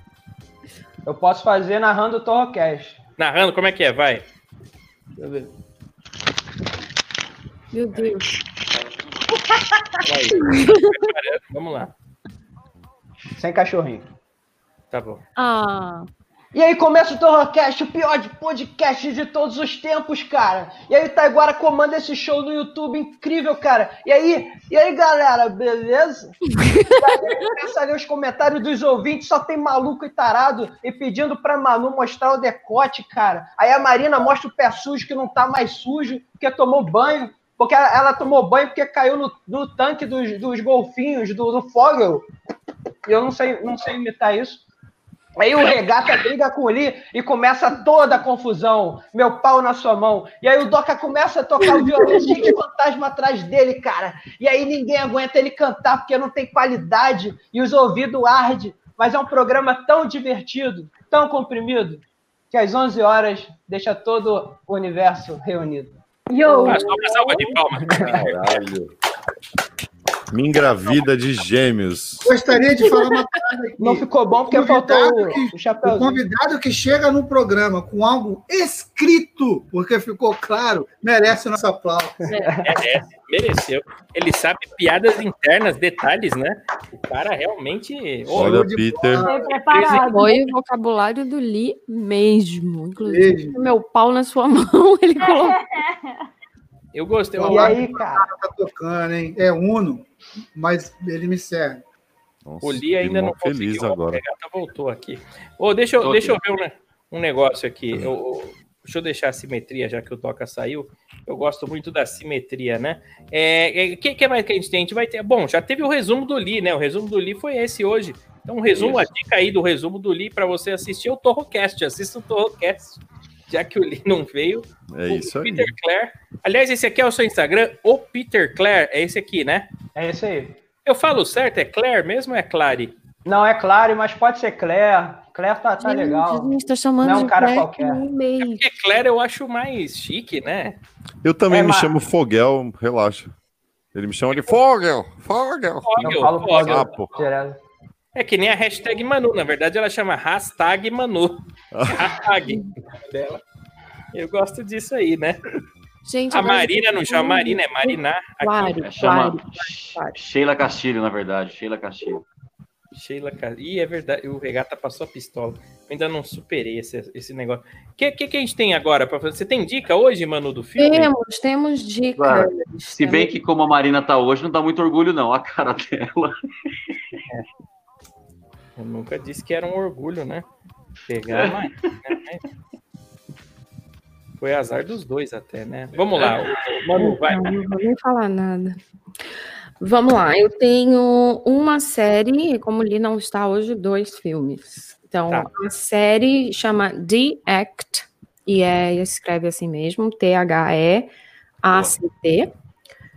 S12: Eu posso fazer narrando o Torrocast.
S2: Narrando, como é que é? Vai.
S12: Deixa eu ver.
S4: Meu Deus.
S2: Vai. Preparando, Vamos lá.
S12: Sem cachorrinho.
S2: Tá bom.
S4: Ah.
S12: E aí começa o Torrocast, o pior de podcast de todos os tempos, cara. E aí o Taiguara comanda esse show no YouTube, incrível, cara. E aí, e aí, galera, beleza? e aí começa a ler os comentários dos ouvintes, só tem maluco e tarado, e pedindo pra Manu mostrar o decote, cara. Aí a Marina mostra o pé sujo que não tá mais sujo, porque tomou banho. Porque ela, ela tomou banho porque caiu no, no tanque dos, dos golfinhos, do, do Fogel. E eu não sei, não sei imitar isso. Aí o regata briga com o Lee e começa toda a confusão. Meu pau na sua mão. E aí o Doca começa a tocar o
S6: [LAUGHS]
S12: violão cheio de fantasma atrás dele, cara. E aí ninguém aguenta ele cantar porque não tem qualidade e os ouvidos ardem. Mas é um programa tão divertido, tão comprimido, que às 11 horas deixa todo o universo reunido.
S5: Yo!
S2: Ah, só uma salva de palmas.
S7: Caralho. Me engravida de gêmeos.
S6: Gostaria de falar uma parada aqui.
S12: Não ficou bom porque faltou
S6: Convidado
S12: o, o
S6: O
S12: chapéuzinho.
S6: convidado que chega no programa com algo escrito, porque ficou claro, merece o nosso aplauso.
S2: Merece, mereceu. Ele sabe piadas internas, detalhes, né? O cara realmente. Ô,
S7: Olha, Peter.
S5: Bem preparado.
S4: Foi o vocabulário do Lee mesmo. Inclusive,
S6: Mesmo.
S4: meu pau na sua [LAUGHS] mão, ele colocou.
S2: eu gostei.
S12: E
S2: Eu,
S12: aí, cara?
S6: Tá tocando, hein? É Uno, mas ele me serve.
S7: Nossa,
S2: o Lee
S7: fiquei
S2: ainda
S7: mó
S2: não
S7: feliz
S2: conseguiu.
S7: agora.
S2: O Regata voltou aqui. Ô, deixa, eu,
S8: Tô
S2: deixa eu ver um, ne- um negócio aqui. Eu, eu- deixa eu deixar a simetria, já que o Toca saiu. Eu gosto muito da simetria, né? É, é, que, que mais que a gente tem? A gente vai ter. Bom, já teve o resumo do Lee, né? O resumo do Lee foi esse hoje. Então, um resumo, a dica aí do resumo do Lee para você assistir é o Torrocast. Assista o Torrocast, já que o Lee não veio.
S7: É
S2: O
S7: isso aí.
S2: Peter Clare. Aliás, esse aqui é o seu Instagram, o Peter Clare. É esse aqui, né?
S12: É isso aí.
S2: Eu falo certo? É Clare mesmo ou é Clary?
S12: Não, é claro, mas pode ser Claire. Claire tá, tá legal.
S4: Gente, tá chamando
S12: Não é um
S4: de
S12: cara
S4: black
S12: qualquer.
S4: no meio.
S2: É Porque Clare eu acho mais chique, né?
S7: Eu também
S12: É,
S7: me
S12: mas-
S7: chamo Fogel, relaxa. Ele me chama de Ah, Fogel, Fogel.
S12: Não
S2: Fogel,
S12: falo
S2: Fogel.
S12: Fogel.
S7: Sapo.
S12: Direto.
S2: É que nem a hashtag Manu. Na verdade, ela chama hashtag Manu. [LAUGHS] hashtag dela. Eu gosto disso aí, né?
S4: Gente,
S2: A
S4: agora-
S2: Marina não chama Marina, é Mariná. Aqui,
S4: Claro,
S8: É, chama
S4: claro.
S8: Sheila Castilho, na verdade. Sheila Castilho.
S2: Sheila Ca- Ih, é verdade. O Regata passou a pistola. Eu ainda não superei esse, esse negócio. O que, que, que a gente tem agora? Pra... fazer? Você tem dica hoje, Manu, do filme?
S4: Temos, temos dicas.
S8: Claro.
S12: É
S8: Se bem
S4: Temos-
S8: que como a Marina tá hoje, não dá muito orgulho, não. A cara [LAUGHS] dela.
S2: Eu nunca disse que era um orgulho, né? Pegar mais. né? Foi azar dos dois até, né? Vamos lá, o- o Manu, vai.
S4: Não, não vou nem falar nada. Vamos lá, eu tenho uma série, como o Lee não está hoje, dois filmes. Então,
S2: Tá.
S4: a série chama The Act, e é, escreve assim mesmo, T-H-E-A-C-T.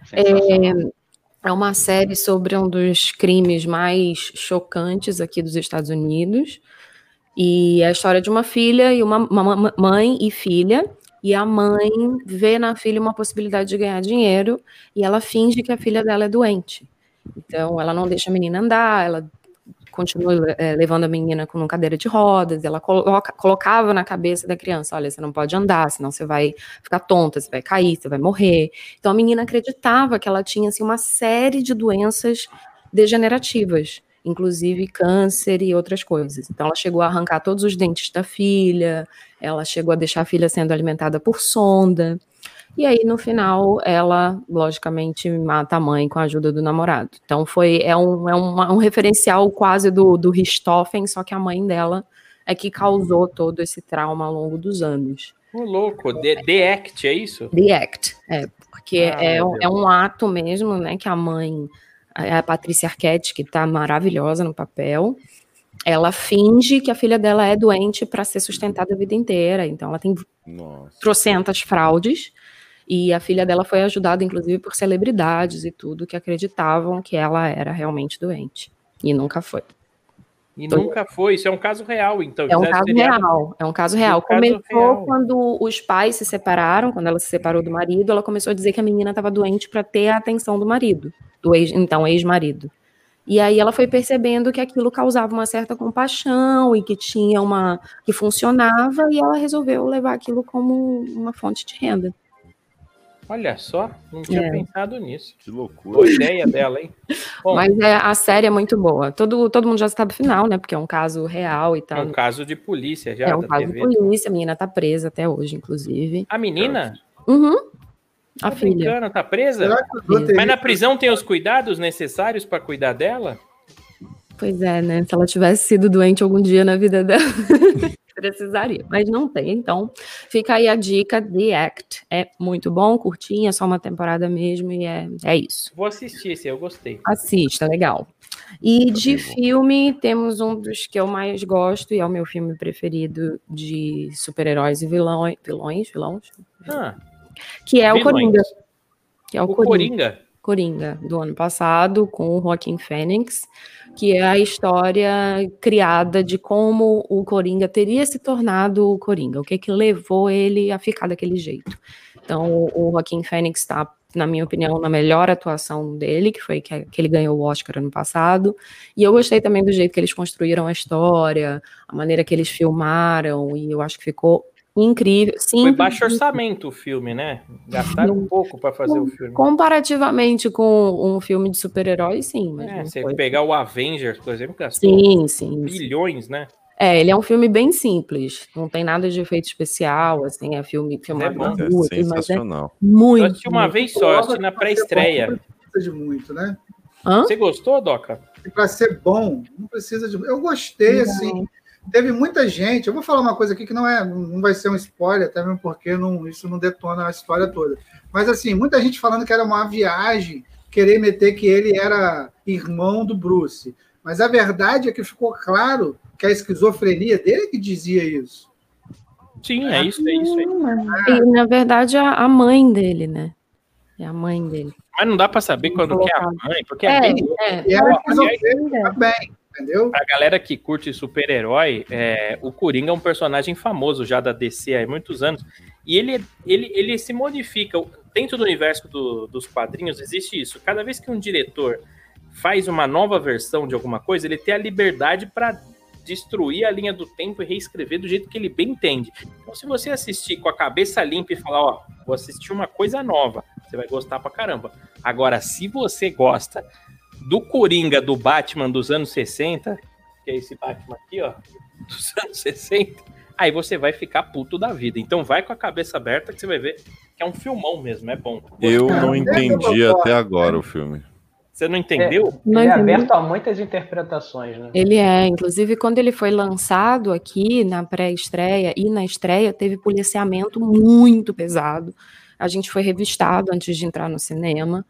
S8: Sensacional.
S4: É uma série sobre um dos crimes mais chocantes aqui dos Estados Unidos. E é a história de uma filha e uma, uma ma- mãe e filha. E a mãe vê na filha uma possibilidade de ganhar dinheiro e ela finge que a filha dela é doente. Então ela não deixa a menina andar, ela continua eh, levando a menina com uma cadeira de rodas, ela coloca- colocava na cabeça da criança, olha, você não pode andar, senão você vai ficar tonta, você vai cair, você vai morrer. Então a menina acreditava que ela tinha assim, uma série de doenças degenerativas, inclusive câncer e outras coisas. Então ela chegou a arrancar todos os dentes da filha, ela chegou a deixar a filha sendo alimentada por sonda. E aí no final ela logicamente mata a mãe com a ajuda do namorado. Então foi é um, é uma- um referencial quase do do Richthofen, só que a mãe dela é que causou todo esse trauma ao longo dos anos.
S2: Ô, louco, The, The Act, é isso?
S4: The Act, é, porque
S2: Ah,
S4: é,
S2: meu
S4: um- é um ato mesmo, né, que a mãe, a a Patrícia Arquette, que tá maravilhosa no papel, ela finge que a filha dela é doente para ser sustentada a vida inteira, então ela tem
S7: Nossa.
S4: trocentas fraudes, E a filha dela foi ajudada, inclusive, por celebridades e tudo que acreditavam que ela era realmente doente. E nunca foi.
S2: E nunca foi. Isso é um caso real, então.
S4: É um
S2: Isso
S4: caso
S2: seria-
S4: real, é um caso real.
S2: Um caso
S4: começou
S2: real.
S4: quando os pais se separaram, quando ela se separou do marido, ela começou a dizer que a menina estava doente para ter a atenção do marido, do ex, então ex-marido. E aí ela foi percebendo que aquilo causava uma certa compaixão e que tinha uma que funcionava e ela resolveu levar aquilo como uma fonte de renda.
S2: Olha só, não tinha
S4: É.
S2: pensado nisso.
S7: Que loucura.
S2: Boa ideia dela, hein? Bom,
S4: Mas é, a série é muito boa. Todo, todo mundo já sabe o final, né? Porque é um caso real e
S2: é
S4: tal.
S2: um caso de polícia já
S4: Tá. é um
S2: da né?
S4: caso de
S2: TV.
S4: polícia, a menina tá presa até hoje, inclusive.
S2: A menina?
S4: Uhum.
S2: Tá
S4: A filha.
S2: brincando, tá presa?
S4: Será que eu vou ter
S2: Mas na
S4: isso?
S2: prisão tem os cuidados necessários para cuidar dela?
S4: Pois é, né? Se ela tivesse sido doente algum dia na vida dela, precisaria. Mas não tem, então fica aí a dica: The Act. É muito bom, curtinha, só uma temporada mesmo, e é, é isso.
S2: Vou assistir esse, eu gostei.
S4: Assista, legal. E de filme, temos um dos que eu mais gosto, e é o meu filme preferido de super-heróis e vilões, vilões, vilões,
S2: Ah,
S4: que é o
S2: Vilões.
S4: Coringa. Que é o,
S2: o
S4: Coringa.
S2: Coringa.
S4: Coringa, do ano passado, com o Joaquim Fênix, que é a história criada de como o Coringa teria se tornado o Coringa, o que que levou ele a ficar daquele jeito. Então, o o Joaquim Fênix está, na minha opinião, na melhor atuação dele, que foi que, que ele ganhou o Oscar ano passado, e eu gostei também do jeito que eles construíram a história, a maneira que eles filmaram, e eu acho que ficou incrível.
S2: Foi
S4: simples,
S2: baixo orçamento o filme, né? Gastaram um pouco para fazer o filme.
S4: Comparativamente com um filme de super-herói, sim. Mas
S2: É,
S4: não
S2: você
S4: foi.
S2: pegar o Avengers, por exemplo, gastou
S4: Sim, sim.
S2: bilhões, né?
S4: É, ele é um filme bem simples. Não tem nada de efeito especial, assim, é filme filmado
S2: bom.
S4: na
S7: É
S4: rua, tudo, mas
S7: sensacional.
S4: muito.
S2: Eu assisti uma vez só, eu assisti na pré-estreia.
S6: precisa de muito, né?
S4: Hã?
S2: Você gostou, Doca?
S6: E para ser bom, não precisa de. Eu gostei,
S4: Não.
S6: assim. Teve muita gente. Eu vou falar uma coisa aqui que não é, não vai ser um spoiler, até mesmo porque não, isso não detona a história toda. Mas assim, muita gente falando que era uma viagem querer meter que ele era irmão do Bruce. Mas a verdade é que ficou claro que a esquizofrenia dele que dizia isso.
S2: Sim, é isso, é isso. aí.
S4: E, na verdade, a, a mãe dele, né? É a mãe dele.
S2: Mas não dá para saber quando que é a mãe, porque é,
S4: É,
S2: bem louco.
S4: é.
S6: E era
S2: Ó,
S6: esquizofrênico também, entendeu?
S2: Pra galera que curte super-herói, é, o Coringa é um personagem famoso já da DC há muitos anos. E ele, é, ele, ele se modifica. Dentro do universo do- dos quadrinhos existe isso. Cada vez que um diretor faz uma nova versão de alguma coisa, ele tem a liberdade para destruir a linha do tempo e reescrever do jeito que ele bem entende. Então, se você assistir com a cabeça limpa e falar, ó, vou assistir uma coisa nova, você vai gostar pra caramba. Agora, se você gosta do Coringa do Batman dos anos 60, que é esse Batman aqui, ó, dos [LAUGHS] anos 60, aí você vai ficar puto da vida. Então vai com a cabeça aberta que você vai ver que é um filmão mesmo, é bom.
S7: Eu não entendi até agora o filme.
S2: Você não entendeu?
S4: Não
S12: ele é
S4: entendi.
S12: aberto a muitas interpretações, né?
S4: Ele é, inclusive, quando ele foi lançado aqui na pré-estreia e na estreia, teve policiamento muito pesado. A gente foi revistado antes de entrar no cinema,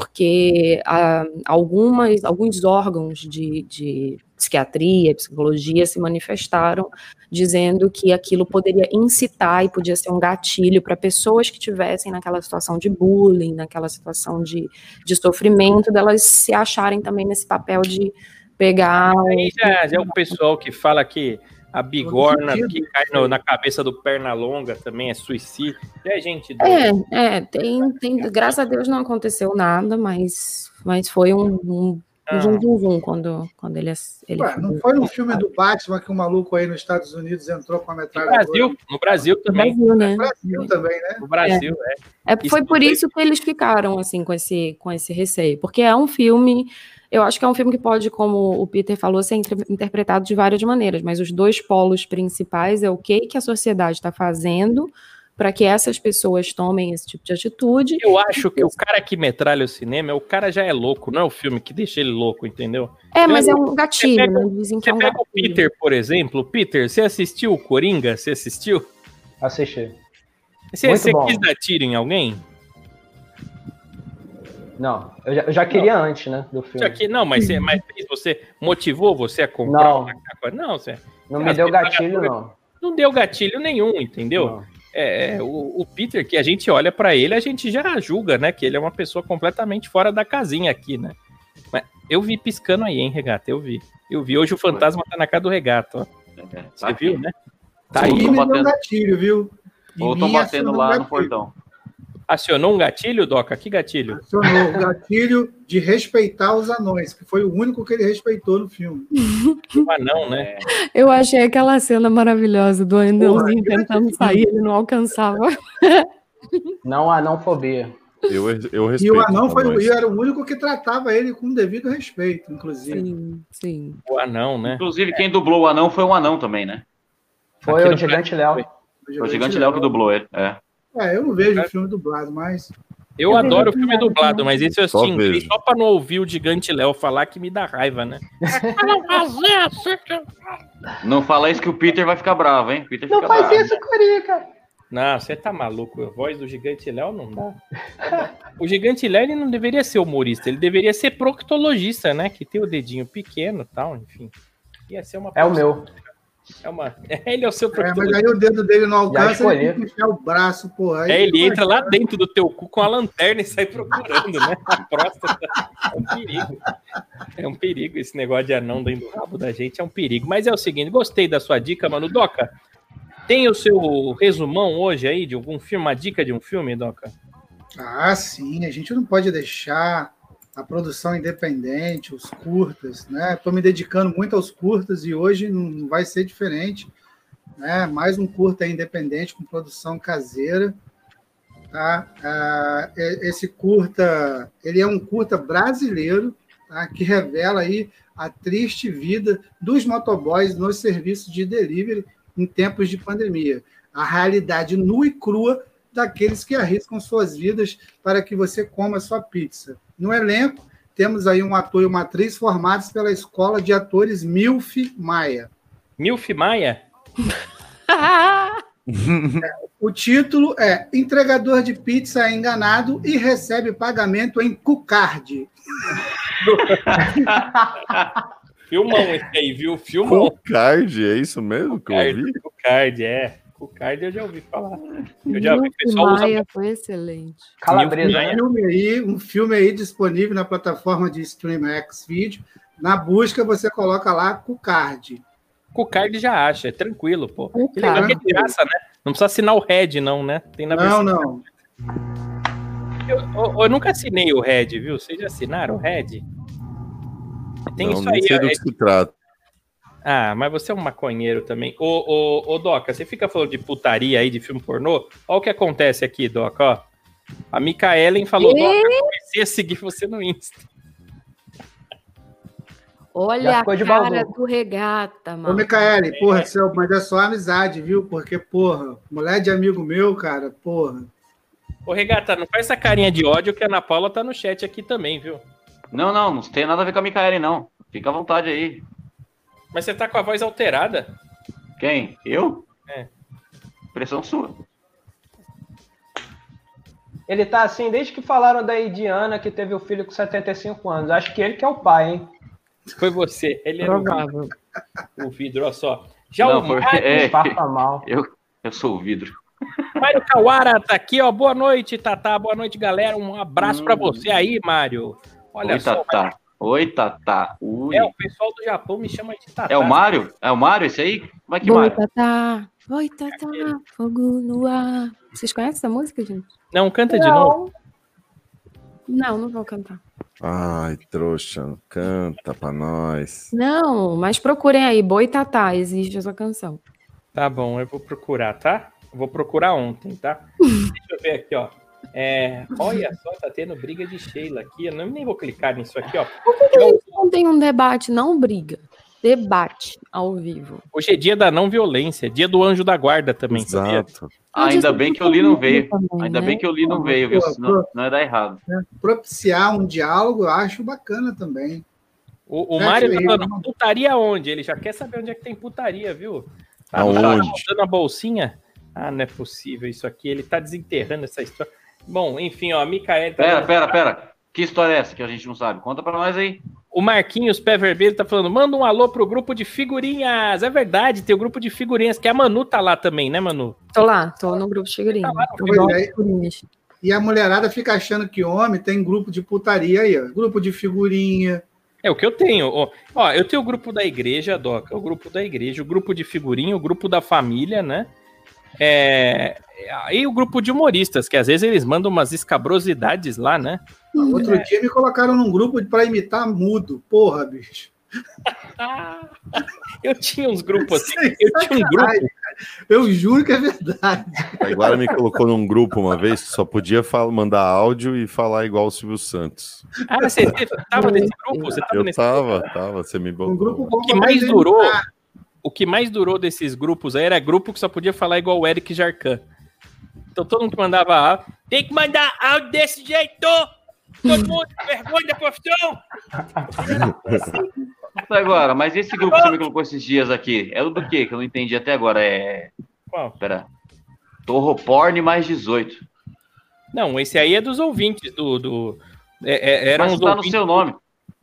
S4: porque ah, algumas, alguns órgãos de, de psiquiatria, psicologia se manifestaram dizendo que aquilo poderia incitar e podia ser um gatilho para pessoas que tivessem naquela situação de bullying, naquela situação de, de sofrimento, delas se acharem também nesse papel de pegar
S2: Aí já, já é o pessoal que fala que a bigorna que cai no- na cabeça do perna longa também é suicídio. Já é gente doida.
S4: É, é, tem, tem, graças a Deus não aconteceu nada, mas, mas foi um, um,
S2: Ah.
S4: um zum, zum, zum quando, quando ele, ass- ele É,
S6: Ué, não foi no filme do Batman que um maluco aí nos Estados Unidos entrou com a
S2: No
S6: metralhadora?
S2: Brasil, no Brasil
S4: no
S2: também.
S4: Brasil, né?
S6: Brasil também, né?
S2: No Brasil, é.
S4: É, foi
S2: Isso
S4: por
S2: foi-
S4: isso que eles ficaram assim com esse, com esse receio, porque é um filme, eu acho que é um filme que pode, como o Peter falou, ser inter- interpretado de várias maneiras, mas os dois polos principais é o que, que a sociedade está fazendo para que essas pessoas tomem esse tipo de atitude.
S2: Eu acho É que o cara que metralha o cinema, o cara já é louco, não é o filme que deixa ele louco, entendeu?
S4: É, mas
S2: eu-
S4: é um gatilho,
S2: pega-
S4: né? Dizem que
S2: Você
S4: é um
S2: pega o
S4: gatilho.
S2: Peter, por exemplo. Peter, você assistiu o Coringa? Você assistiu?
S12: Assistir.
S2: Você,
S12: Muito
S2: você
S12: bom.
S2: quis dar tiro em alguém?
S12: Não, eu já, eu já queria antes, né, do filme.
S2: Já que, não, mas, você, mas fez- você motivou você a comprar?
S12: Não.
S2: uma capa? Não, você
S12: Não
S2: Cara,
S12: me deu
S2: você paga
S12: gatilho,
S2: por-
S12: não.
S2: não deu gatilho nenhum, entendeu?
S12: Não.
S2: é, o, o Peter, que a gente olha pra ele, a gente já julga, né? Que ele é uma pessoa completamente fora da casinha aqui, né? Mas eu vi piscando aí, hein, Regata? Eu vi. Eu vi. Hoje o fantasma tá na casa do Regato, ó.
S8: É,
S2: Você
S8: Tá
S2: viu, né? Tá aí.
S6: E me deu um gatilho, viu?
S8: Ou tô
S6: Em mim,
S8: batendo
S6: acionou
S8: lá
S6: um
S8: no portão.
S2: Acionou um gatilho, Doca? Que gatilho?
S6: Acionou o gatilho de respeitar os anões, que foi o único que ele respeitou no filme.
S2: Um anão,
S8: É,
S2: né?
S4: Eu achei aquela cena maravilhosa do anãozinho
S6: Porra,
S4: tentando sair, ele não alcançava.
S12: Não há não fobia.
S7: Eu, eu
S6: E
S7: respeito.
S6: o anão foi,
S7: anões.
S6: o- era o único que tratava ele com devido respeito, inclusive.
S4: Sim, sim.
S2: O anão, né?
S8: Inclusive, quem dublou o anão foi um anão também, né?
S12: Foi
S2: Aqui
S12: o
S2: no
S12: gigante Léo.
S8: Foi o Gigante Léo que dublou ele. É.
S6: É, eu não vejo o filme dublado, mas.
S2: Eu adoro o filme dublado, mas esse eu
S7: Só
S2: assisti em inglês
S7: vejo.
S2: só pra não ouvir o gigante Léo falar que me dá raiva, né?
S8: Não fala isso que o Peter vai ficar bravo, hein? O Peter
S12: Não
S8: fica
S12: faz
S6: É,
S8: bravo.
S12: isso, Corica.
S2: Não, você tá maluco. A voz do gigante Léo não dá. O gigante Léo ele não deveria ser humorista, ele deveria ser proctologista, né? Que tem o dedinho pequeno e tal, enfim. Ia ser uma
S12: É o
S2: profissão-
S12: meu.
S2: É uma... [LAUGHS] Ele é o seu
S6: É, mas
S2: proctologista.
S6: aí o dedo dele não alcança,
S12: escolhi.
S6: ele tem que enfiar o braço, porra. aí
S2: É, ele
S6: fica-
S2: entra lá dentro do teu cu com a lanterna e sai procurando, né? A próstata. É um perigo. É um perigo esse negócio de anão dentro do rabo da gente, é um perigo. Mas é o seguinte, gostei da sua dica, mano. Doca, tem o seu resumão hoje aí de algum filme, uma dica de um filme, Doca?
S6: Ah, sim, a gente não pode deixar a produção independente, os curtas, né? Estou me dedicando muito aos curtas e hoje não- não vai ser diferente, né? Mais um curta aí independente com produção caseira, tá? Ah, e- esse curta, ele é um curta brasileiro, tá? Que revela aí a triste vida dos motoboys nos serviços de delivery em tempos de pandemia. A realidade nua e crua daqueles que arriscam suas vidas para que você coma sua pizza. No elenco, temos aí um ator e uma atriz formados pela Escola de Atores Milf Maia.
S2: Milf Maia?
S6: O título é Entregador de Pizza é Enganado e Recebe Pagamento em Cucard.
S2: Filmão esse aí, viu? Filmão.
S7: Com card, é isso mesmo que eu ouvi?
S2: O card, é. O card eu já ouvi falar. Eu já vi o pessoal usa
S4: Maia foi excelente.
S12: Calabresa.
S2: Maia.
S6: Um filme aí, um filme aí disponível na plataforma de streaming Xvideo. Na busca, você coloca lá Cucard.
S2: Com o card já acha, é tranquilo, pô.
S4: O
S2: Que legal
S4: cara.
S2: que é de graça, né? Não precisa assinar o Red, não, né? Tem na
S6: Não, não.
S2: Eu, eu- eu nunca assinei o Red, viu? Vocês já assinaram o Red? Tem
S7: não,
S2: isso
S7: nem
S2: aí.
S7: sei do
S2: ó,
S7: que se trata.
S2: Ah, mas você é um maconheiro também. Ô, ô, ô, Doca, você fica falando de putaria aí, de filme pornô? Olha o que acontece aqui, Doca, ó. A Micaelen falou, Doca, eu comecei a seguir você no Insta.
S12: Já
S4: Olha a
S12: ficou de
S4: cara
S12: baldu.
S4: do regata,
S6: Ô,
S4: mano.
S6: Micaele, porra, seu, mas é só amizade, viu? Porque, porra, mulher de amigo meu, cara, porra.
S2: Ô, Regata, não faz essa carinha de ódio que a Ana Paula tá no chat aqui também, viu?
S8: Não, não, não tem nada a ver com a Micaele, não. Fica à vontade aí.
S2: Mas você tá com a voz alterada.
S8: Quem? Eu?
S2: É.
S8: Pressão sua.
S12: Ele tá assim desde que falaram da Ediana que teve o filho com 75 anos. Acho que ele que é o pai, hein?
S2: Foi você. Ele era um o vidro,
S4: Provável.
S2: o vidro, ó só. Já
S8: Não,
S2: o
S8: foi-
S2: Mário-
S8: [LAUGHS] É.
S12: Farpa mal.
S8: Eu, eu sou o vidro.
S2: Mário Kawara tá aqui, ó. Boa noite, Tatá. Boa noite, galera. Um abraço pra você aí, Mário. Olha
S8: Hum. Oi,
S2: só,
S8: Tatá. Oi, Tatá. Ui.
S2: é, o pessoal do Japão me chama de Tatá.
S8: É o Mário? É o Mário esse aí? Como é que
S4: Oi,
S8: Mário?
S4: Tatá. Oi, Tatá. Fogo no ar. Vocês conhecem essa música, gente?
S2: Não, canta de novo.
S4: Não, não vou cantar.
S7: Ai, trouxa, canta pra nós.
S4: Não, mas procurem aí. Boi Tatá, existe essa canção.
S2: Tá bom, eu vou procurar, tá? Eu vou procurar ontem, tá? Deixa eu ver aqui, ó. É, olha só, tá tendo briga de Sheila aqui. Eu não- nem vou clicar nisso aqui, ó.
S4: Não tem um debate, não briga. Debate ao vivo.
S2: Hoje é dia da não violência, dia do anjo da guarda também, sabia?
S7: Exato.
S8: Ah,
S4: Onde
S8: ainda
S4: isso
S8: bem
S4: tá
S8: que o Lee não
S4: comigo
S8: veio.
S4: também,
S8: Ainda
S4: né?
S8: bem que o Lee não veio, viu?
S6: Pô,
S8: Senão, não ia dar errado.
S6: Propiciar um diálogo, eu acho bacana também.
S2: O, o
S6: É,
S2: Mário tá
S6: Sheila.
S2: falando putaria onde? Ele já quer saber onde é que tem putaria, viu? Tá
S7: Aonde?
S2: mostrando a bolsinha? Ah, não é possível isso aqui. Ele tá desenterrando essa história. Bom, enfim, ó, tá a Micaela...
S8: É. Pera, pera, pera. Que história é essa que a gente não sabe? Conta pra nós aí.
S2: O Marquinhos Pé Vermelho tá falando, manda um alô pro grupo de figurinhas. É verdade, tem o grupo de figurinhas, que a Manu tá lá também, né, Manu?
S4: Tô lá, tô no grupo de figurinha.
S6: Pois é. E a mulherada fica achando que homem tem grupo de putaria aí, ó. Grupo de figurinha.
S2: É o que eu tenho. Ó, ó, eu tenho o grupo da igreja, Doca, o grupo da igreja, o grupo de figurinha, o grupo da família, né? É, e o grupo de humoristas, que às vezes eles mandam umas escabrosidades lá, né?
S6: Outro dia me colocaram num grupo para imitar mudo. Porra, bicho.
S2: [LAUGHS] Eu tinha uns
S6: [LAUGHS]
S2: grupos assim. Eu tinha um grupo.
S6: Eu juro que é verdade.
S7: A Iguara me colocou num grupo uma vez que só podia fal- mandar áudio e falar igual o Silvio Santos.
S2: Ah, você tava nesse grupo? Você tava
S7: Eu
S2: nesse
S7: tava, tava, você me botou.
S6: Um grupo bom
S2: O que
S6: pra
S2: mais
S6: gente
S2: durou,
S6: imitar.
S2: o que mais durou desses grupos aí era grupo que só podia falar igual o Eric Jarcan. Então todo mundo que mandava áudio, tem que mandar áudio desse jeito! Todo mundo, vergonha da profissão!
S8: Tá, agora, mas esse grupo que você me colocou esses dias aqui, é o do quê? Que eu não entendi até agora. É.
S2: Qual?
S8: Pera. Torro Porn mais 18.
S2: Não, esse aí é dos ouvintes do. do é, é, eram
S8: mas
S2: os
S8: tá no
S2: ouvintes-
S8: seu nome.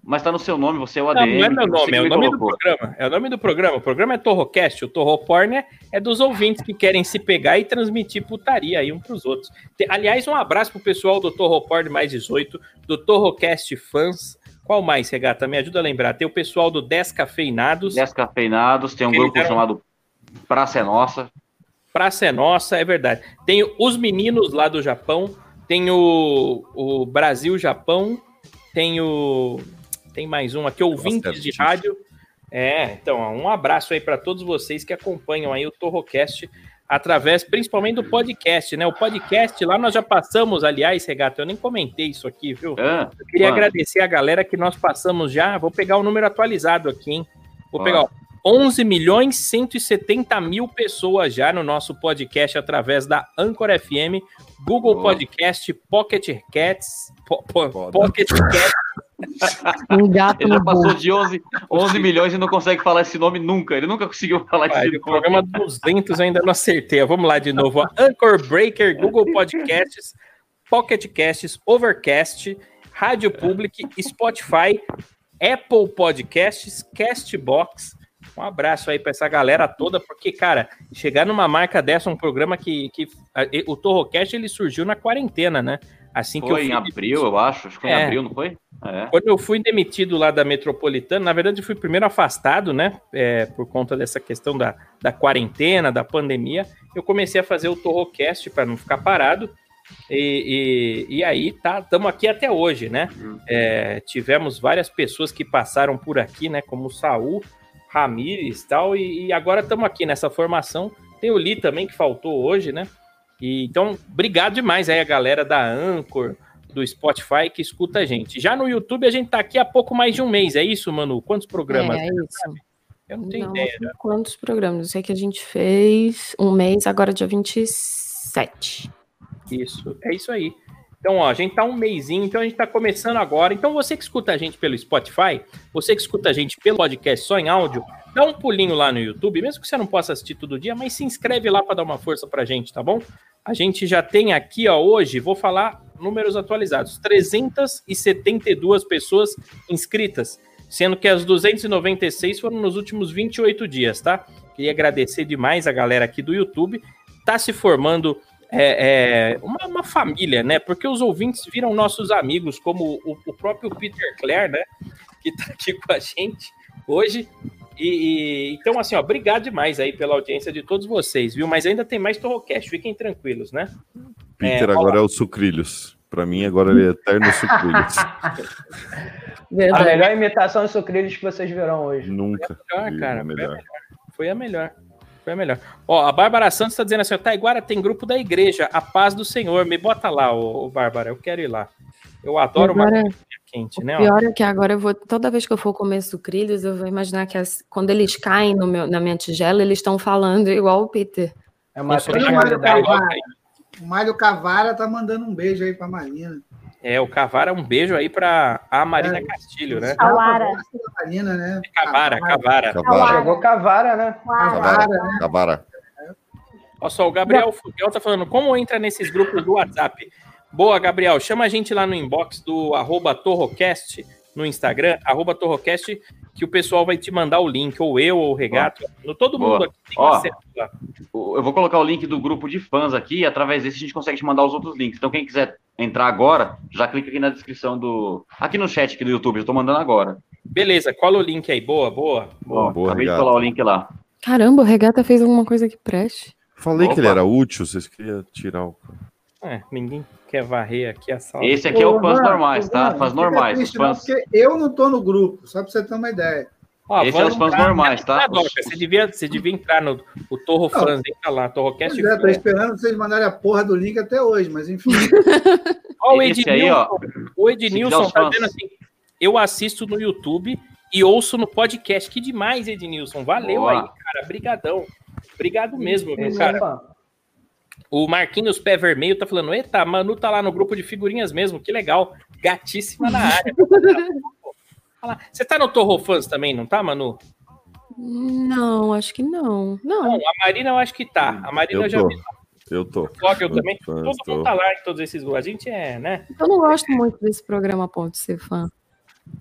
S8: Mas tá no seu nome, você é o
S2: Não,
S8: ADM.
S2: não é meu
S8: você que
S2: nome, é o
S8: me
S2: nome do
S8: colocou.
S2: programa. É o nome do programa. O programa é Torrocast. O Torroporn é- é dos ouvintes que querem se pegar e transmitir putaria aí um pros outros. Te- Aliás, um abraço pro pessoal do Torroporn mais 18, do Torrocast Fans. Qual mais, Regata? Me ajuda a lembrar. Tem o pessoal do Descafeinados.
S8: Descafeinados, tem um
S2: Ele
S8: grupo
S2: era-
S8: chamado Praça é Nossa.
S2: Praça é Nossa, é verdade. Tem os meninos lá do Japão, tem o, o Brasil-Japão, tem o. Tem mais um aqui, ouvintes de
S7: certíssimo.
S2: rádio. É, então, ó, um abraço aí para todos vocês que acompanham aí o Torrocast através, principalmente do podcast, né? O podcast lá nós já passamos, aliás, Regato, eu nem comentei isso aqui, viu?
S8: Ah,
S2: Eu queria
S8: mano,
S2: agradecer a galera que nós passamos já. Vou pegar o número atualizado aqui, hein? Vou
S8: Ó.
S2: pegar ó, 11 milhões 170 mil pessoas já no nosso podcast através da Anchor FM, Google
S8: Ó.
S2: Podcast, Pocket Cats, po, po-
S7: Foda.
S2: Pocket Cats. Ah,
S4: Um gato
S8: Ele já
S4: no
S8: passou
S4: bolo.
S8: de 11, 11 milhões e não consegue falar esse nome nunca. Ele nunca conseguiu falar
S2: Vai,
S8: esse
S2: no
S8: nome.
S2: programa 200 eu ainda não acertei. Vamos lá de novo. ó. Anchor Breaker, Google Podcasts, Pocket Casts, Overcast, Rádio Public, Spotify, Apple Podcasts, Castbox. Um abraço aí pra essa galera toda, porque, cara, chegar numa marca dessa, um programa que. que a- e- o Torrocast ele surgiu na quarentena, né? Assim que eu
S8: Foi em
S2: fui-
S8: abril, eu acho. Acho que foi em
S2: É.
S8: abril, não foi? É.
S2: quando eu fui demitido lá da Metropolitana, na verdade eu fui primeiro afastado, né? é, por conta dessa questão da, da quarentena, da pandemia. Eu comecei a fazer o Torrocast para não ficar parado. E, e, e aí tá, estamos aqui até hoje, né? É, tivemos várias pessoas que passaram por aqui, né? Como o Saul, Ramires tal, e, e agora estamos aqui nessa formação. Tem o Li também que faltou hoje, né? E, então, obrigado demais aí a galera da Anchor, do Spotify que escuta a gente. Já no YouTube a gente tá aqui há pouco mais de um mês, é isso, Manu? Quantos programas?
S4: É, é isso.
S2: Eu não tenho
S4: Não,
S2: ideia.
S4: não sei Quantos programas? Eu sei que a gente fez um mês, agora dia 27.
S2: Isso, é isso aí. Então, ó, a gente tá um mêsinho, então a gente tá começando agora. Então, você que escuta a gente pelo Spotify, você que escuta a gente pelo podcast só em áudio, dá um pulinho lá no YouTube, mesmo que você não possa assistir todo dia, mas se inscreve lá para dar uma força pra gente, tá bom? A gente já tem aqui, ó, hoje, vou falar números atualizados: 372 pessoas inscritas, sendo que as 296 foram nos últimos 28 dias, tá? Queria agradecer demais a galera aqui do YouTube. Tá se formando é, é, uma, uma família, né? Porque os ouvintes viram nossos amigos, como o, o próprio Peter Clare, né? Que tá aqui com a gente hoje. E, e- então, assim, ó, obrigado demais aí pela audiência de todos vocês, viu? Mas ainda tem mais Torrocast, fiquem tranquilos, né?
S7: Peter
S2: É, ó.
S7: agora é o Sucrilhos. Pra mim, agora ele é eterno Sucrilhos.
S12: A
S2: é,
S4: Verdade.
S12: melhor imitação de sucrilhos que vocês verão hoje.
S7: Nunca.
S2: Ah,
S7: vi
S2: cara,
S7: uma é melhor.
S2: Foi a melhor. Foi a melhor. Ó, a Bárbara Santos tá dizendo assim: ó, Taiguara tem grupo da igreja, a paz do Senhor. Me bota lá, ô, ô Bárbara, eu quero ir lá. Eu adoro uma
S4: Agora-
S2: coisa quente, né? ó?
S4: Pior é que agora eu vou, toda vez que eu for comer sucrilhos, eu vou imaginar que as- quando eles caem no meu- na minha tigela, eles estão falando igual o Peter.
S12: É uma
S2: Isso, né?
S12: personalidade.
S6: O Mário Cavara tá mandando um beijo aí pra Marina.
S2: É, o Cavara, um beijo aí pra a
S6: É.
S2: Marina Castilho, né?
S5: Cavara.
S6: Da um Marina, né?
S8: É,
S2: Cavara, Cavara.
S7: Cavara,
S12: Chegou Cavara, né?
S5: Clara.
S7: Cavara,
S6: Cavara, né?
S7: Cavara.
S2: Olha só, o Gabriel Fugel tá falando, como entra nesses grupos do WhatsApp? Boa, Gabriel, chama a gente lá no inbox do arroba Torrocast, no Instagram, arroba Torrocast, que o pessoal vai te mandar o link, ou eu, ou o Regato. No, todo
S8: Boa.
S2: mundo aqui tem
S8: Ó.
S2: acesso lá.
S8: Eu vou colocar o link do grupo de fãs aqui, e através desse a gente consegue te mandar os outros links. Então, quem quiser entrar agora, já clica aqui na descrição do. Aqui no chat aqui do YouTube, eu tô mandando agora.
S2: Beleza, cola o link aí. Boa, boa.
S8: Ó, acabei de colar o link lá.
S4: Caramba, o Regata fez alguma coisa que preste.
S7: Falei que ele
S8: Opa.
S7: era útil, vocês queriam tirar o.
S2: É, ninguém quer varrer aqui a sala.
S8: Esse aqui é o fãs normais, tá?
S6: Não
S8: Fãs
S6: fica
S8: normais. os
S6: triste, não,
S8: Fãs...
S6: porque eu não tô no grupo, só pra você ter uma ideia.
S2: Ah,
S8: Esse é os fãs normais, tá?
S2: Doca, você, é devia, você devia entrar no o Torro
S6: Não.
S2: Fãs, entra lá, Torrocast
S6: Pois é, tô
S2: Fãs.
S6: esperando vocês mandarem a porra do link até hoje, mas enfim.
S2: Ó, o
S6: Esse
S2: Ednilson,
S6: aí, ó.
S2: o
S6: Se
S2: Ednilson
S6: quiser,
S2: tá
S6: os
S2: dizendo assim: eu assisto no YouTube e ouço no podcast. Que demais, Ednilson. Valeu
S8: Boa.
S2: aí, cara. Brigadão. Obrigado mesmo, meu
S8: Isso,
S2: cara. O Marquinhos Pé Vermelho tá falando: eita, a Manu tá lá no grupo de figurinhas mesmo, que legal. Gatíssima na área. Olha lá. Você tá no Torrofãs também, não tá, Manu?
S4: Não, acho que não.
S2: Não, a Marina eu acho que tá. A Marina eu
S7: Eu
S2: já
S7: tô.
S2: vi.
S7: Eu tô.
S2: Logo eu também.
S7: Fãs,
S2: Todo
S7: tô.
S2: mundo tá lá em todos esses lugares. A gente é, né?
S4: Eu não gosto muito desse programa a ponto de ser fã.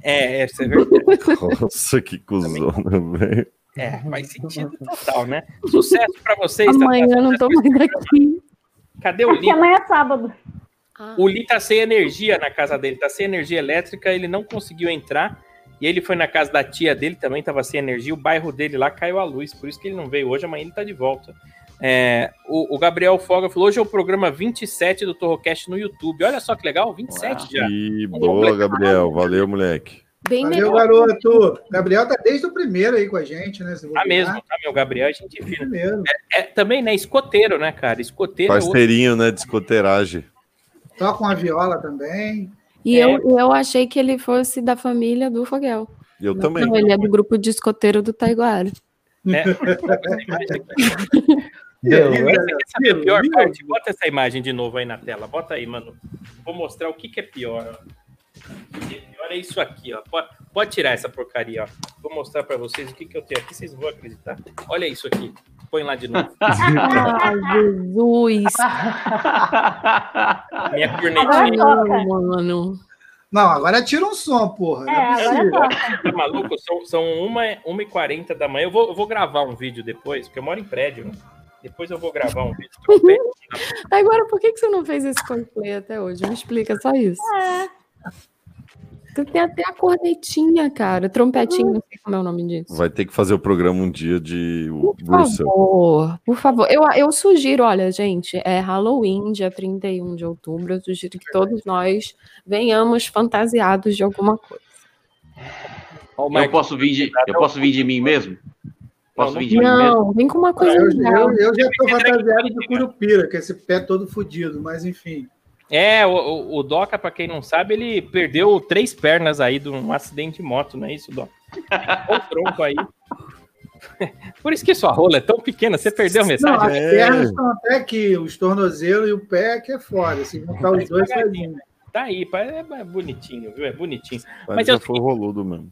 S2: É, essa é verdade.
S7: [LAUGHS] Nossa, que cuzona, velho.
S2: É, faz sentido total, né? Sucesso pra vocês. Tatá.
S4: Amanhã eu não tô mais
S2: [LAUGHS]
S4: aqui.
S2: Cadê o Li?
S5: Amanhã é sábado.
S2: O Li tá sem energia na casa dele, tá sem energia elétrica, ele não conseguiu entrar. E ele foi na casa da tia dele, também tava sem energia. O bairro dele lá caiu a luz, por isso que ele não veio hoje. Amanhã ele tá de volta. É, o, o Gabriel Foga falou: hoje é o programa 27 do Torrocast no YouTube. Olha só que legal, 27 já.
S7: Que boa, Gabriel. Valeu, moleque.
S4: Bem
S6: Valeu,
S2: melhor.
S6: garoto. Gabriel tá desde o primeiro aí com a gente, né? Se
S2: Tá
S6: bobear.
S2: mesmo, tá, meu Gabriel? A gente fina.
S6: Mesmo.
S2: É, é, também, né? Escoteiro, né, cara? Escoteiro é outro.
S7: Parceirinho, né? Discoteiragem.
S6: Toca uma viola também.
S4: E eu, eu achei que ele fosse da família do Foguel.
S7: Eu também.
S4: Não, ele é do grupo de escoteiro do Taiguara.
S2: É. né,
S6: Deu,
S2: Você
S6: né?
S2: quer saber é a pior parte? Bota essa imagem de novo aí na tela. Bota aí, mano. Vou mostrar o que, que é pior. Ó. O que é pior é isso aqui, ó. Pode, pode tirar essa porcaria, ó. Vou mostrar pra vocês o que, que eu tenho aqui. Vocês não vão acreditar. Olha isso aqui. Põe lá de novo. Ah.
S4: Ai,
S6: [LAUGHS]
S4: Jesus.
S2: Minha
S4: Ah, [LAUGHS]
S2: cornetinha.
S4: não, mano.
S6: Não, agora tira um som, porra. Não possível.
S2: Tá maluco? São, são 1h40 da manhã. Eu vou, eu vou gravar um vídeo depois, porque eu moro em prédio, né? Depois eu vou gravar um vídeo. que eu pego.
S4: Agora, por que que você não fez esse cosplay até hoje? Me explica só isso.
S6: É.
S4: Tu tem até a cornetinha, cara. Trompetinha, não sei como é o nome disso.
S7: Vai ter que fazer o programa um dia de
S4: Por
S7: Russell.
S4: favor, por favor. Eu, eu sugiro, olha, gente, é Halloween, dia 31 de outubro. Eu sugiro que todos nós venhamos fantasiados de alguma coisa.
S8: [LAUGHS] Eu posso vir de, eu posso vir de mim mesmo? Posso vir de mim mesmo?
S4: Não, vem com uma coisa
S6: Eu,
S4: legal.
S6: eu- eu já tô
S2: é
S6: fantasiado de Curupira, com esse pé todo fudido, mas enfim.
S2: É, o, o, o Doca, pra quem não sabe, ele perdeu três pernas aí de um acidente de moto, não é isso,
S6: [LAUGHS]
S2: Doca? O tronco aí. [LAUGHS] Por isso que sua rola é tão pequena, você perdeu é a
S6: Não, as
S2: metade.
S6: pernas estão até aqui, os tornozelos e o pé que é fora. Se juntar
S2: é
S6: os dois, tá lindo.
S2: Tá aí, pá, é é bonitinho, viu? É bonitinho.
S7: Mas,
S2: Mas
S7: já
S2: eu,
S7: foi roludo mesmo.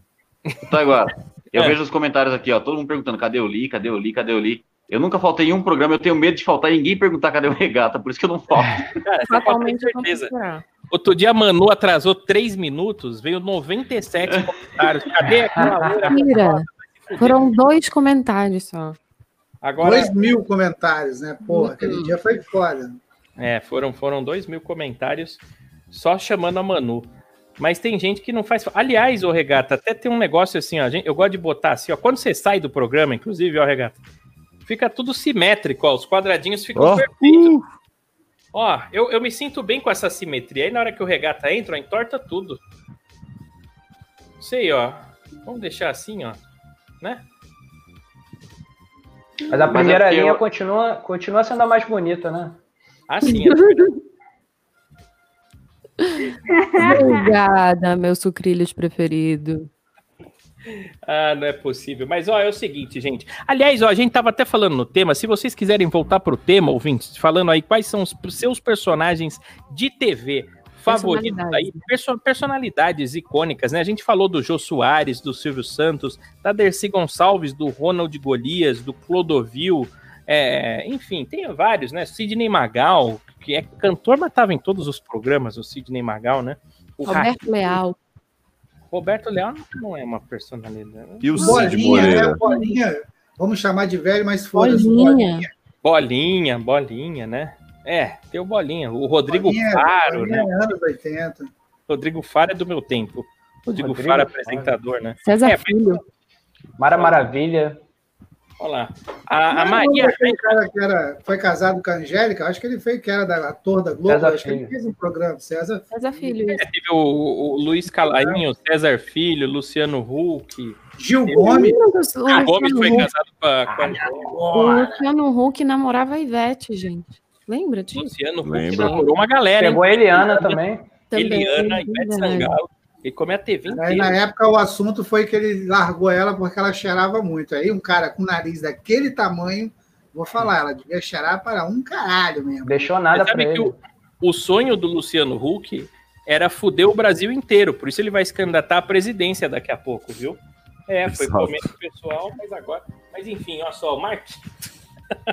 S8: Tá agora. Eu
S2: É.
S8: vejo os comentários aqui, ó. Todo mundo perguntando: cadê o Li? Cadê o Li? Cadê o Li? Eu nunca faltei em um programa, eu tenho medo de faltar e ninguém perguntar cadê o regata, por isso que eu não falto.
S2: cara, você pode ter certeza. Outro dia a Manu atrasou três minutos, veio 97 comentários. Cadê aquela loira?
S4: Mentira. Foram dois comentários só.
S2: Agora,
S6: Dois mil comentários, né? Porra, aquele dia foi foda.
S2: É, foram, foram dois mil comentários só chamando a Manu. Mas tem gente que não faz. Aliás, ô Regata, até tem um negócio assim, ó. gente- Eu gosto de botar assim, ó. Quando você sai do programa, inclusive, ó, Regata, fica tudo simétrico, ó. Os quadradinhos ficam
S7: Ó.
S2: perfeitos. Ó, eu, eu me sinto bem com essa simetria. Aí na hora que o Regata entra, ó, entorta tudo. Não Sei, ó. Vamos deixar assim, ó. Né?
S12: Mas a
S2: Mas
S12: primeira
S2: é porque
S12: linha
S2: eu-
S12: continua, continua sendo a mais bonita, né?
S2: Assim,
S4: Obrigada, meu sucrilhos preferido.
S2: Ah, não é possível. Mas ó, é o seguinte, gente. Aliás, ó, a gente tava até falando no tema. Se vocês quiserem voltar pro tema, ouvintes, falando aí quais são os p- seus personagens de TV favoritos aí, perso- personalidades icônicas, né? A gente falou do Jô Soares, do Silvio Santos, da Dercy Gonçalves, do Ronald Golias, do Clodovil, é, enfim, tem vários, né? Sidney Magal, que é cantor, mas tava em todos os programas, o Sidney Magal, né? O
S4: Roberto Leal.
S2: Roberto Roberto Leal não é uma personalidade.
S7: E o Cid
S6: Bolinha,
S7: Moreira?
S6: né? Bolinha. Vamos chamar de velho, mas foda-se.
S2: Bolinha. Bolinha, bolinha, né? É, tem o bolinha. O Rodrigo
S6: Bolinha,
S2: Faro,
S6: Bolinha
S2: né?
S6: é anos 80.
S2: Rodrigo Faro é do meu tempo. Rodrigo,
S6: Rodrigo
S2: Faro,
S6: Faro.
S2: apresentador, né?
S4: César
S2: É,
S4: Filho.
S12: Mara Maravilha.
S2: Olha lá. A, a
S6: Não,
S2: Maria.
S6: não, Aquele cara que era, foi casado com a Angélica, acho que ele foi que era da, ator da Globo,
S2: César
S6: acho que ele
S2: Filho.
S6: fez um programa, César.
S4: César Filho.
S2: É, teve o, o- o Luiz Calainho, César Filho, Luciano Huck.
S6: Gil
S2: Teve-
S6: Gomes.
S4: O
S2: Ah, Gomes foi
S4: Luciano Huck-
S2: casado com a, com a
S4: o Luciano Huck namorava a Ivete, gente. Lembra disso?
S2: Luciano Huck,
S7: Lembro.
S2: namorou uma galera.
S12: Pegou a
S2: hein?
S12: Eliana também.
S4: Também, é
S2: Eliana, Ivete
S4: verdade.
S2: Sangalo. E come a TV
S6: Aí, na
S2: inteira.
S6: época, o assunto foi que ele largou ela porque ela cheirava muito. Aí, um cara com nariz daquele tamanho, vou falar, ela devia cheirar para um caralho mesmo.
S12: Deixou
S2: Você
S12: nada pra
S2: sabe
S12: ele.
S2: que o, o sonho do Luciano Huck era foder o Brasil inteiro. Por isso ele vai se candidatar à presidência daqui a pouco, viu? É, foi
S7: Exato.
S2: comendo pessoal, mas agora. Mas enfim, olha só, o Marquito. [LAUGHS]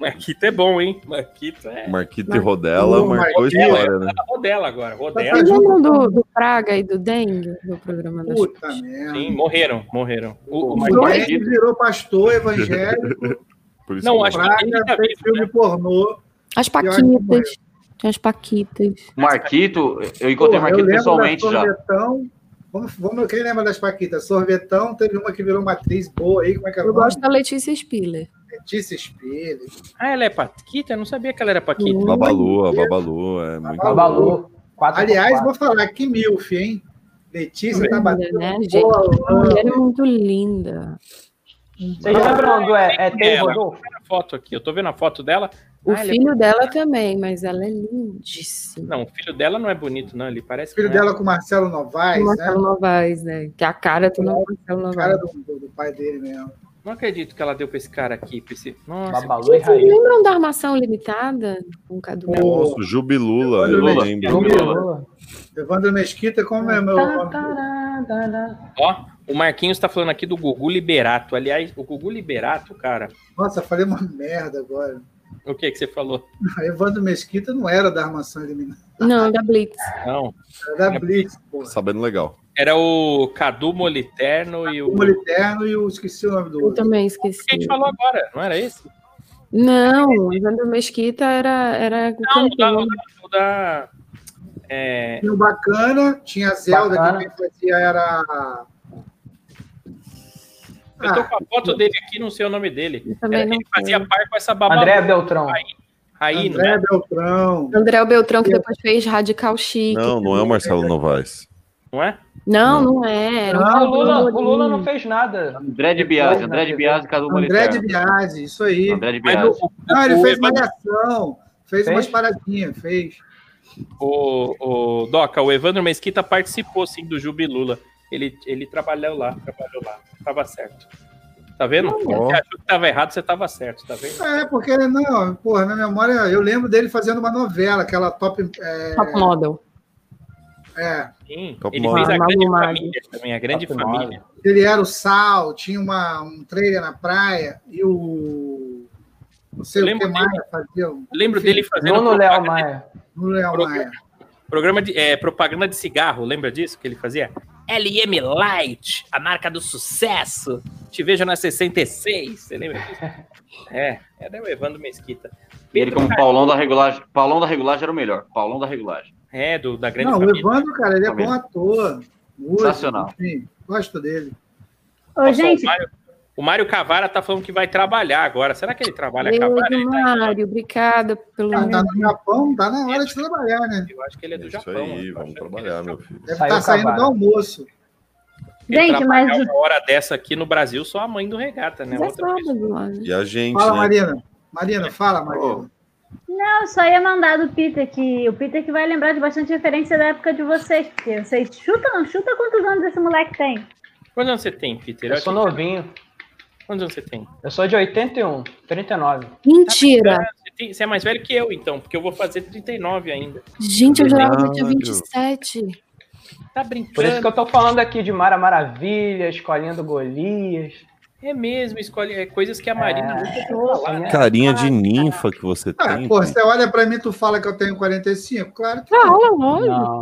S2: Marquito é bom, hein? Marquito é.
S7: Marquito e Rodela
S6: Ô,
S7: marcou
S6: Marquito.
S7: história, né?
S2: A rodela agora, rodela.
S4: Vocês lembram do, do Praga e do Dengue, do programa da
S6: Puta merda.
S2: Sim, morreram, morreram. O, o
S6: O
S2: Marquito-
S6: Doente virou pastor evangélico,
S7: Por isso
S2: Não,
S7: que-
S2: acho que ele
S6: Braga
S2: ainda
S6: fez
S2: vivo, né?
S6: filme pornô.
S4: As
S6: Pior que morreu.
S4: Paquitas. Tinha as Paquitas.
S8: Marquito, eu encontrei
S6: Porra,
S8: Marquito
S6: lembro da
S8: pessoalmente já.
S6: Sorvetão. Vamos, vamos, quem lembra das Paquitas? Sorvetão, teve uma que virou uma atriz boa aí, como é que é o
S4: Eu
S6: nome?
S4: gosto da Letícia Spiller.
S6: Letícia Espelho.
S2: Ah, ela é Paquita? Eu não sabia que ela era Paquita.
S4: Hum.
S7: Babalu, a Babalu, é muito bom.
S12: Babalu. Quatro
S6: Aliás,
S12: por
S6: vou falar, que milf, hein? Letícia tá batendo
S4: Né, gente? A
S6: bola.
S4: mulher é muito linda.
S12: quatro. Vocês lembram do é, é Tem
S2: Ela.
S12: Rodolfo?
S2: Olha a foto aqui, eu tô vendo a foto dela.
S4: O
S2: Ah, ele é
S4: filho dela também, mas ela é lindíssima.
S2: Não, o filho dela não é bonito, não. Ele parece
S6: O filho
S2: que não é.
S6: dela com o Marcelo Novaes, né?
S4: Marcelo Novaes, né? Que a cara do Marcelo
S6: O cara
S4: Novaes.
S6: do, do- do pai dele mesmo.
S2: Não acredito que ela deu pra esse cara aqui. Pra esse... Nossa,
S12: Babalu é e
S4: Vocês
S12: Raí.
S4: lembram da armação limitada? Um cadu
S7: Nossa, o Jubilula, eu
S6: É Lula.
S7: lembro.
S8: Lula.
S6: Evandro Mesquita, como é meu
S12: Tá,
S6: nome?
S12: tá, tá, tá, tá.
S2: ó, o Marquinhos tá falando aqui do Gugu Liberato. Aliás, o Gugu Liberato, cara.
S6: Nossa, falei uma merda agora.
S2: O que que você falou?
S6: Evandro Mesquita não era da armação eliminada,
S4: Não, da Blitz.
S2: Não.
S6: era da Blitz, porra.
S7: Sabendo legal.
S2: Era o Cadu Moliterno e
S6: O
S2: o.
S6: Moliterno e o esqueci o nome do
S4: Eu
S6: outro.
S4: também
S2: O que a
S4: esqueci.
S2: gente falou agora, não era esse?
S4: Não, o Evandro Mesquita era, era o
S2: Não, o da.
S4: cantor.
S2: o da- o da- é,
S6: Tinha o Bacana, tinha a Zelda,
S12: Bacana.
S6: que quem fazia era. a-
S2: eu tô
S6: Ah,
S2: com a foto dele aqui, não sei o nome dele.
S4: Eu também
S2: Era-
S4: não
S2: ele fazia par com essa babalu.
S12: André Beltrão.
S2: Aí, não é?
S6: André Beltrão.
S4: André Beltrão, que depois fez Radical Chique.
S7: Não, não é o Marcelo Novaes.
S2: Não é?
S4: Não, não é. Era um
S6: Não,
S12: O
S4: cantor
S12: Lula, o Lula
S4: ali.
S12: não fez nada.
S8: André de Biase, André de Biase, Cadu
S6: André de
S8: Moliterno.
S6: Biase, isso aí.
S8: André de
S2: Mas
S8: Biase.
S2: o- o-
S6: Ah, ele
S2: o
S6: fez
S2: Evandro-
S6: malhação, fez,
S12: Fez?
S6: umas paradinhas, fez.
S2: O, o Doca, o Evandro Mesquita participou sim do Jubilula. Ele, ele trabalhou lá, trabalhou lá. Tava certo. Tá vendo?
S7: Ó.
S2: Você achou que tava errado, você tava certo, tá vendo?
S6: É, porque, não, porra, na memória, eu lembro dele fazendo uma novela, aquela top. É,
S4: Top Model.
S6: é.
S2: Sim.
S7: Top
S2: ele
S7: model.
S2: fez a
S4: Ah,
S2: grande
S4: Malu
S2: família também, a grande
S12: Top
S2: família.
S6: ele era o Sal, tinha uma, um trailer na praia, e o. Não sei
S2: Lembro
S6: o que
S2: dele.
S6: Maia fazia. um-
S2: Eu lembro dele fazendo
S12: Nuno Léo
S2: propaganda,
S12: Maia.
S6: No Leão Maia.
S2: programa de, é, propaganda de cigarro, lembra disso que ele fazia? LM Light, a marca do sucesso. Te vejo na 66. Você lembra disso? é, era o Evandro Mesquita.
S8: Ele como Paulão da regulagem. Paulão da regulagem era o melhor. Paulão da regulagem.
S2: É, do, da grande
S6: Não, o
S2: família.
S6: Evandro, cara, ele é
S8: Família.
S6: bom ator. Músico,
S8: Sensacional.
S6: enfim, gosto dele.
S5: Ô,
S2: Nossa,
S5: gente,
S2: O Mário, o Mário Cavara tá falando que vai trabalhar agora. Será que ele trabalha
S4: Meu
S2: Cavara? Ele tá-
S4: Mário, obrigada pelo.
S6: Ah, tá no Japão, tá na hora de trabalhar, né?
S2: Eu acho que ele é do
S7: É isso
S2: Japão.
S7: aí,
S2: eu tô
S7: vamos
S2: achando
S7: trabalhar,
S2: que ele
S7: meu filho.
S6: Deve
S12: Saiu
S6: estar saindo
S12: cavalo.
S6: do almoço.
S2: é do Japão. Ele
S5: gente, mas
S2: trabalhar uma hora dessa aqui no Brasil, só a mãe do regata, né?
S4: Mas é
S2: Outra pessoa.
S4: sábado lá, né?
S7: E a gente,
S6: Fala,
S7: né?
S6: Marina. Marina, fala, Marina.
S5: não, só ia mandar do Peter que o Peter que vai lembrar de bastante referência da época de vocês, porque vocês chutam, chuta quantos anos esse moleque tem.
S2: Quantos anos você tem, Peter?
S12: Eu sou
S2: acho
S12: novinho.
S2: que- Quantos anos você tem?
S12: Eu sou de 81, 39.
S4: Mentira!
S2: Você tem- Você é mais velho que eu, então, porque eu vou fazer 39 ainda.
S4: Gente, eu jurava que eu tinha
S7: Caralho.
S4: 27.
S2: Tá
S12: Por isso
S2: brincando?
S12: que eu tô falando aqui de Mara Maravilha, Escolinha do Golias.
S2: É mesmo, escolhe é, coisas que a Marina nunca ouviu falar, né?
S7: Carinha de ninfa que você
S6: Ah,
S7: tem.
S6: pô, você olha pra mim, tu fala que eu tenho 45? Claro que
S4: não.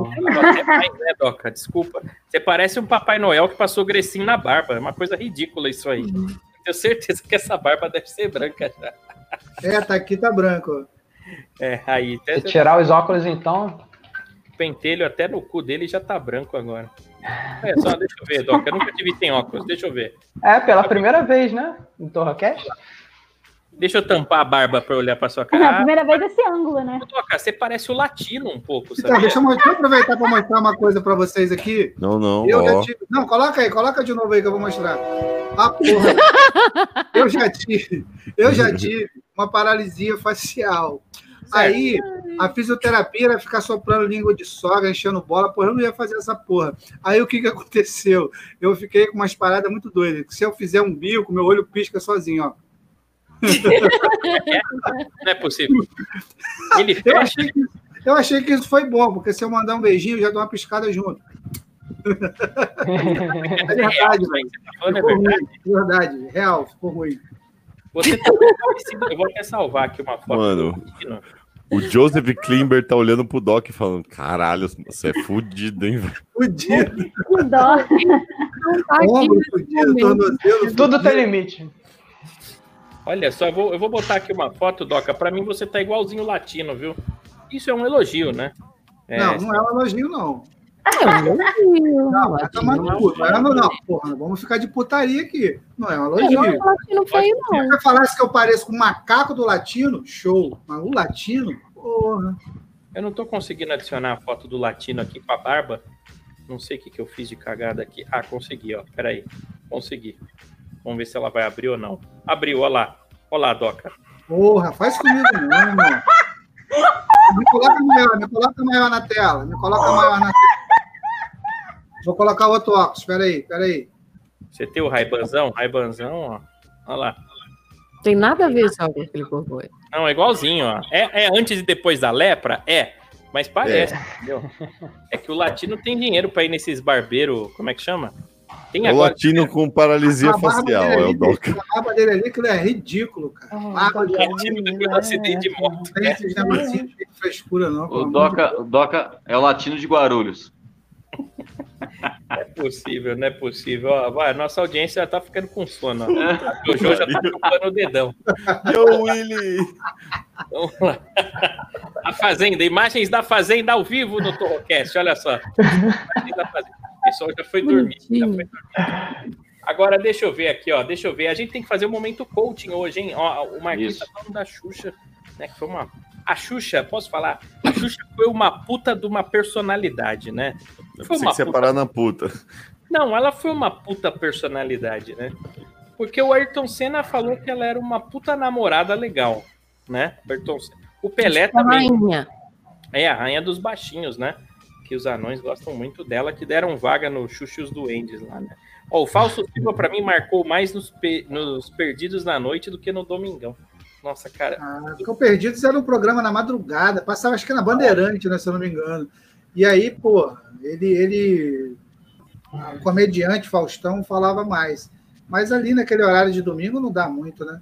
S2: Você é mais, né, Doca? Desculpa. Você parece um Papai Noel que passou grecinho na barba. É uma coisa ridícula isso aí.
S12: Uhum.
S2: Tenho certeza que essa barba deve ser branca já.
S6: É, tá aqui, tá branco.
S2: É, aí. Até
S11: Se tirar os óculos, então.
S2: pentelho até no cu dele já tá branco agora. É, só deixa eu ver, Doca. Eu nunca tive sem óculos. Deixa eu ver.
S11: É, pela primeira vez, né? No Torrocast?
S2: Deixa eu tampar a barba pra olhar
S12: [LAUGHS]
S2: pra sua
S5: É A
S2: cara. Ah,
S5: primeira vez esse ângulo, né?
S2: Doca, você parece o latino um pouco,
S6: Então,
S2: sabe?
S6: deixa eu, mostrar- deixa eu aproveitar pra mostrar uma coisa pra vocês aqui.
S7: Não, não.
S6: Eu já
S7: ó.
S6: tive. Não, coloca aí, coloca de novo aí que eu vou mostrar. Ah, porra. eu já tive. Eu já tive uma paralisia facial. Aí a fisioterapia era ficar soprando língua de sogra, enchendo bola, porra, eu não ia fazer essa porra. Aí o que que aconteceu? Eu fiquei com umas paradas muito doidas. que Se eu fizer um bico, meu olho pisca sozinho, ó.
S2: Não é possível. Ele
S6: Eu
S2: fecha.
S6: achei que, eu achei que isso foi bom, porque se eu mandar um beijinho, eu já dou uma piscada junto. [LAUGHS]
S2: É
S6: É verdade,
S2: velho. Você tá falando, é
S6: ficou
S2: verdade.
S6: ruim, verdade, real, ficou ruim.
S2: Você tá parecido- Eu vou até salvar aqui uma foto.
S7: Mano,
S2: Latino.
S7: o Joseph Klimber tá olhando pro Doc e falando: caralho, você é fudido, hein? velho?"
S6: Fudido,
S5: Que dó.
S4: tá
S6: ombro fudido, tornozelo.
S11: Tudo tem limite.
S2: Olha só, eu vou, eu vou botar aqui uma foto, Doca. Pra mim você tá igualzinho o latino, viu? Isso é um elogio, né? É,
S6: Não, não é um elogio, não.
S4: É,
S6: Não, vai tomar
S4: Latino
S6: no cu. Não, é- não, não, porra, vamos ficar de putaria aqui. Não é um elogio.
S4: não feio, não.
S6: Se eu falasse que eu pareço com o macaco do latino, show. Mas o latino, porra.
S2: Eu não tô conseguindo adicionar a foto do latino aqui com a barba. Não sei o que, que eu fiz de cagada aqui. Ah, consegui, ó. Peraí. Consegui. Vamos ver se ela vai abrir ou não. Abriu, ó lá. Ó lá, Doca.
S6: Porra, faz comigo não, irmão. Me coloca maior, me coloca maior na tela. Me coloca maior na tela. Vou colocar outro óculos, peraí, peraí.
S2: Você tem o raibanzão? Raibanzão, ó. Ó lá.
S4: Tem nada a ver isso com aquele corpo.
S2: Não, é igualzinho, ó. É, é antes e depois da lepra? É. Mas parece, entendeu? É que o latino tem dinheiro pra ir nesses barbeiros, como é que chama? Tem
S7: É o
S2: agora.
S7: latino com paralisia
S6: A barba
S7: facial,
S6: dele
S7: é o
S6: ali,
S7: Doc. [LAUGHS]
S6: A barba dele ali, que ele é ridículo, cara. Barba
S2: O
S6: de
S2: latino depois do acidente de moto.
S6: não tem esses negocinhos de frescura, não. pelo
S8: O
S6: amor
S8: Doca, o Doca é o latino de Guarulhos.
S2: Não é possível, não é possível. Ó, vai, nossa audiência já tá ficando com sono. [LAUGHS] ó. O Jojo já tá chupando o dedão.
S7: Yo, É Willy!
S2: Vamos lá. [LAUGHS] A Fazenda, imagens da Fazenda ao vivo no Torrocast, olha só. Imagens da Fazenda. O pessoal já foi dormir. já foi dormir. Agora, deixa eu ver aqui, ó. Deixa eu ver. A gente tem que fazer um momento coaching hoje, hein? Ó, o Marquinhos
S8: Isso.
S2: tá falando da Xuxa, né? Que foi uma. A Xuxa, posso falar? A Xuxa foi uma puta de uma personalidade, né?
S7: Eu
S2: Foi
S7: pensei
S2: uma
S7: que você ia parar na puta.
S2: Não, ela foi uma puta personalidade, né? Porque o Ayrton Senna falou que ela era uma puta namorada legal, né? O Ayrton Senna. O Pelé
S4: A
S2: também
S4: rainha.
S2: é a rainha dos baixinhos, né? Que os anões gostam muito dela, que deram vaga no Xuxa e os Duendes lá, né? Ó, o Falso Silva, pra mim, marcou mais nos, pe- nos Perdidos na Noite do que no Domingão. Nossa, cara.
S6: Ah, Ficou Perdidos era um programa na madrugada, passava acho que na Bandeirante, né, se eu não me engano. E aí, pô, ele, ele ah, o comediante Faustão falava mais. Mas ali naquele horário de domingo não dá muito, né?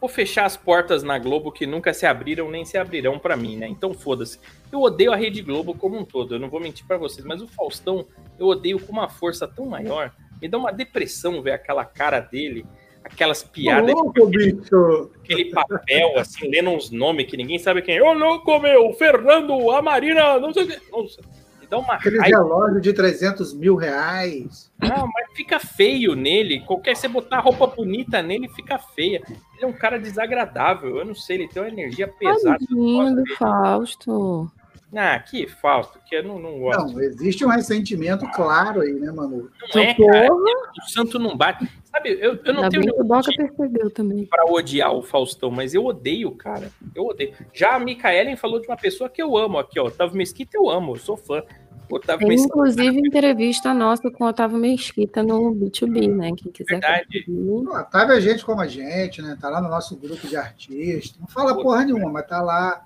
S2: Vou fechar as portas na Globo que nunca se abriram nem se abrirão pra mim, né? Então foda-se. Eu odeio a Rede Globo como um todo, eu não vou mentir pra vocês, mas o Faustão eu odeio com uma força tão maior. Me dá uma depressão ver aquela cara dele, aquelas piadas,
S6: Ô, louco, bicho!
S2: aquele papel, assim, lendo uns nomes que ninguém sabe quem é. Ô louco, meu! Fernando, a Marina, não sei o que. Nossa, me dá uma
S6: Aquele
S2: raiva.
S6: relógio de 300 mil reais.
S2: Não, mas fica feio nele. Qualquer você botar roupa bonita nele, fica feia. Ele é um cara desagradável, eu não sei, ele tem uma energia pesada. eu não gosto
S4: Tadinho do
S2: dele.
S4: Tá Fausto.
S2: Ah, que Fausto, que eu não, não gosto.
S6: Não, existe um ressentimento claro aí, né, Manu?
S2: Não, é, cara,
S4: Socorro.
S2: o santo não bate. Sabe, eu, eu não
S4: Ainda
S2: tenho
S4: bem que
S2: nenhum tipo
S4: o Doca
S2: motivo
S4: percebeu também.
S2: pra odiar o Faustão, mas eu odeio, cara. Eu odeio. Já a Micaelen falou de uma pessoa que eu amo aqui, ó. Otávio Mesquita, eu amo, eu sou fã. Otávio
S4: Tem,
S2: Mesquita,
S4: inclusive, entrevista nossa com o Otávio Mesquita no B2B, né? Quem quiser.
S2: Verdade.
S4: conferir.
S6: O Otávio é gente como a gente, né? Tá lá no nosso grupo de artistas. Não fala porra nenhuma, mas tá lá.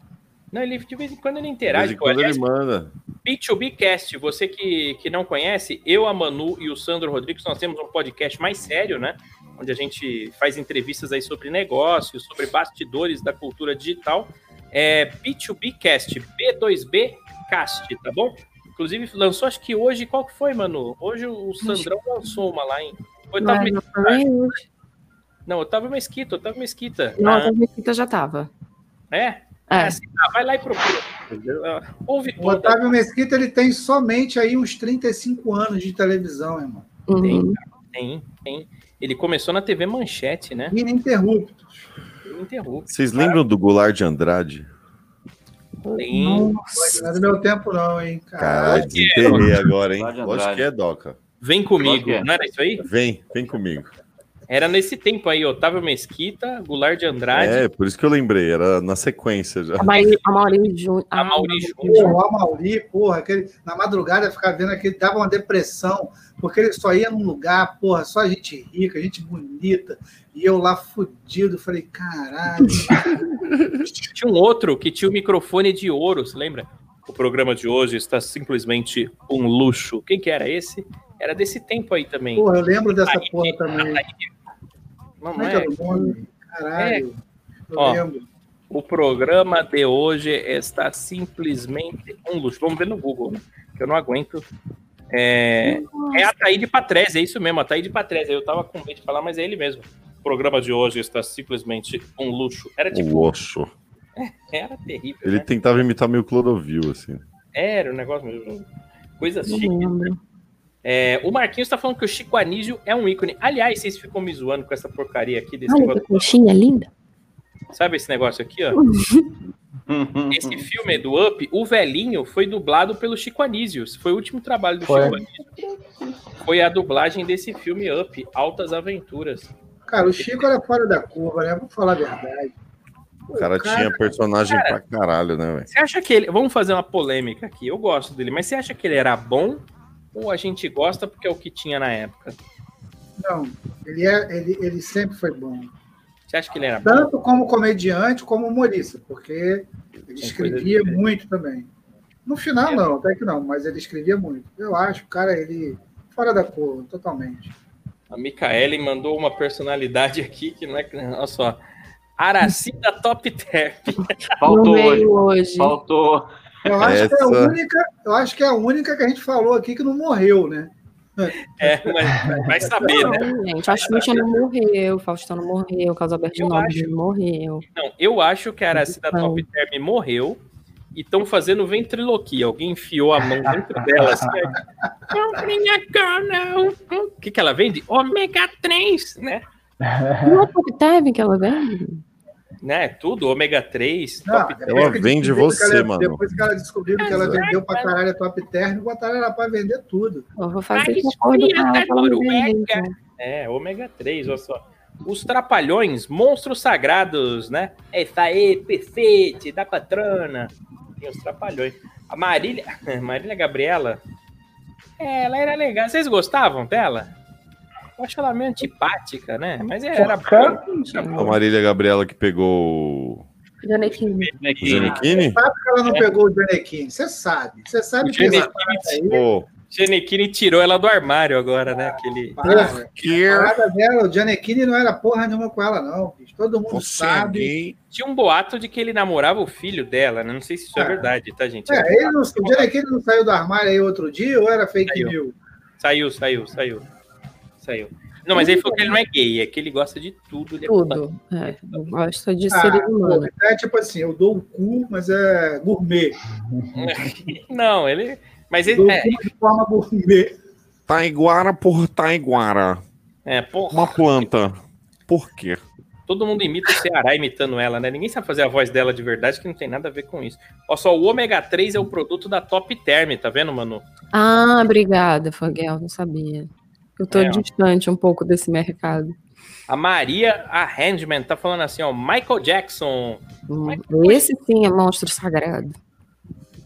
S2: não, ele de vez em quando ele
S7: De vez
S2: interage
S7: em
S2: com a
S7: quando
S2: gente.
S7: ele manda.
S2: B2B Cast, você que, que não conhece, eu, a Manu e o Sandro Rodrigues, nós temos um podcast mais sério, né? onde a gente faz entrevistas aí sobre negócios, sobre bastidores da cultura digital. É B2B Cast, B2B Cast, tá bom? Inclusive lançou, acho que hoje, qual que foi, mano? Hoje o Sandrão lançou uma lá em. Foi, tava
S4: Mas, é também hoje.
S2: não, Otávio Mesquita, Otávio Mesquita.
S4: Não,
S2: Ah,
S4: a Mesquita já tava.
S2: é?
S4: É.
S2: Ah, assim, ah, vai lá e procura. Ah, Ouve
S6: O
S2: tudo.
S6: Otávio Mesquita ele tem somente aí uns 35 anos de televisão, irmão.
S4: Uhum.
S2: Tem, cara, tem, tem. Ele começou na TV Manchete, né?
S6: Ininterrupto.
S2: Ele interrompe.
S7: Vocês lembram do Goulart de Andrade?
S2: Tem.
S6: Não é do meu tempo, não, hein?
S7: Caralho, desenterrei agora, hein? Lógico que é, Doca.
S2: Vem comigo, não era isso aí?
S7: Vem, vem comigo.
S2: Era nesse tempo aí, Otávio Mesquita, Goulart de Andrade,
S7: É, por isso que eu lembrei, era na sequência já.
S4: A Mauri, a Mauri Júnior.
S2: a Mauri Júnior.
S6: Porra, o Amauri, porra, aquele, na madrugada ficar vendo aquele, dava uma depressão, porque ele só ia num lugar, porra, só gente rica, gente bonita, e eu lá fudido, falei, caralho,
S2: Tinha um outro que tinha o microfone de ouro, se lembra? O programa de hoje está simplesmente um luxo. Quem que era esse? Era desse tempo aí também.
S6: porra, eu lembro dessa
S2: Aí,
S6: porra também.
S2: Não,
S6: Como
S2: não
S6: é que
S2: é?
S6: era o nome? Caralho, eu
S2: Ó.
S6: lembro.
S2: O programa de hoje está simplesmente um luxo. Vamos ver no Google, né? que eu não aguento. É, é a Thaíde Patrese, é isso mesmo, a Thaíde Patrese. Eu tava com medo de falar, mas é ele mesmo. O programa de hoje está simplesmente um luxo. Era tipo,
S7: Oxo.
S2: era terrível,
S7: Ele
S2: né?
S7: tentava imitar meio Clodovil, assim.
S2: Era um negócio mesmo. Coisa
S4: Não
S2: chique.
S4: lembro.
S2: É, o Marquinhos tá falando que o Chico Anísio é um ícone. Aliás, vocês ficam me zoando com essa porcaria aqui desse
S4: Olha que
S2: negócio.
S4: coxinha linda.
S2: Sabe esse negócio aqui, ó? Esse filme do Up, o velhinho foi dublado pelo Chico Anísio. Esse foi o último trabalho do
S9: Foi.
S2: Chico Anísio. Foi a dublagem desse filme Up, Altas Aventuras.
S6: Cara, o Chico era fora da curva, né? Vamos falar a verdade.
S7: O cara tinha personagem pra caralho, né, velho?
S2: Você acha que ele. Vamos fazer uma polêmica aqui. Eu gosto dele, mas você acha que ele era bom? Ou a gente gosta porque é o que tinha na época?
S6: Não, ele, é, ele, ele sempre foi bom.
S2: Você acha que ele era bom?
S6: Tanto como comediante, como humorista, porque ele escrevia muito também. No final, não, até que não, mas ele escrevia muito. Eu acho, cara, ele fora da curva, totalmente.
S2: A Micaele mandou uma personalidade aqui que não é. Olha só. Araci da Top Term.
S4: Não
S8: [LAUGHS] Faltou hoje.
S4: veio hoje.
S8: Faltou.
S6: Eu acho, que é a
S7: Essa-
S6: única, eu acho que é a única que a gente falou aqui que não morreu, né?
S2: É, mas vai saber, né?
S4: Não, gente, a Xuxa não morreu, o Faustão não morreu, o Casalberto de
S2: Eu
S4: Nobre
S2: acho.
S4: não morreu.
S2: Não, Então, eu acho que a Aracida
S4: Não.
S2: Top Term morreu e estão fazendo ventriloquia. Alguém enfiou a mão dentro dela. Assim, aí, Compre minha cola. hum, hum." O que, que ela vende? Ômega 3, né?
S4: Não é Top Term que ela vende?
S2: né? Tudo, ômega 3.
S6: Não,
S2: top-
S6: Ah, depois
S7: Ela
S6: que
S7: vende
S6: descobriram que
S7: você,
S6: ela- é-
S7: mano.
S6: Depois que ela descobriu que ela
S7: Mas
S6: vendeu pra caralho a Top Term, botaram ela pra vender tudo.
S4: Eu vou fazer
S2: Mas
S4: de acordo com
S2: fria
S4: ela,
S2: da
S4: que ela não vende,
S2: Noruega.
S4: né?
S2: É, ômega 3, olha só. Os trapalhões, monstros sagrados, né? É isso aí, perfeito, da patrona. Tem os trapalhões. A Marília, [LAUGHS] Marília Gabriela, é, ela era legal. Vocês gostavam dela? Eu acho ela meio antipática, né? Mas era boa.
S7: A Marília Gabriela que pegou
S4: né? Janequim.
S7: o
S6: Sabe
S7: Giannichini?
S6: que
S7: É.
S6: ela não pegou o Janequim? Você sabe. Você sabe
S2: O
S6: que essa
S2: Janequim-
S6: parada aí.
S7: Pô,
S2: Genequini tirou ela do armário agora, né? Aquele...
S6: Porra,
S7: é
S6: a parada dela, o Giannettini não era porra nenhuma com ela, não. bicho. Todo mundo
S7: você é
S6: sabe.
S7: gay.
S2: Tinha um boato de que ele namorava o filho dela, né? Não sei se isso é,
S6: É.
S2: verdade, tá, gente?
S6: É, ele não, o Giannettini não saiu do armário aí outro dia ou era fake
S2: Saiu.
S6: news?
S2: Saiu, saiu, saiu. Saiu. Não, mas ele falou que ele não é gay, é que ele gosta de tudo. ele é fã.
S4: Tudo. É, eu gosto de
S6: Ah,
S4: ser
S6: pô,
S4: humano.
S6: é tipo assim, eu dou o cu, mas é gourmet.
S2: Não, ele. Mas
S6: Dou
S2: ele.
S6: o
S2: É,
S6: cu de forma gourmet.
S7: Taiguara Tá por Taiguara.
S2: é, porra,
S7: Uma planta. Por quê?
S2: todo mundo imita o Ceará imitando ela, né? Ninguém sabe fazer a voz dela de verdade, que não tem nada a ver com isso. Ó, só o ômega 3 é o produto da Top Term, tá vendo, Manu?
S4: Ah, obrigada, Foguel, não sabia. Eu tô
S2: É, ó.
S4: distante um pouco desse mercado.
S2: A Maria, a Handman, tá falando assim, ó, Michael Jackson.
S4: Hum,
S2: Mas como
S4: Esse sim é monstro sagrado.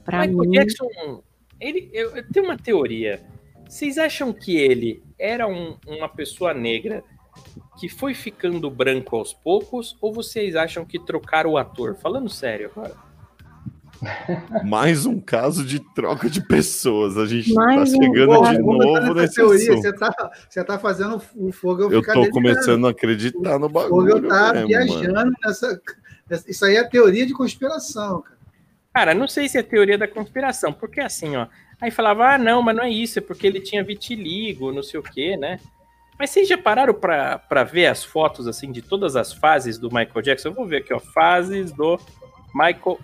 S4: Pra
S2: Michael
S4: mim,
S2: Jackson, ele, eu, eu tenho uma teoria. Vocês acham que ele era um- uma pessoa negra que foi ficando branco aos poucos? Ou vocês acham que trocaram o ator? Falando sério agora.
S7: Mais um caso de troca de pessoas. A gente
S6: Mais
S7: tá
S6: um-
S7: chegando
S6: Pô,
S7: de
S6: vamos botar
S7: novo
S6: nessa
S7: nesse
S6: teoria.
S7: assunto.
S6: Você tá, você tá fazendo o fogo.
S7: Eu tô começando a acreditar no
S6: O fogo
S7: bagulho.
S6: eu tá
S7: mesmo,
S6: viajando
S7: mano.
S6: nessa. Isso aí é teoria de conspiração, cara.
S2: Cara, não sei se é teoria da conspiração, porque assim, ó. Aí falava, ah, não, mas não é isso, é porque ele tinha vitiligo, não sei o quê, né? Mas vocês já pararam pra, pra ver as fotos, assim, de todas as fases do Michael Jackson? Eu vou ver aqui, ó. Fases do Michael.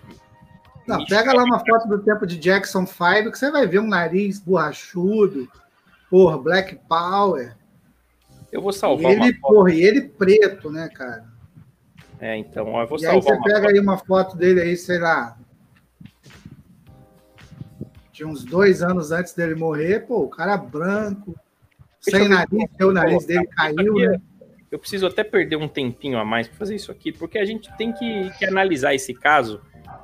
S6: Não, pega lá uma foto do tempo de Jackson 5 que você vai ver um nariz borrachudo, porra, Black Power.
S2: Eu vou
S6: E
S2: salvar
S6: ele,
S2: uma foto.
S6: porra, e ele preto, né, cara?
S2: É, então, ó, eu vou
S6: e aí
S2: salvar
S6: você
S2: uma
S6: pega
S2: foto.
S6: aí uma foto dele aí, sei lá. De uns dois anos antes dele morrer, pô, o cara branco,
S2: Deixa
S6: sem
S2: eu ver
S6: nariz,
S2: como
S6: porque o
S2: eu vou
S6: nariz dele
S2: colocar isso
S6: caiu,
S2: aqui. é
S6: né?
S2: Eu preciso até perder um tempinho a mais para fazer isso aqui, porque a gente tem que, que analisar esse caso.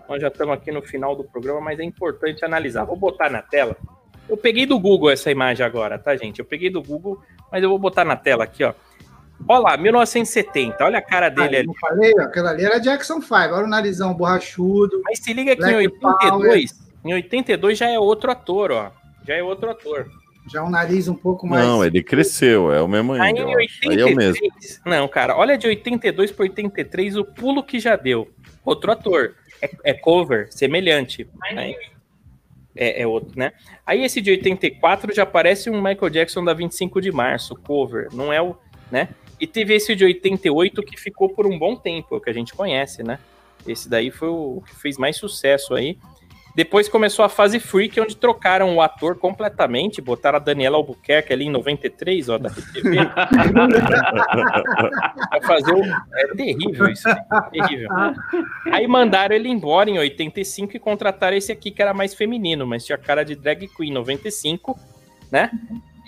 S2: Nós já estamos aqui no final do programa, mas é importante analisar. Vou botar na tela. Eu peguei do Google essa imagem agora, tá, gente? Eu peguei do Google, mas eu vou botar na tela aqui, ó. Olha lá, 1970, olha a cara dele ali.
S6: Eu falei, ó, aquela ali era Jackson 5, olha o narizão borrachudo.
S2: Mas se liga que em
S6: Black Power.
S2: 82, em 82 já é outro ator, ó. Já é outro ator.
S6: Já um nariz um pouco mais.
S7: Não, ele cresceu, é o mesmo
S2: Aí
S7: ainda.
S2: Tá em
S7: eu acho. Aí é o mesmo.
S2: 83. Não, cara, olha de 82 para 83 o pulo que já deu. Outro ator. É, é cover, semelhante. Aí- é, é outro, né? Aí esse de 84 já parece um Michael Jackson da 25 de março, cover. Não é o. né? E teve esse de 88 que ficou por um bom tempo, que a gente conhece, né? Esse daí foi o que fez mais sucesso aí. Depois começou a fase freak, onde trocaram o ator completamente, botaram a Daniela Albuquerque ali em 93, ó, da
S7: [LAUGHS]
S2: TV. pra fazer o... É terrível isso, é terrível. Aí mandaram ele embora em 85 e contrataram esse aqui que era mais feminino, mas tinha cara de drag queen, 95, né?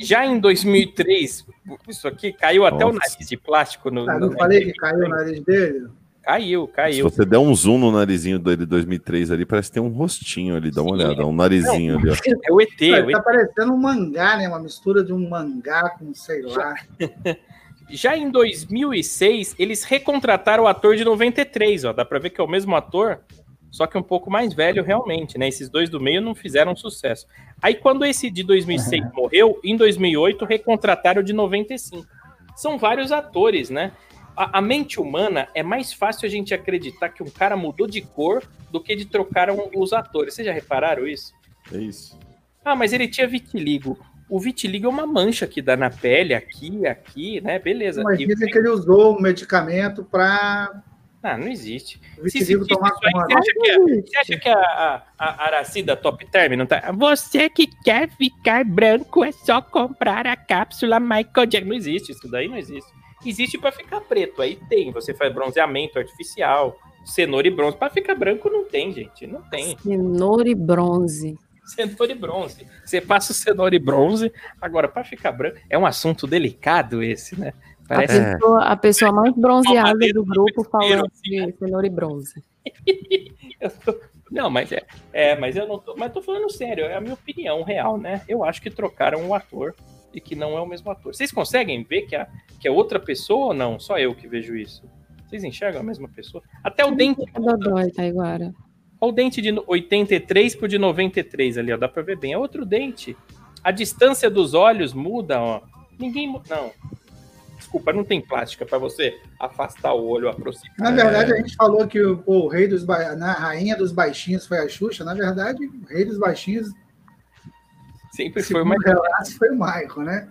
S2: Já em 2003, isso aqui caiu até o
S7: Nossa.
S2: nariz de plástico. No,
S6: Ah,
S2: no-
S6: não falei que caiu o nariz dele?
S2: Caiu,
S7: Se
S2: caiu.
S7: você der um zoom no narizinho dele 2003 ali, parece que tem um rostinho ali, dá uma olhada, um narizinho ali, ó.
S2: É o ET,
S6: Cara,
S2: o
S6: tá
S2: ET.
S6: parecendo um mangá, né? Uma mistura de um mangá com, sei lá.
S2: Já em 2006, eles recontrataram o ator de 93, ó. Dá pra ver que é o mesmo ator, só que um pouco mais velho realmente, né? Esses dois do meio não fizeram sucesso. Aí quando esse de 2006
S6: Uhum.
S2: morreu, em 2008 recontrataram o de 95. São vários atores, né? A, a mente humana é mais fácil a gente acreditar que um cara mudou de cor do que de trocaram os atores. Vocês já repararam isso?
S7: É isso.
S2: Ah, mas ele tinha vitiligo. O vitiligo é uma mancha que dá na pele, aqui, aqui, né? Beleza.
S6: Mas
S2: E-
S6: dizem que ele usou um medicamento para
S2: Ah, não existe. Se existe
S6: vitiligo
S2: isso
S6: tomar
S2: aí, você
S6: conta.
S2: acha que, a-
S4: é
S2: você acha que a, a, a Aracida Top Term não tá. Você que quer ficar branco é só comprar a cápsula Michael Jackson. Não existe, isso daí não existe. Existe pra ficar preto, aí tem. Você faz bronzeamento artificial, cenoura e bronze. Pra ficar branco não tem, gente. Não tem.
S4: Cenoura é e bronze.
S2: Cenoura e bronze. Você passa o cenoura e bronze. Agora, pra ficar branco, é um assunto delicado esse, né?
S4: A
S2: Parece
S4: pessoa, a pessoa mais bronzeada do grupo assim, falando de cenoura e é bronze.
S2: Eu tô- Não, mas é, é, mas eu não tô, mas tô falando sério, é a minha opinião real, né? Eu acho que trocaram o ator e que não é o mesmo ator. Vocês conseguem ver que, a, que é outra pessoa ou não? Só eu que vejo isso. Vocês enxergam a mesma pessoa? Até o dente,
S4: É Dodói, tá, Taiguara.
S2: ó, o dente de no- 83 pro de 93 ali, ó, dá para ver bem. É outro dente. A distância dos olhos muda, ó. Ninguém, mu- não. Desculpa, não tem plástica para você afastar o olho, aproximar.
S6: Na verdade, a gente falou que o, o rei dos ba... na rainha dos baixinhos foi a Xuxa. Na verdade, o rei dos baixinhos
S2: Sempre foi
S6: segundo
S2: uma
S6: relatos, foi o Michael, né?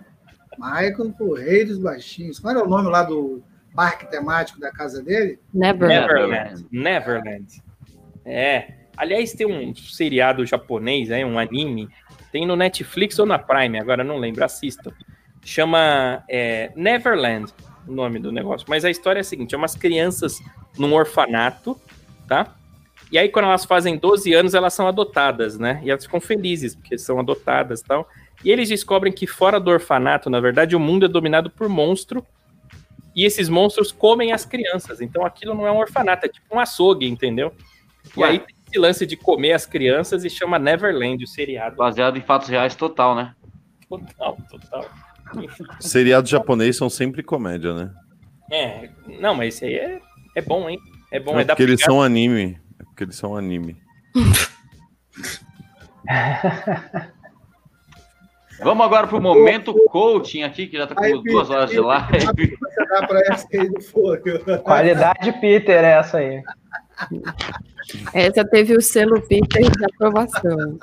S6: Michael, o rei dos baixinhos. Qual era o nome lá do parque temático da casa
S4: [LAUGHS]
S6: dele?
S4: Never.
S2: Neverland. Neverland. É. Aliás, tem um seriado japonês, aí, um anime, tem no Netflix ou na Prime, agora não lembro, assistam. Chama é, Neverland, o nome do negócio. Mas a história é a seguinte: é umas crianças num orfanato, tá? E aí, quando elas fazem 12 anos, elas são adotadas, né? E elas ficam felizes, porque são adotadas e tal. E eles descobrem que fora do orfanato, na verdade, o mundo é dominado por monstro e esses monstros comem as crianças. Então aquilo não é um orfanato, é tipo um açougue, entendeu? E aí tem esse lance de comer as crianças e chama Neverland, o seriado.
S8: Baseado em fatos reais total, né?
S2: Total, total.
S7: Seriados japonês são sempre comédia, né?
S2: É, não, mas esse aí é, é bom, hein? É bom,
S7: é
S2: é da
S7: porque eles
S2: pegada-
S7: são anime. É porque eles são anime.
S8: Vamos agora pro momento coaching aqui, que já tá com duas horas de live.
S6: Dá pra essa aí do fogo.
S2: Então.
S12: Qualidade Peter é essa aí.
S4: Essa teve o selo Peter de aprovação.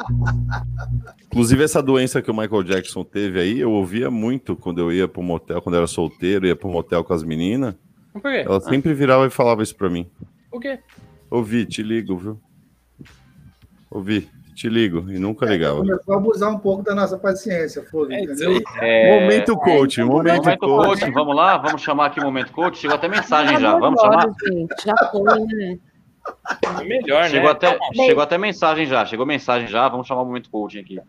S7: Inclusive, essa doença que o Michael Jackson teve aí, eu ouvia muito quando eu ia pro motel, quando eu era solteiro, ia pro motel com as meninas.
S2: Mas Por quê?
S7: Ela sempre virava e falava isso pra mim.
S2: Por quê?
S7: Ouvi, te ligo, viu? Ouvi, te ligo. E nunca ligava.
S6: Começou a abusar um pouco da nossa paciência, fogo, entendeu?
S8: [LAUGHS] É,
S7: Momento coach, momento,
S8: Momento
S7: coach.
S8: coaching, vamos lá, vamos chamar aqui o momento coach. Chegou até mensagem já, Tá, vamos chamar.
S4: Gente, já foi, né?
S2: É melhor,
S8: Chegou
S2: né?
S8: até,
S2: Então,
S8: chegou até mensagem já, chegou mensagem já, vamos chamar o momento coaching aqui.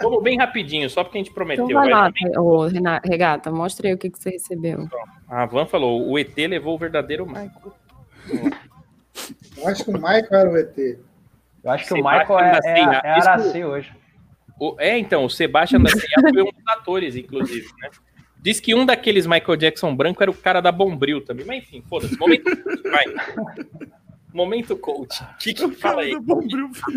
S2: Vamos bem rapidinho, só porque a gente prometeu.
S4: Então vai
S2: vai.
S4: lá, ô, Renata- Regata, mostra aí o que, que você recebeu.
S2: A Van falou: o ET levou o verdadeiro Michael.
S6: Eu acho que o Michael era o ET.
S12: Eu acho que o
S2: Sebastian
S12: Michael é,
S2: da
S12: é,
S2: Silva.
S12: é Araci hoje.
S2: O- é, então, o Sebastian da Ceia foi um dos atores, inclusive, né? Diz que um daqueles Michael Jackson branco era o cara da Bombril também. Mas enfim, foda-se. Momento coach, vai. Momento coach. O que que fala aí?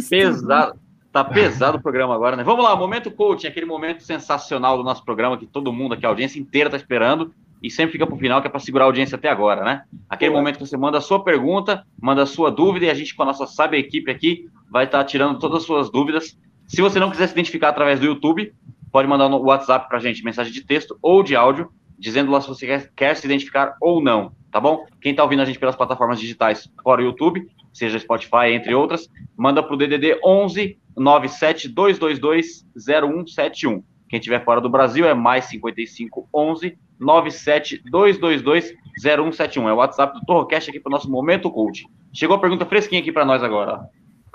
S8: Pesado. Tá pesado o programa agora, né? Vamos lá, momento coaching, aquele momento sensacional do nosso programa que todo mundo aqui, a audiência inteira tá esperando e sempre fica pro final, que é pra segurar a audiência até agora, né? Aquele momento que você manda a sua pergunta, manda a sua dúvida e a gente, com a nossa sábia equipe aqui, vai estar tirando todas as suas dúvidas. Se você não quiser se identificar através do YouTube, pode mandar no WhatsApp pra gente mensagem de texto ou de áudio, dizendo lá se você quer, quer se identificar ou não, tá bom? Quem tá ouvindo a gente pelas plataformas digitais fora o YouTube, seja Spotify, entre outras, manda pro DDD 11 97 222 0171. Quem tiver fora do Brasil é mais 55 11 97 222 0171. É o WhatsApp do Torrocast aqui pro nosso Momento Coach. Chegou a pergunta fresquinha aqui para nós agora. ó.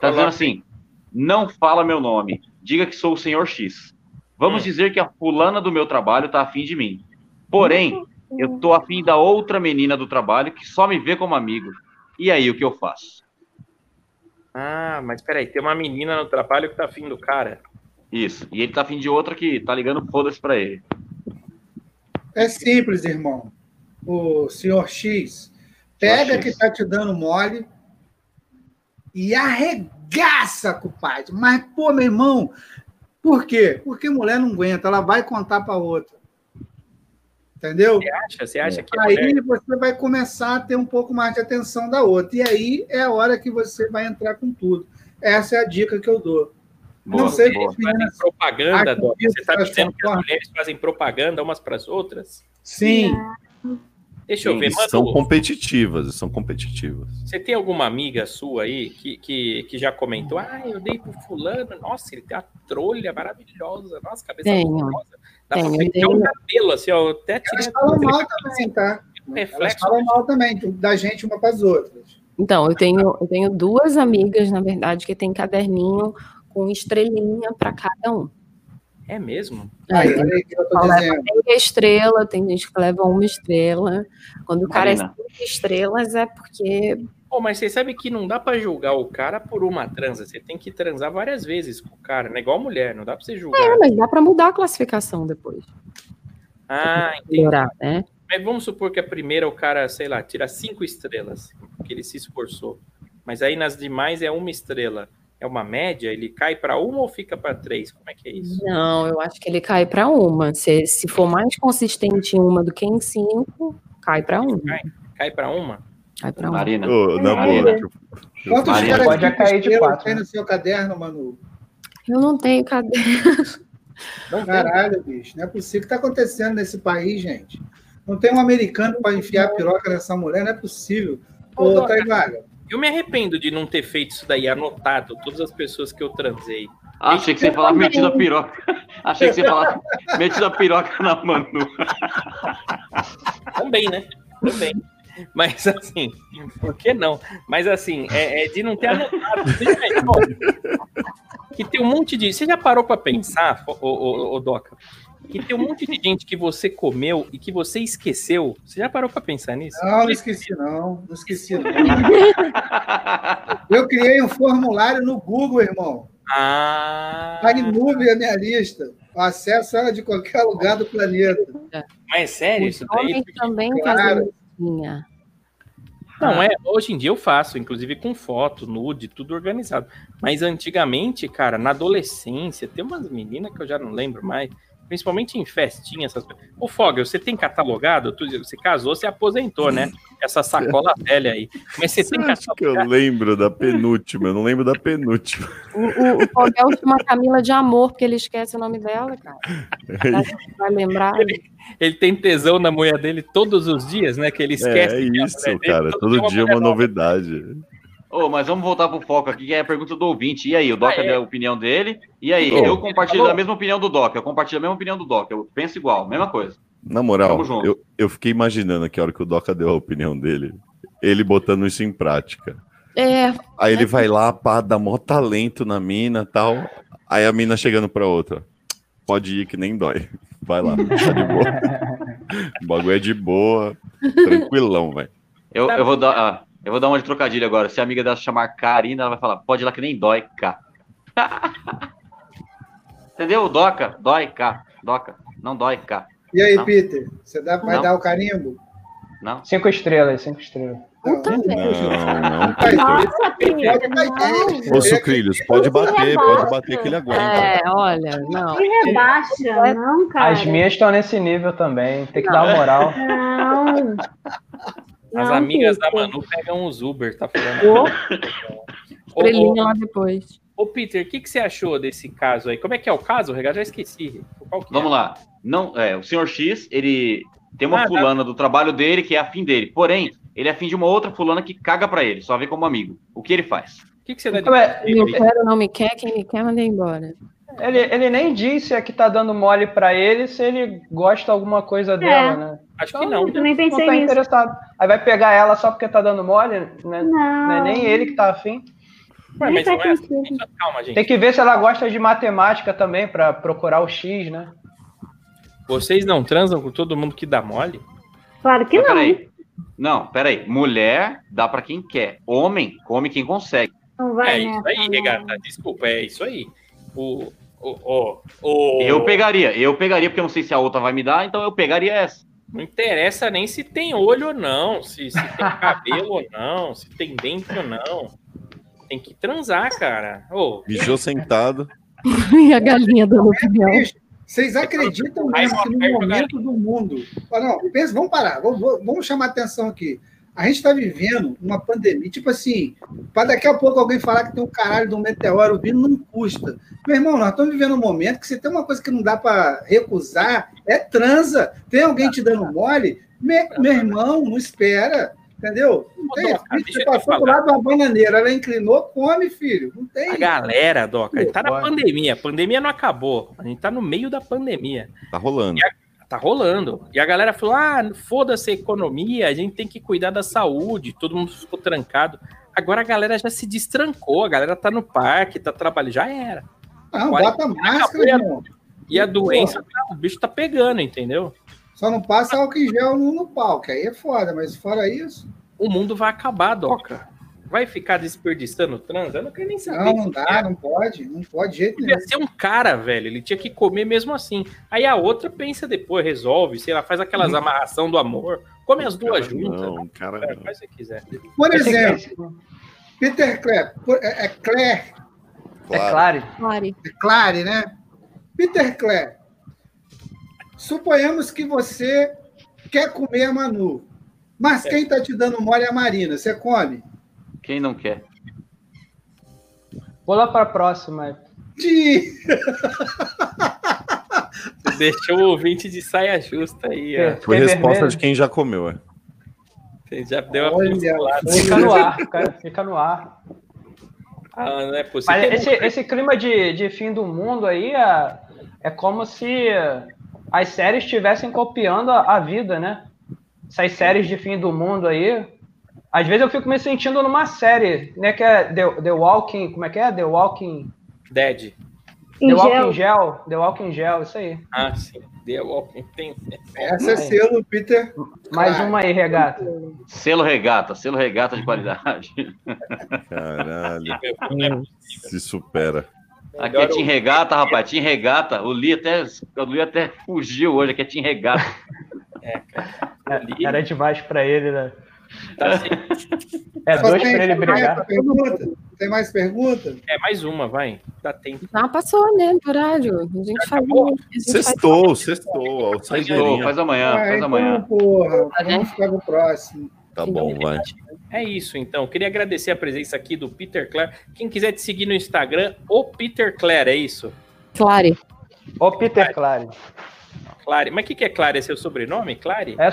S8: Tá dizendo assim: não fala meu nome, diga que sou o senhor X. Vamos dizer que a fulana do meu trabalho tá afim de mim. Porém, eu tô afim da outra menina do trabalho que só me vê como amigo. E aí, o que eu faço?
S2: Ah, mas peraí, tem uma menina no trabalho que tá afim do cara.
S8: Isso. E ele tá afim de outra que tá ligando foda-se pra ele.
S6: É simples, irmão. O senhor X pega
S8: Senhor X.
S6: que tá te dando mole e arregaça, compadre. Mas, pô, meu irmão, por quê? Porque mulher não aguenta, ela vai contar pra outra. Entendeu?
S2: Você acha? Você acha que é
S6: Aí
S2: mulher?
S6: você vai começar a ter um pouco mais de atenção da outra. E aí é a hora que você vai entrar com tudo. Essa é a dica que eu dou.
S8: Boa,
S6: não sei
S8: boa.
S6: que
S4: né?
S2: Fazem
S6: meninas-
S2: propaganda,
S6: Ah,
S2: Dora.
S6: isso,
S2: Você tá
S6: elas
S2: dizendo que as
S6: concordam.
S2: mulheres fazem propaganda umas pras outras?
S6: Sim.
S2: Deixa eu ver,
S7: Eles são
S2: mano.
S7: competitivas, são competitivas.
S2: Você tem alguma amiga sua aí que, que, que já comentou? Ah, eu dei pro fulano, nossa, ele tem uma trolha maravilhosa, nossa, cabeça
S4: Tenho.
S2: maravilhosa. Dá pra
S4: Tenho,
S2: pentear
S4: tenho.
S2: o cabelo, assim, ó, eu até
S6: Elas
S2: tirei
S6: falam mal também, tá?
S2: um
S6: Elas
S2: reflexo.
S6: falam mal também, tu- da gente uma para as outras.
S4: Então, eu tenho, eu tenho duas amigas, na verdade, que tem caderninho com estrelinha para cada um.
S2: É mesmo?
S6: Aí,
S4: tem
S6: olha aí o que eu tô
S4: Qual é?
S6: dizendo.
S8: né?
S4: meia estrela, tem gente que leva uma estrela. Quando o cara
S8: Marina.
S4: é cinco estrelas, é porque.
S2: Pô, mas você sabe que não dá pra julgar o cara por uma transa, você tem que transar várias vezes com o cara, né? Igual mulher, não dá pra você
S4: É,
S2: julgar.
S4: mas dá para mudar a classificação depois.
S2: Ah, entendi.
S4: Melhorar, né?
S2: Mas vamos supor que a primeira o cara, sei lá, tira cinco estrelas, porque ele se esforçou. Mas aí nas demais é uma estrela. É uma média? Ele cai pra uma ou fica pra três? Como é que é isso?
S4: Não, eu acho que ele cai para uma. Se, se for mais consistente em uma do que em cinco, cai para uma.
S2: Cai pra uma?
S4: Cai para uma.
S8: Marina.
S7: Ô, na
S8: Marina.
S7: boa, tipo,
S6: Quantos
S8: Marina,
S6: caras
S12: pode
S6: cinco
S12: cair de
S6: estrelas
S12: quatro,
S6: tem
S12: né?
S6: no seu caderno, Manu?
S4: Eu não tenho caderno.
S2: Não tem.
S6: Caralho, bicho, não é possível. O que está acontecendo nesse país, gente? Não tem um americano para enfiar a piroca nessa mulher, não é possível.
S2: Ô,
S6: Ô,
S2: Dora.
S6: Taiguara,
S2: Eu me arrependo de não ter feito isso daí, anotado todas as pessoas que eu transei.
S8: Achei que você ia falar metido a piroca. [LAUGHS] Achei que você ia falar metido a piroca na Manu. [LAUGHS]
S2: Também, né? Também. Mas assim, por que não? Mas assim, é, é de não ter anotado. Simplesmente, bom, que tem um monte de. Você já parou pra pensar, ô, ô, ô, ô, Doca? Que tem um monte de gente que você comeu e que você esqueceu. Você já parou pra pensar nisso?
S6: não, não esqueci não, não esqueci não. Eu criei um formulário no Google, irmão.
S2: Ah.
S6: Magnube é a minha lista. Acesso ela de qualquer lugar do planeta.
S2: Mas é sério isso
S4: Os homens
S2: daí?
S4: também
S6: Claro.
S4: fazem listinha.
S2: Não,
S7: Ah.
S2: é, hoje em dia eu faço, inclusive com foto, nude, tudo organizado. Mas antigamente, cara, na adolescência, tem umas meninas que eu já não lembro mais, principalmente em festinha, essas coisas. Ô, Fogel, você tem catalogado? Tu, você casou, você aposentou,
S7: [LAUGHS]
S2: né? Essa sacola velha aí. Mas você tem
S7: Acho que eu lembro da penúltima, eu não lembro da penúltima.
S4: O, o, o Fogel chama Camila de amor, porque ele esquece o nome dela, cara. Vai lembrar.
S2: Ele tem tesão na mulher dele todos os dias, né? Que ele esquece.
S7: É, é
S2: que a
S7: isso,
S2: mulher dele
S7: cara. Todo dia é uma novidade.
S8: Ô, mas vamos voltar pro foco aqui, que é a pergunta do ouvinte. E aí, o Doca
S2: Ah, é?
S8: deu a opinião dele. E aí,
S7: Ô.
S8: eu compartilho
S2: Alô?
S8: a mesma opinião do Doca. Eu compartilho a mesma opinião do Doca. Eu penso igual, mesma coisa.
S7: Na moral,
S8: Tamo junto.
S7: eu, eu fiquei imaginando aqui a hora que o Doca deu a opinião dele, ele botando isso em prática.
S4: É,
S7: Aí ele vai lá, pá, dá mó talento na mina tal. Aí a mina chegando pra outra. Pode ir que nem dói. Vai lá, [LAUGHS] tá de boa. O bagulho é de boa, tranquilão, velho.
S8: Eu,
S2: Tá
S8: eu, vou dar, ah, eu vou dar uma de trocadilho agora. Se a amiga dela chamar Karina, ela vai falar, pode ir lá que nem dói, cá. [LAUGHS] Entendeu? Doca, dói, cá. Doca, não dói, cá.
S6: E aí,
S8: Não.
S6: Peter? Você dá, vai
S8: Não.
S6: dar o carimbo?
S8: Não.
S12: Cinco estrelas, cinco estrelas.
S4: puta merda.
S7: Não, não. Peter.
S5: Nossa, Pinheiro, não.
S7: Ô, Sucrilhos, pode bater, pode bater que ele aguenta.
S4: É, olha, não.
S5: Me rebaixa, não, cara.
S12: As minhas estão nesse nível também. Tem que dar uma moral.
S5: Não.
S2: As
S5: Não,
S2: amigas da
S5: Peter.
S2: Manu pegam os Uber, tá falando. tá
S5: Ô.
S2: Ô, ô,
S4: Estrelinha lá depois.
S2: ô, Peter, o que, que você achou desse caso aí? Como é que é o caso, Regal? Já esqueci. Qual que é?
S8: Vamos lá. Não, é, o senhor X, ele tem uma
S2: Ah, tá.
S8: fulana do trabalho dele que é afim dele. Porém, ele é afim de uma outra fulana que caga pra ele, só vê como amigo. O que ele faz?
S2: O que, que você dá de
S12: Ué,
S2: conselho
S4: Meu
S2: aí?
S4: quero não me quer, quem me quer manda embora.
S12: Ele, ele nem disse é que tá dando mole pra ele se ele gosta alguma coisa dela, né?
S2: Acho que não.
S5: Eu também
S12: Não
S5: pensei
S12: tá
S5: nisso.
S12: interessado. Aí vai pegar ela só porque tá dando mole, né?
S5: Não.
S12: Não é nem ele que tá afim.
S2: Ué,
S5: Nem tá
S2: mas não
S5: faz
S2: é assim.
S5: sentido.
S2: Calma, gente.
S12: Tem que ver se ela gosta de matemática também pra procurar o X, né?
S2: Vocês não transam com todo mundo que dá mole?
S5: Claro que
S8: Mas
S5: não.
S8: peraí. Não, peraí. Mulher dá pra quem quer. Homem come quem consegue.
S5: Não vai,
S2: é
S5: né?
S2: isso aí, regata. Desculpa, é isso aí. O. O. o, o-
S8: Eu pegaria, eu pegaria, porque eu não sei se a outra vai me dar, então eu pegaria essa.
S2: Não interessa nem se tem olho ou não, se,
S5: [LAUGHS]
S2: se tem cabelo ou não, se tem dente ou não. Tem que transar, cara. Ô,
S7: Mijou sentado.
S4: [LAUGHS] E a galinha dando opinião.
S6: Vocês- Vocês acreditam mesmo que no momento do mundo. Ó, Não, pensa, vamos parar, vamos, vamos- vamos chamar a atenção aqui. A gente está vivendo uma pandemia, tipo assim, para daqui a pouco alguém falar que tem um caralho de um meteoro vindo, não custa. Meu irmão, nós estamos vivendo um momento que se tem uma coisa que não dá para recusar, é transa. Tem alguém te dando mole, me- meu irmão, não espera. Entendeu? Não tem.
S2: Doca,
S6: filho,
S2: deixa
S6: Você
S2: eu te
S6: passou do
S2: falar. Ah,
S6: lado da bananeira, ela inclinou, come, filho. Não tem.
S2: a galera, Doca, tá na
S12: Pode.
S2: pandemia. A pandemia não acabou. A gente tá no meio da pandemia.
S7: Tá rolando.
S2: Tá rolando. E a galera falou: ah, foda-se a economia, a gente tem que cuidar da saúde, todo mundo ficou trancado. Agora a galera já se destrancou, a galera tá no parque, tá trabalhando, já era.
S6: Não,
S2: Agora-
S6: bota máscara, irmão.
S2: E a doença, tá- o bicho tá pegando, entendeu?
S6: Só não passa álcool em gel no, no pau, que aí é foda, mas fora isso,
S2: O mundo vai acabar, Doca. Vai ficar desperdiçando transa? Eu não quero nem saber. é
S6: não, não dá, não pode, não pode de jeito nenhum.
S2: Devia ser um cara, velho. Ele tinha que comer mesmo assim. Aí a outra pensa depois, resolve, sei lá, faz aquelas amarração do amor. Come as duas juntas.
S7: Não, cara.
S2: É,
S7: não.
S2: faz o que quiser.
S6: Por
S12: Eu sei
S6: exemplo,
S12: que
S6: Peter Clare, por- é, é Clare,
S12: É
S7: Claro.
S12: claro.
S4: Clare.
S6: é Clare, né? Peter Clare, suponhamos que você quer comer a Manu, mas quem tá te dando mole é a Marina, você come?
S8: Quem não quer?
S12: Vou lá pra próxima.
S6: De...
S2: Deixou o ouvinte de saia justa aí, ó.
S7: Foi
S12: Fiquei
S7: resposta
S12: vermelho.
S7: de quem já comeu, é.
S2: Você já deu uma
S6: Olha,
S2: pincelada.
S12: Fica no ar, cara. Fica no ar.
S2: Ah, não é possível.
S12: Mas
S2: Tem
S12: esse, esse clima de, de fim do mundo aí é, é como se as séries estivessem copiando a, a vida, né? Essas séries de fim do mundo aí. Às vezes eu fico me sentindo numa série, né? Que é The, The Walking. Como é que é? The Walking.
S2: um Dead.
S12: The
S5: Em
S12: Walking
S5: gel.
S12: Gel. The Walking Gel, isso aí.
S2: Ah, sim. The Walking tem.
S6: Essa é selo, Peter.
S12: Mais um,
S6: Claro.
S12: uma aí, regata.
S8: Selo regata, selo regata de qualidade.
S7: Caralho,
S2: Não é possível.
S7: se supera.
S8: Aqui é Team Regata, rapaz, Team Regata. O Li até, o Li até fugiu hoje, aqui é Team Regata.
S12: Era demais pra ele, né?
S2: Tá, É
S6: Ah, Só
S2: dois
S6: tem-
S2: pra ele
S6: tem
S2: brigar.
S6: mais pergunta? Tem mais pergunta?
S2: É, mais uma, vai. Dá tempo.
S4: Ah, passou, né? Do horário. A gente falou. a gente faz-
S7: Sextou, sextou. ó, saideirinha.
S8: É, faz amanhã,
S6: Ah, então, porra, vamos ficar no próximo.
S7: Tá bom, vai.
S2: É isso, então. Queria agradecer a presença aqui do Peter Clare. Quem quiser te seguir no Instagram, o Peter Clare, é isso?
S4: Clare.
S11: Ô, Peter Clare.
S2: Clare. Mas o que, que é Clare? É seu sobrenome, Clare?
S11: É,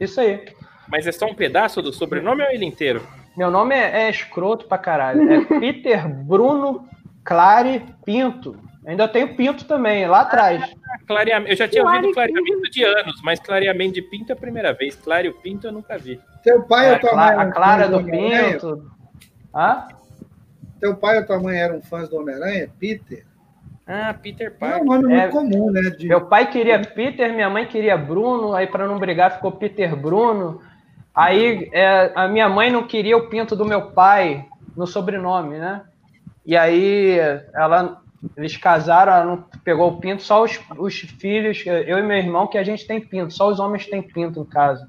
S11: isso aí.
S2: Mas é só um pedaço do sobrenome ou é ele inteiro?
S11: Meu nome é, é escroto pra caralho.
S5: [LAUGHS]
S11: É Peter Bruno Clare Pinto. Ainda tenho Pinto também, lá atrás.
S2: Clareamento. Ah, Eu já tinha
S11: Clare-
S2: ouvido clareamento de anos, mas clareamento de pinto é a primeira vez. Clare o pinto eu nunca vi.
S6: Teu
S8: É,
S6: pai
S11: Clara-
S6: ou tua mãe?
S11: a
S6: eram
S11: Clara
S6: fãs
S11: do
S6: Homem-Aranha?
S11: Pinto. Hã?
S6: Teu pai ou tua mãe eram fãs do Homem-Aranha? Peter?
S2: Ah, Peter
S6: É
S2: Parker.
S6: um nome
S11: É.
S6: muito comum, né? de-
S11: Meu pai queria Peter, minha mãe queria Bruno, aí pra não brigar ficou Peter Bruno. Aí é, a minha mãe não queria o pinto do meu pai no sobrenome, né? E aí ela, eles casaram, ela não pegou o pinto, só os, os filhos, eu e meu irmão, que a gente tem pinto, só os homens têm pinto em casa.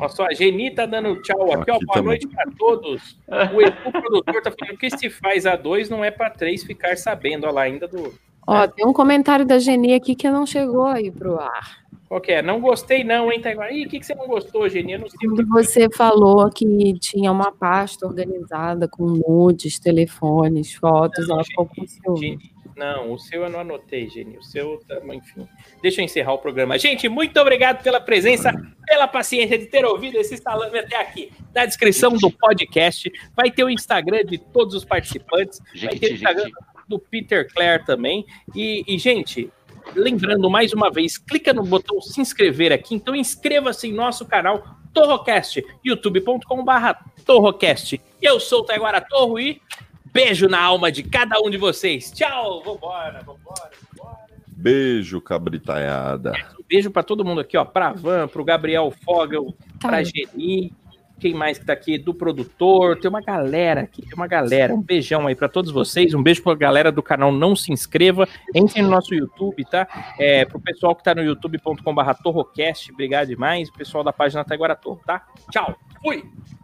S2: Olha só, a Geni tá dando tchau aqui, ó.
S7: Aqui
S2: Boa
S7: também.
S2: noite pra todos. O Edu produtor tá falando que se faz a dois não é pra três ficar sabendo. Olha lá, ainda do.
S4: Ó, tem um comentário da Geni aqui que não chegou aí pro ar.
S2: Qual que é? Não gostei, não, hein, Taiguara? Ih, o que, que você não gostou, Geni? Eu não sei o
S4: Quando
S2: que.
S4: você falou que tinha uma pasta organizada com nudes, telefones, fotos, ela ficou com ciúme.
S2: Não, o seu eu não anotei, Geni. O seu, tá- enfim. Deixa eu encerrar o programa. Gente, muito obrigado pela presença, pela paciência de ter ouvido esse salame até aqui. Na descrição do podcast vai ter o Instagram de todos os participantes. Vai ter o
S8: Jequiti,
S2: Instagram
S8: Jequiti.
S2: do Peter Clare também. E, e, gente, lembrando mais uma vez, clica no botão se inscrever aqui. Então inscreva-se em nosso canal Torrocast, youtube.com.br Torrocast. Eu sou o Taiguara Torro e beijo na alma de cada um de vocês. Tchau, vambora, vambora.
S7: Beijo, cabritaiada.
S2: Um beijo pra todo mundo aqui, ó, pra Van, pro Gabriel Fogel,
S4: Tá
S2: pra Geni, quem mais que tá aqui do produtor, tem uma galera aqui, tem uma galera. Um beijão aí pra todos vocês, um beijo pra galera do canal Não Se Inscreva, entrem no nosso YouTube, tá? É, pro pessoal que tá no youtube.com/torrocast, obrigado demais, o pessoal da página Taiguara Torro, tá? Tchau. Fui.